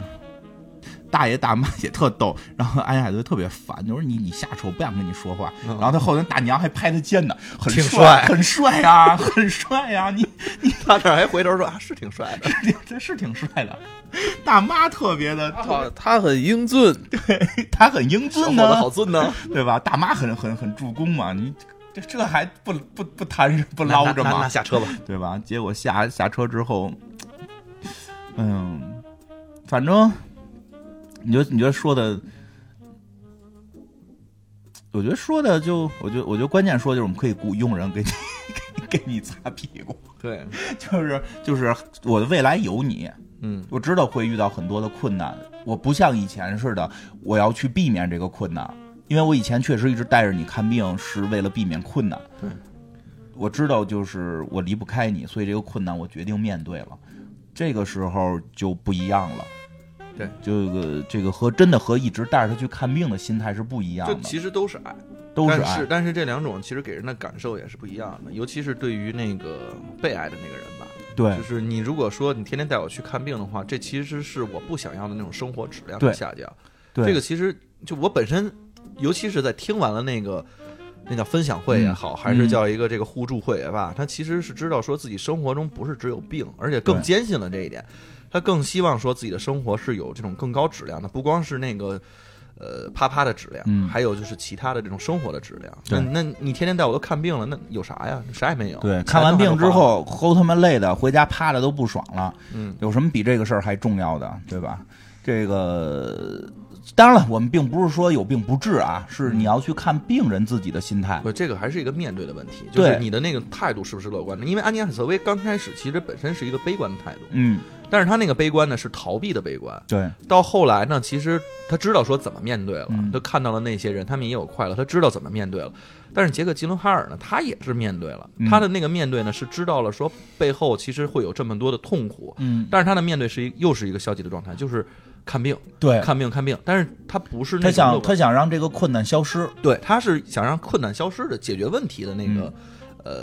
S3: 大爷大妈也特逗，然后安海队特别烦，就说你你下丑，不想跟你说话。然后他后头大娘还拍他肩呢，很
S1: 嗯挺
S3: 帅，
S1: 帅
S3: 很帅呀，很帅呀，你
S1: 他这儿还回头说啊，是挺帅的，
S3: 你这是挺帅的。大妈特别的，
S2: 他好，他很英俊，
S3: 他很英
S1: 小
S3: 俊
S1: 伙子
S3: 呢
S1: 好，俊呢，
S3: 对吧？大妈很很很助攻嘛，你这这还不不不谈不捞着
S1: 那那那
S3: 吗？
S1: 下车吧，
S3: 对吧？结果下下车之后，嗯，反正你觉得你觉得说的，我觉得说的就，我觉得我觉得关键说就是我们可以雇佣人给你 给给你擦屁股，
S1: 对，
S3: 就是就是我的未来有你，
S1: 嗯，
S3: 我知道会遇到很多的困难，我不像以前似的，我要去避免这个困难，因为我以前确实一直带着你看病是为了避免困难。
S1: 对，
S3: 我知道就是我离不开你，所以这个困难我决定面对了。这个时候就不一样了。
S1: 对，
S3: 这个这个和真的和一直带着他去看病的心态是不一样
S1: 就
S3: 的，
S1: 其实都是爱，
S3: 都是
S1: 但
S3: 爱
S1: 是。但是这两种其实给人的感受也是不一样的，尤其是对于那个被爱的那个人吧，
S3: 对
S1: 就，是你如果说你天天带我去看病的话，这其实是我不想要的那种生活质量
S3: 对
S1: 的下降。
S3: 对
S1: 这个其实就我本身，尤其是在听完了那个那叫分享会也
S3: 嗯
S1: 好，还是叫一个这个互助会也罢，他其实是知道说自己生活中不是只有病，而且更
S3: 对
S1: 坚信了这一点。他更希望说自己的生活是有这种更高质量的，不光是那个。呃，啪啪的质量，
S3: 嗯
S1: 还有就是其他的这种生活的质量。
S3: 对
S1: 那那你天天带我都看病了，那有啥呀？啥也没有。
S3: 对，
S1: 钱
S3: 看完
S1: 都还
S3: 病
S1: 没
S3: 之
S1: 花，
S3: 后，齁他妈累的，回家趴着都不爽了。
S1: 嗯，
S3: 有什么比这个事儿还重要的，对吧？这个当然了，我们并不是说有病不治啊，是
S1: 嗯
S3: 你要去看病人自己的心态。
S1: 不，这个还是一个面对的问题，就是
S3: 对
S1: 你的那个态度是不是乐观的？因为安妮海瑟薇刚开始其实本身是一个悲观的态度，
S3: 嗯，
S1: 但是她那个悲观呢是逃避的悲观。
S3: 对，
S1: 到后来呢，其实她知道说怎么面对了
S3: 嗯，
S1: 她看到了那些人，他们也有快乐，她知道怎么面对了。但是杰克·吉伦哈尔呢，他也是面对了，
S3: 嗯
S1: 他的那个面对呢是知道了说背后其实会有这么多的痛苦，
S3: 嗯，
S1: 但是他的面对是一又是一个消极的状态，就是看病、
S3: 对，
S1: 看病、看病。但是他不是
S3: 他
S1: 那种乐
S3: 想
S1: 观
S3: 他想让这个困难消失。
S1: 对，他是想让困难消失的，解决问题的那
S3: 嗯
S1: 个、呃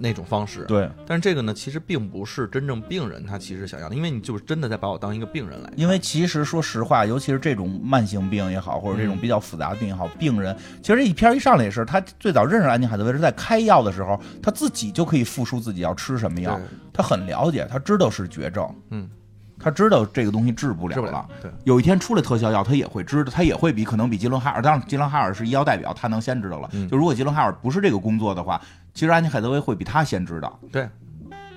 S1: 那种方式。，
S3: 对，
S1: 但是这个呢，其实并不是真正病人他其实想要的，因为你就是真的在把我当一个病人来。
S3: 因为其实说实话，尤其是这种慢性病也好，或者这种
S1: 嗯
S3: 比较复杂的病也好，病人其实这一篇一上来也是，他最早认识安妮海瑟薇是在开药的时候，他自己就可以复述自己要吃什么药
S1: 对，
S3: 他很了解，他知道是绝症，
S1: 嗯，
S3: 他知道这个东西治不了
S1: 治不
S3: 了
S1: 了。。对，
S3: 有一天出来特效药，他也会知道，他也会比可能比吉伦哈尔，当然吉伦哈尔是医药代表，他能先知道了。
S1: 嗯
S3: 就如果吉伦哈尔不是这个工作的话，其实安妮海瑟薇会比他先知道，
S1: 对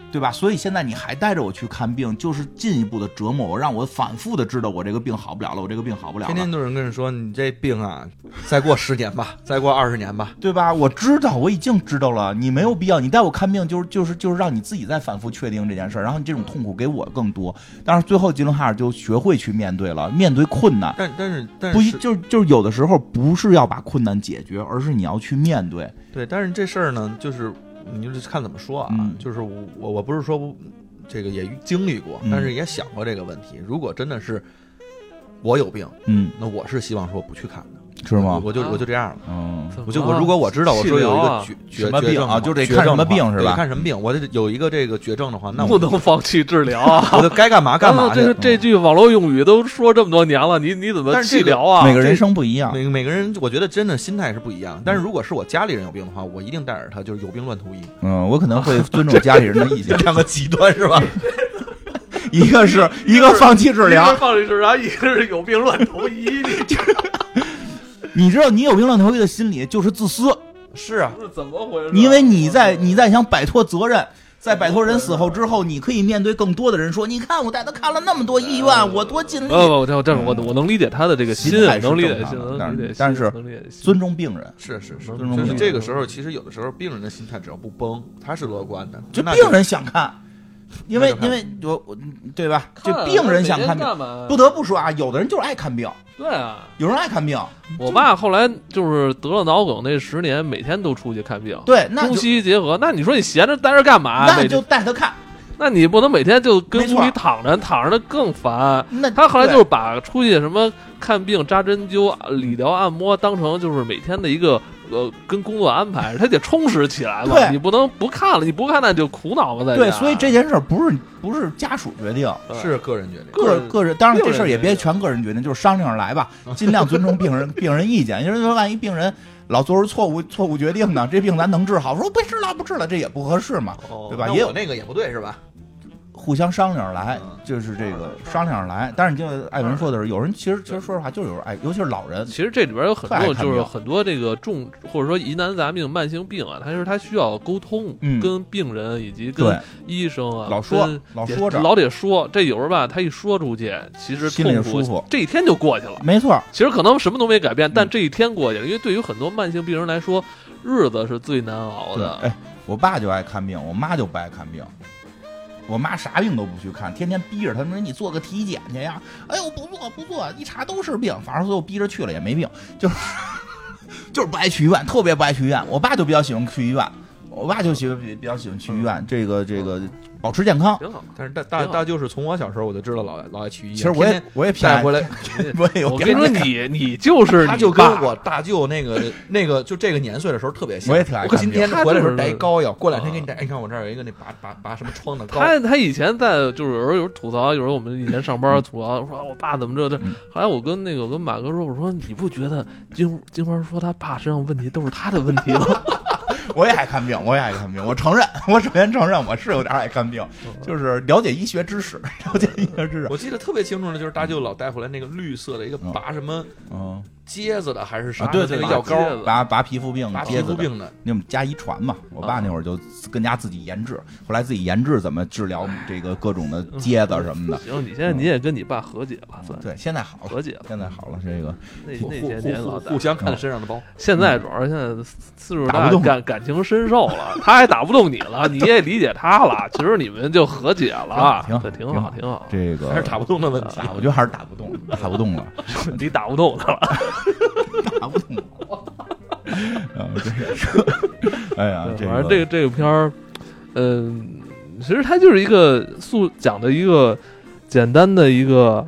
S3: 对吧？所以现在你还带着我去看病，就是进一步的折磨我，让我反复的知道我这个病好不了了，我这个病好不了
S1: 天天
S3: 了，
S1: 都有人跟人说你这病啊， 再过十年吧， 再过二十年吧。
S3: 对吧？我知道，我已经知道了，你没有必要，你带我看病就是就是就是让你自己再反复确定这件事儿，然后你这种痛苦给我更多。但是最后吉伦哈尔就学会去面对了，面对困难。
S1: 但但是但
S3: 不一
S1: 是
S3: 就是就是有的时候不是要把困难解决，而是你要去面对。
S1: 对，但是这事儿呢，就是你就是看怎么说啊。
S3: 嗯
S1: 就是我我我不是说不这个也经历过，
S3: 嗯
S1: 但是也想过这个问题。如果真的是我有病，
S3: 嗯，
S1: 那我是希望说不去看的，
S3: 是
S1: 我
S3: 吗？
S1: 我就我就这样了。
S3: 嗯，
S1: 我就我如果我知道我说有一个绝绝
S3: 什么病
S1: 绝症
S3: 啊
S1: 的话
S3: 就得
S1: 绝
S3: 看
S1: 症
S3: 什么
S1: 的话
S3: 病是
S1: 对
S3: 吧
S1: 看什么病，我得有一个这个绝症的话，那
S2: 不
S1: 我
S2: 能放弃治疗啊！
S1: 我就该干嘛干 嘛
S2: 这
S1: 去
S2: 是。这句网络用语都说这么多年了，你你怎么
S1: 但是这
S2: 治
S1: 个
S2: 疗啊？
S3: 每个人生不一样。
S1: 每每个人，我觉得真的心态是不一样。但是如果是我家里人有病的话，我一定带着他，就是有病乱投医，
S3: 嗯，我可能会尊重家里人的意见
S1: 。两个极端是吧？
S3: 一个是一个放弃治
S2: 一个
S3: 疗
S2: 是，放弃治疗，一个是有病乱投医，你这
S3: 你知道你有病乱投医的心理就是自私，
S1: 是啊，
S2: 是怎么回事啊？
S3: 因为你在你在想摆脱责任。在摆脱人死后之后，你可以面对更多的人说：“你看，我带他看了那么多医院，我多尽力。
S2: 不不，这这我我能理解他的这个心
S3: 心态，是
S2: 能理解
S3: 正常
S2: 心，
S3: 的但
S2: 能
S3: 是
S2: 理解心，
S3: 但是
S2: 能理解”心
S3: 尊重病人，
S1: 是是是。
S2: 能
S3: 尊重
S1: 就
S3: 病
S1: 是
S3: 人。
S1: 这个时候，其实有的时候病人的心态只要不崩，他是乐观的。
S3: 就
S1: 那
S3: 病人想看，因为
S1: 那就
S3: 因
S1: 看
S3: 为我我对吧？就
S2: 啊
S3: 病人想看病，
S2: 嘛
S3: 不得不说啊，有的人就是爱看病，
S2: 对啊，
S3: 有人爱看
S1: 哦
S3: 病，
S2: 我爸后来就是得了脑梗那十年，每天都出去看病，
S3: 对，那
S2: 中
S3: 就
S2: 西医结合。那你说你闲着待着干
S1: 啊
S2: 嘛？
S3: 那
S2: 每
S3: 就带他看，
S2: 那你不能每天就跟
S3: 没错
S2: 屋里躺着，躺着的更烦。
S3: 那
S2: 他后来就是
S3: 对
S2: 把出去什么看病、扎针灸、理疗、按摩当成就是每天的一个呃跟工作安排，他得充实起来嘛。
S3: 对
S2: 你不能不看了，你不看那就苦恼嘛，在
S3: 对，
S2: 家
S3: 所以这件事儿不是不是家属决定，
S2: 对
S1: 是个人决定。
S2: 个
S3: 个
S2: 人
S3: 个人，当然
S2: 个
S3: 这
S2: 人
S3: 事儿也
S2: 决
S3: 别
S2: 定
S3: 全个人决定，就是商量着 来吧，尽量尊重病人病人意见。因为说万一病人老做出错误错误决定呢，这病咱能治好，说不治了不治了，这也不合适嘛，
S1: 哦
S3: 对吧
S1: 那
S3: 也有
S1: 我那个也不对是吧？
S3: 互相商量着来
S1: 嗯，
S3: 就是这个商量着来。但是你就艾文说的是，有人其实其实说实话，就是有人哎，尤其是老人，
S2: 其实这里边有很
S3: 特爱
S2: 多，
S3: 看
S2: 就是
S3: 病
S2: 很多这个重或者说疑难杂病、慢性病啊，它就是它需要沟通，
S3: 嗯
S2: 跟病人以及
S3: 对
S2: 跟医生啊，
S3: 老说
S2: 跟
S3: 老
S2: 得
S3: 说着
S2: 老得说。这有时候吧，他一说出去，其实
S3: 心里
S2: 痛
S3: 就
S2: 苦
S3: 舒服
S2: 这一天就过去了。
S3: 没错儿，
S2: 其实可能什么都没改变，但
S3: 嗯
S2: 这一天过去了，因为对于很多慢性病人来说，日子是最难熬
S3: 对，
S2: 的。
S3: 哎，我爸就爱看病，我妈就不爱看病。我妈啥病都不去看，天天逼着他们说你做个体检去呀。哎呦，不做不做，一查都是病，反正最后逼着去了也没病，就是就是不爱去医院，特别不爱去医院。我爸就比较喜欢去医院，我爸就喜欢比比较喜欢去医院，这个这个保持健康。
S2: 挺好，
S1: 但是大大
S2: 挺好
S1: 大舅是从我小时候我就知道老老爱去医院，
S3: 其实我也
S1: 天天
S3: 我也偏
S1: 带
S3: 爱
S1: 回，来，
S3: 我也有
S2: 我跟你说，你
S3: 点
S2: 你就是
S1: 他
S2: 你
S1: 就跟
S2: 爸
S1: 我大舅那个那个就这个年岁的时候特别像。
S3: 我也挺爱看病
S1: 今天回来的时候戴一膏药，过两天
S2: 啊
S1: 给你戴。哎你看我这儿有一个那拔拔拔什么疮的膏，
S2: 他他以前在就是有时候有时候吐槽，有时候我们以前上班吐槽说我爸怎么这这
S3: 嗯。
S2: 后来我跟那个我跟马哥说，我说你不觉得金金花说他爸身上问题都是他的问题吗？
S3: 我也爱看病，我也爱看病，我承认，我首先承认我是有点爱看病，就是了解医学知识，了解医学知识。
S1: 我记得特别清楚的就是大舅老带回来那个绿色的一个
S3: 嗯
S1: 拔什么
S3: 嗯，
S1: 疖子的还是啥
S3: 啊对
S1: 的
S3: 对
S1: 那个
S3: 对
S1: 药膏，
S2: 疖子
S3: 拔拔皮肤病，
S1: 拔
S3: 疖
S1: 皮
S3: 子
S1: 肤
S3: 的
S1: 病的。
S3: 那我们家遗传嘛，我爸那会儿就跟家自己研制，后来自己研制怎么治疗这个各种的疖子什么的。
S2: 行，你现在你也跟你爸和解了，算
S3: 对，现在好了，
S2: 和解了。
S3: 现在好了，这个
S2: 那
S3: 嗯
S1: 互
S2: 那
S1: 互
S2: 些年
S1: 互
S2: 老大
S1: 互，相看身上的包，
S2: 现在主要是现在岁数
S3: 打不
S2: 大，
S3: 动
S2: 感感情深受 了，他也打不动你了，你也理解他了，其实你们就和解了，
S3: 挺好
S2: 对
S3: 挺
S2: 挺
S3: 好
S2: 好，挺好。
S3: 这
S1: 还
S3: 个
S1: 是打不动的问题。
S3: 打，我觉得还是打不动，打不动了，
S2: 你打不动他了，
S3: 打不动了。啊，这个，哎呀，
S2: 对
S3: 这
S2: 反
S3: 个
S2: 正这个这个片儿，嗯，其实它就是一个诉讲的一个简单的一个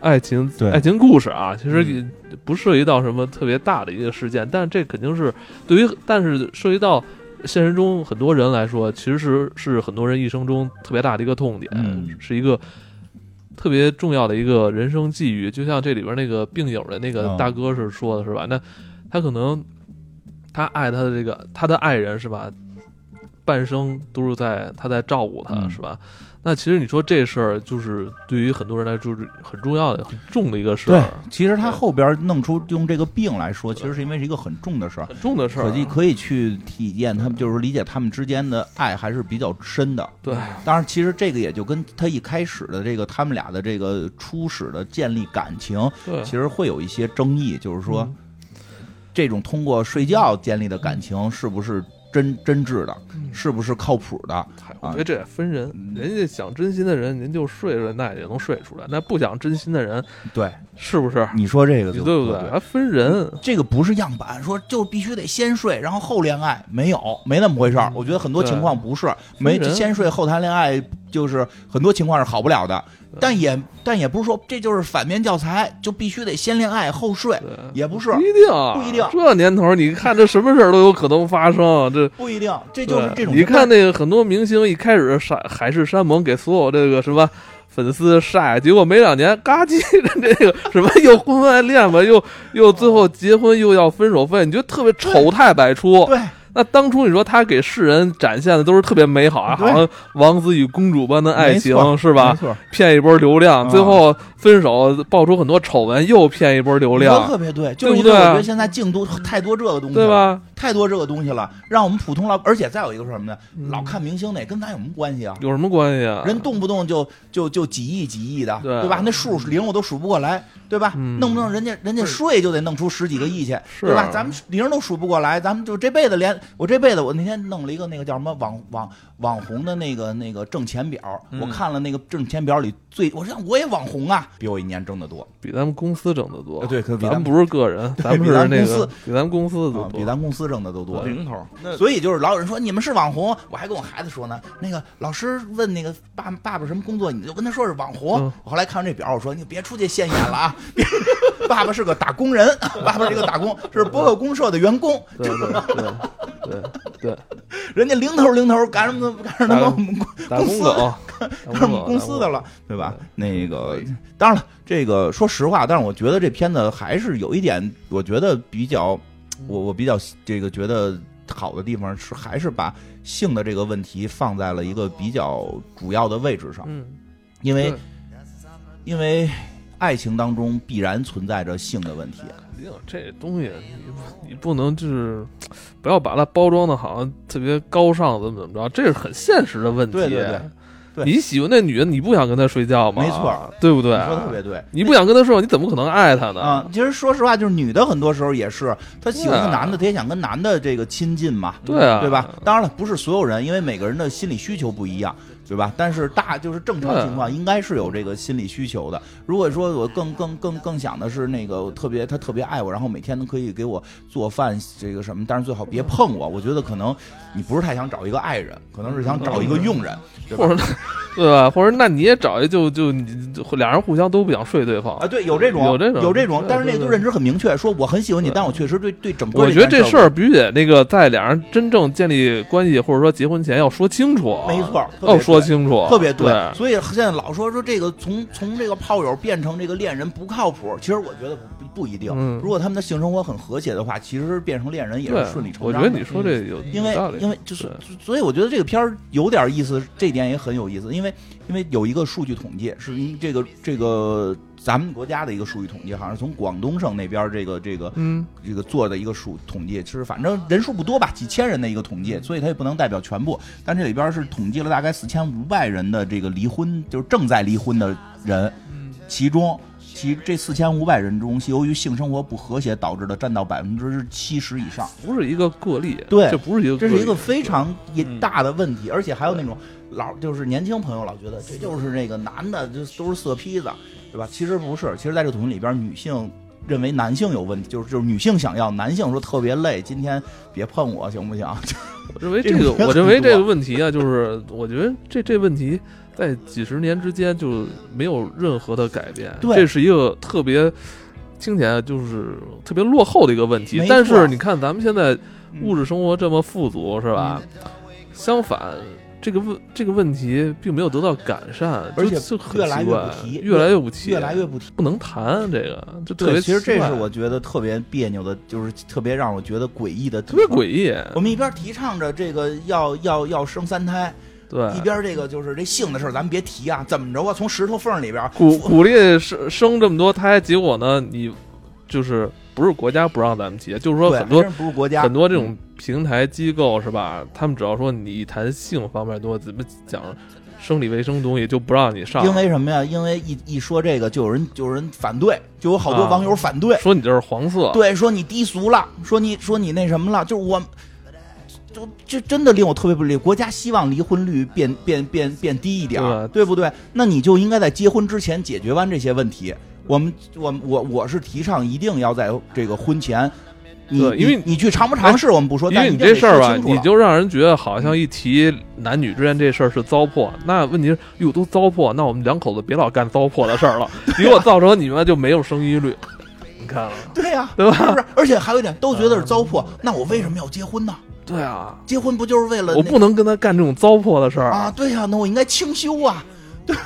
S2: 爱情
S3: 对嗯
S2: 爱情故事啊，其实也不涉及到什么特别大的一个事件，但这肯定是对于，但是涉及到。现实中很多人来说，其实是很多人一生中特别大的一个痛点，
S3: 嗯
S2: 是一个特别重要的一个人生际遇。就像这里边那个病友的那个
S3: 嗯
S2: 大哥是说的是吧？那他可能他爱他的这个他的爱人是吧？半生都是在他在照顾他、
S3: 嗯
S2: 是吧？那其实你说这事儿，就是对于很多人来说就是很重要的、很重的一个事
S3: 对
S2: 儿，，
S3: 其实他后边弄出用这个病来说，其实是因为是一个很重的事儿。
S2: 很重的事儿啊
S3: 可。以可以去体验他们，就是理解他们之间的爱还是比较深的。
S2: 对，
S3: 当然，其实这个也就跟他一开始的这个他们俩的这个初始的建立感情，
S2: 对
S3: 其，实会有一些争议，就是说、
S2: 嗯
S3: 这种通过睡觉建立的感情是不是真真挚的，
S2: 嗯哎
S3: 是不是靠谱的？
S2: 我觉得这也分人，
S3: 嗯
S2: 人家想真心的人，您就睡了，那也能睡出来；那不想真心的人，
S3: 对，
S2: 是不是？
S3: 你说这个
S2: 你
S3: 就
S2: 对不
S3: 对嗯
S2: 对？还分人，
S3: 这个不是样板，说就必须得先睡，然后后恋爱，没有，没那么回事儿。我觉得很多情况不是没
S2: 嗯人
S3: 先睡后谈恋爱，就是很多情况是好不了的。但也但也不是说这就是反面教材，就必须得先恋爱后睡，
S2: 对，
S3: 也不是
S2: 不一定啊，
S3: 不一定
S2: 这年头，你看这什么事儿都有可能发生啊，这
S3: 不一定，这就是
S2: 对
S3: 这种。
S2: 你看那个很多明星一开始山海誓山盟给所有这个什么粉丝晒，结果没两年嘎叽，这这个什么又婚外恋吧，又又最后结婚又要分手费，你觉得特别丑态百出。
S3: 对
S2: 那当初你说他给世人展现的都是特别美好啊，
S3: 对
S2: 好像王子与公主般的爱
S3: 没错
S2: 情是
S3: 没
S2: 吧？
S3: 错，
S2: 骗一波流量，
S3: 啊
S2: 最后分手爆出很多丑闻，又骗一波流
S3: 你说特
S2: 量，
S3: 别对，就是
S2: 对
S3: 因
S2: 不对
S3: 为我
S2: 啊
S3: 觉得现在净多太多这个东西了，
S2: 对？吧？
S3: 太多这个东西了，让我们普通老，而且再有一个是什么呢？
S2: 嗯
S3: 老看明星那跟咱有什么关系啊？
S2: 有什么关系啊？
S3: 人动不动就就就几亿几亿的，
S2: 对
S3: 吧？那数零我都数不过来，对吧？
S2: 嗯
S3: 弄不弄人家人家税就得弄出十几个亿去，
S2: 是
S3: 对吧？咱们零都数不过来，咱们就这辈子连我这辈子我那天弄了一个那个叫什么网网
S2: 嗯
S3: 网红的那个那个挣钱表，我看了那个挣钱表里最，我说我也网红啊，吧，比我一年挣得多，
S2: 比咱们公司挣得多
S3: 呃。对，可比
S2: 咱
S3: 咱
S2: 们
S3: 们
S2: 不是个人，咱们
S3: 比
S2: 是
S3: 咱
S2: 那个
S3: 公司
S2: 比咱们公司的
S3: 啊
S2: 多。
S3: 比咱公司挣得都多。
S1: 对
S3: 零头
S1: 那
S3: 所以就是老有人说你们是网红，我还跟我孩子说呢，那个老师问那个爸爸爸什么工作，你就跟他说是网红。
S2: 嗯
S3: 我后来看完这表，我说你别出去现眼了啊，别爸爸是个打工人，啊爸爸是一个打工，是播客公社的员工，
S2: 对对对对 对，
S3: 人家零头零头干什么干什么
S2: 打
S3: 我
S2: 工
S3: 们公
S2: 打工狗，打
S3: 干我
S2: 工
S3: 们
S2: 狗，
S3: 公司的了，对吧？那个当然了，这个说实话，但是我觉得这片子还是有一点，我觉得比较，我我比较这个觉得好的地方是还是把性的这个问题放在了一个比较主要的位置上，
S2: 嗯，
S3: 因为
S2: 对
S3: 因为爱情当中必然存在着性的问题，
S2: 肯定这东西你不你不能就是不要把它包装的好像特别高尚怎么怎么着，这是很现实的问题。
S3: 对对对对
S2: 你喜欢那女的，你不想跟她睡觉吗？
S3: 没错，
S2: 对不对？啊
S3: 你说的特别对。
S2: 你不想跟她睡觉，你怎么可能爱她呢？
S3: 啊、其实说实话，就是女的很多时候也是，她喜欢一
S2: 对
S3: 个
S2: 啊
S3: 男的，她也想跟男的这个亲近嘛，
S2: 对啊，
S3: 对吧？？当然了，不是所有人，因为每个人的心理需求不一样，对吧？但是大就是正常情况，应该是有这个心理需求的。如果说我更更更更想的是那个我特别他特别爱我，然后每天都可以给我做饭，这个什么，但是最好别碰我。我觉得可能你不是太想找一个爱人，可能是想找一个佣人，对
S2: 或
S3: 吧？
S2: 者， 对吧？或者那你也找一就就你就俩人互相都不想睡对方
S3: 啊，。对，有这种，
S2: 有
S3: 有
S2: 这种对
S3: 但是那
S2: 对
S3: 都
S2: 对
S3: 认知很明确，说我很喜欢你，
S2: 对
S3: 但我确实对对整个
S2: 我觉得
S3: 件
S2: 这
S3: 事
S2: 事
S3: 儿
S2: 儿必须得那个在俩人真正建立关系或者说结婚前要说清楚，啊
S3: 没错儿，特别
S2: 要哦说
S3: 对
S2: 清楚，啊
S3: 特别对
S2: 对，，
S3: 所以现在老说说这个从从这个炮友变成这个恋人不靠谱，其实我觉得不不一定。
S2: 嗯
S3: 如果他们的性生活很和谐的话，其实变成恋人也
S2: 对
S3: 是顺理成
S2: 我觉得
S3: 章的。嗯
S2: 你说这有
S3: 因
S2: 有
S3: 为
S2: 道理，
S3: 因为就是
S2: 对，
S3: 所以我觉得这个片儿有点意思，这点也很有意思。因为因为有一个数据统计，是一这个这个咱们国家的一个数据统计，好像是从广东省那边儿这个这个
S2: 嗯，
S3: 这个做的一个数统计，就是反正人数不多吧，几千人的一个统计，所以它也不能代表全部。但这里边是统计了大概四千五百人的这个离婚，就是正在离婚的人，其中其这四千五百人中，由于性生活不和谐导致的占到百分之七十以上，
S2: 不是一个个例，
S3: 对
S2: 这不是一个，
S3: 这是一个非常也大的问题。而且还有那种老就是年轻朋友老觉得这就是那个男的就都是色批子，对吧？其实不是，其实在这个统计里边，女性认为男性有问题，就是就是女性想要，男性说特别累，今天别碰我行不行？
S2: 我认为
S3: 这
S2: 这个
S3: 种，人
S2: 我认为
S3: 很多
S2: 这个问题啊，就是我觉得这这问题在几十年之间就没有任何的改变，
S3: 对
S2: 这是一个特别听起来就是特别落后的一个问题
S3: 没。错
S2: 但是你看咱们现在
S3: 嗯
S2: 物质生活这么富足，是吧？相反。这个问这个问题并没有得到改善，
S3: 而且
S2: 就就很
S3: 越来
S2: 奇
S3: 越
S2: 怪
S3: 不提
S2: 越来越不提，
S3: 越来越不提。
S2: 不能谈这个，就特
S3: 对，
S2: 别
S3: 其实这
S2: 奇怪
S3: 是我觉得特别别扭的，就是特别让我觉得诡异的地
S2: 特别
S3: 方，
S2: 诡异，
S3: 我们一边提倡着这个要要要生三胎，
S2: 对，
S3: 一边这个就是这性的事儿，咱们别提啊，怎么着啊？从石头缝里边
S2: 鼓 鼓励生生这么多胎，结果呢，你就是不是国家不让咱们提，就是说
S3: 对
S2: 很多
S3: 还真不是国家嗯
S2: 很多这种平台机构是吧？他们只要说你谈性方面多，怎么讲生理卫生东西就不让你上，
S3: 因为什么呀？因为一一说这个，就有人就有人反对，就有好多
S2: 啊
S3: 网友反对，
S2: 说你这是黄色，
S3: 对，说你低俗了，说你说你那什么了，就是我。就这真的令我特别不理解，国家希望离婚率变变变变低一点儿，
S2: 对啊
S3: 对不对？那你就应该在结婚之前解决完这些问题。我们我我我是提倡一定要在这个婚前，你
S2: 对因为哎
S3: 你你去尝不尝试我们不说，
S2: 因
S3: 但
S2: 为
S3: 一
S2: 你
S3: 定
S2: 这
S3: 得
S2: 事儿
S3: 说
S2: 吧，
S3: 清楚
S2: 你
S3: 了嗯
S2: 就让人觉得好像一提男女之间这事儿是糟粕。那问题是，哟，都糟粕，那我们两口子别老干糟粕的事 儿了，结果造成你们就没有生育率。你看了，啊
S3: 对呀、
S2: 对吧嗯
S3: 是不是？而且还有一点，都觉得是糟粕，那我为什么要结婚呢？
S2: 对啊，
S3: 结婚不就是为了
S2: 我
S3: 那
S2: 不能跟他干这种糟粕的事儿
S3: 啊？对呀、那我应该清修啊，
S2: 对。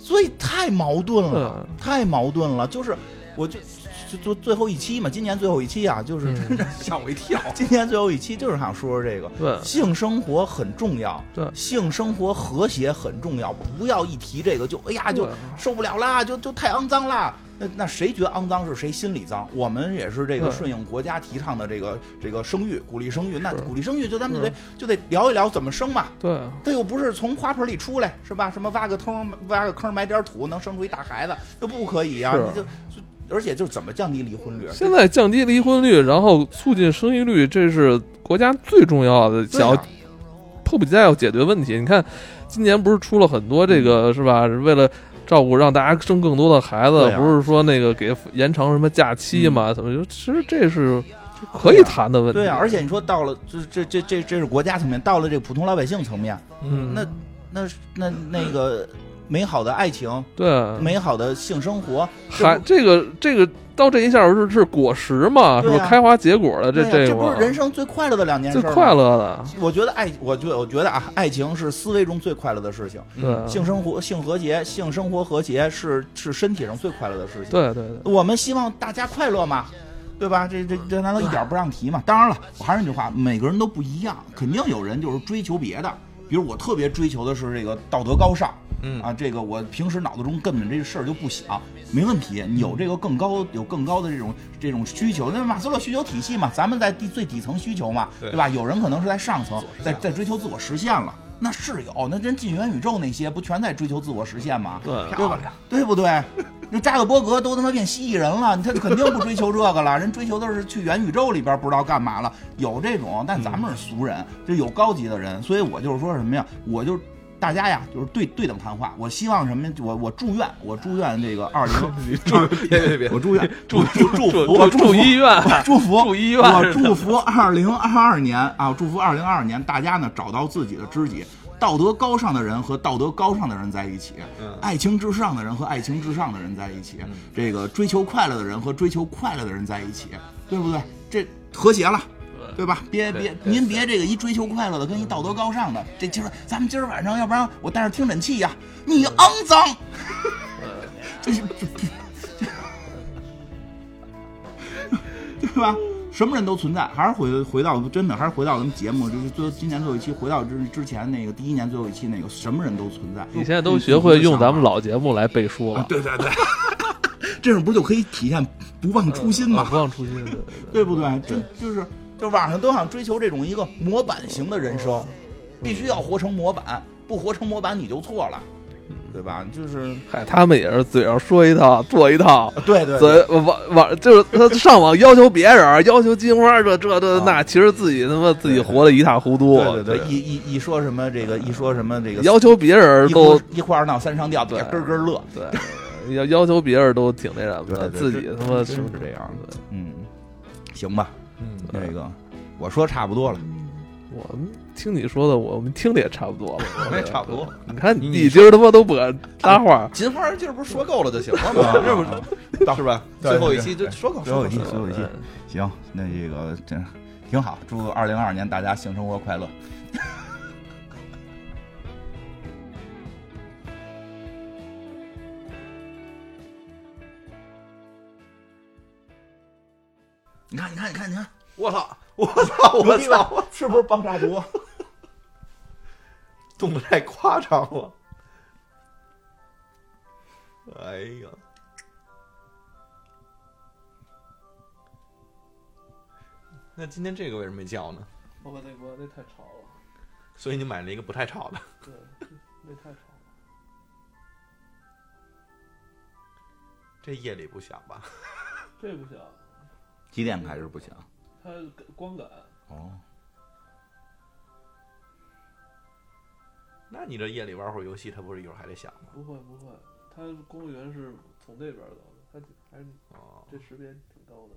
S3: 所以太矛盾了，
S2: 嗯
S3: 太矛盾了。就是，我就就就最后一期嘛，今年最后一期啊，就是
S2: 嗯
S3: 真的吓我一跳。今年最后一期就是想说说这个，
S2: 对
S3: 性生活很重要，
S2: 嗯对
S3: 性生活和谐很重要，不要一提这个就哎呀就
S2: 对
S3: 受不了啦，就就太肮脏啦。那那谁觉得肮脏是谁心里脏？我们也是这个
S2: 对
S3: 顺应国家提倡的这个这个生育，鼓励生育。那
S2: 是嗯
S3: 鼓励生育，就咱
S2: 是
S3: 们就得就得聊一聊怎么生嘛。
S2: 对，
S3: 他又不是从花盆里出来，是吧？什么挖个坑，挖个坑埋点土，能生出一大孩子，这不可以啊！
S2: 是
S3: 你就就而且就是怎么降低离婚率？
S2: 现在降低离婚率，然后促进生育率，这是国家最重要的，
S3: 对
S2: 想要
S3: 啊嗯
S2: 迫不及待要解决问题。你看，今年不是出了很多这个是吧？为了照顾，让大家生更多的孩子，
S1: 对啊
S2: 不是说那个给延长什么假期嘛？怎么就其实这是可以谈的问题。
S3: 嗯对啊，而且你说到了，就是这这这这是国家层面，到了这普通老百姓层面，
S2: 嗯，
S3: 那那那那个美好的爱情，
S2: 对
S3: 美好的性生活，这
S2: 还
S3: 不
S2: 这个这个到这一下是是果实嘛，是
S3: 对啊
S2: 吧？开花结果了，
S3: 对
S2: 这
S3: 呀
S2: 这
S3: 这不
S2: 个
S3: 是人生最快乐的两啊件事
S2: 最
S3: 吗
S2: 快。乐的，
S3: 我觉得爱，我觉得我觉得啊，爱情是思维中最快乐的事情，
S1: 嗯
S2: 对
S3: 性生活、性和谐、性生活和谐是是身体上最快乐的事情。
S2: 对对对，
S3: 我们希望大家快乐嘛，对吧？这这这难道一点不让提吗？当然了，我还是那句话，每个人都不一样，肯定有人就是追求别的。比如我特别追求的是这个道德高尚，
S1: 嗯
S3: 啊，这个我平时脑子中根本这事儿就不想，没问题。你有这个更高有更高的这种这种需求，那马斯洛需求体系嘛，咱们在地最底层需求嘛，
S1: 对
S3: 对吧？有人可能是在上层，在在追求自我实现了，那是有，那真进元宇宙那些不全在追求自我实现吗？
S2: 对
S3: 对吧？对不对？那扎克伯格都他妈变蜥蜴人了，他肯定不追求这个了，人追求的是去元宇宙里边不知道干嘛了。有这种，但咱们是俗人，就有高级的人，所以我就是说什么呀，我就。大家呀，就是对对等谈话。我希望什么呀？我我祝愿，我祝愿这个 二零，
S1: 别别别，
S3: 我祝 愿祝祝祝福，我
S2: 住
S3: 祝福
S2: 住医院，
S3: 祝福
S2: 住医院
S3: 我
S2: 是吧
S3: 祝福二零二二年啊，祝福二零二二年大家呢找到自己的知己，道德高尚的人和道德高尚的人在一起，爱情至上的人和爱情至上的人在一起，这个追求快乐的人和追求快乐的人在一起，对不对？这和谐了。对吧？别别，您别这个一追求快乐的跟一道德高尚的，这今儿咱们今儿晚上，要不然我带着听诊器呀、你肮脏， 这是这这对吧？什么人都存在，还是回回到真的，还是回到咱们节目，就是最后今年最后一期，回到之之前那个第一年最后一期那个，什么人都存在。
S2: 你现在都学会用咱们老节目来背书
S3: 啊
S2: 了，
S3: 对对对，这种不就可以体现不忘初心
S2: 啊
S3: 吗？
S2: 不忘初心，对 对对
S3: 对不对？这就是，就网上都想追求这种一个模板型的人生，必须要活成模板，不活成模板你就错了，对吧？就是
S2: 嗨，哎他们也是嘴上说一套做一套，
S3: 对对
S2: 嘴网网就是他上网要求别人，要求金花这这这那，其实自己他妈自己活得一塌糊涂，
S3: 啊对对对，一一一说什么这个，一说什么这个，
S2: 要求别人
S3: 一哭
S2: 都
S3: 一哭二闹三上吊，底下咯咯乐，
S2: 对，要要求别人都挺那什么的，
S3: 对对
S2: 自己他妈
S3: 真是这样
S2: 的。
S3: 嗯，行吧，
S1: 嗯，
S3: 那个我说差不多了，
S2: 我们听你说的，我们听的也差不多 了，
S1: 我们也差不多。
S2: 你看你今儿他妈都不敢搭话，
S1: 金花儿今儿不是说够了就行了
S3: 啊
S1: 吗？
S3: 啊
S1: 这不是吧？
S3: 对
S1: 最后一期就说够，
S3: 最后一期，
S1: 说够
S3: 最后一期，行，那这个这挺好，祝二零二二年大家性生活快乐。 你看，你看，你看，你看，
S1: 我操！我操！我操！，
S3: 哦是不是帮大毒？
S1: 动的太夸张了。哎呀！那今天这个为什么没叫呢？
S2: 我把那锅那太吵了，
S1: 所以你买了一个不太吵的。
S2: 那太吵了。
S1: 这夜里不响吧？
S2: 这不行，
S3: 几点开始不行？
S2: 它光感。
S3: 哦，
S1: 那你这夜里玩会儿游戏，它不是一会儿还得响吗？
S2: 不会不会，它公务员是从那边走的，它还是
S1: 哦，
S2: 这识别挺高的。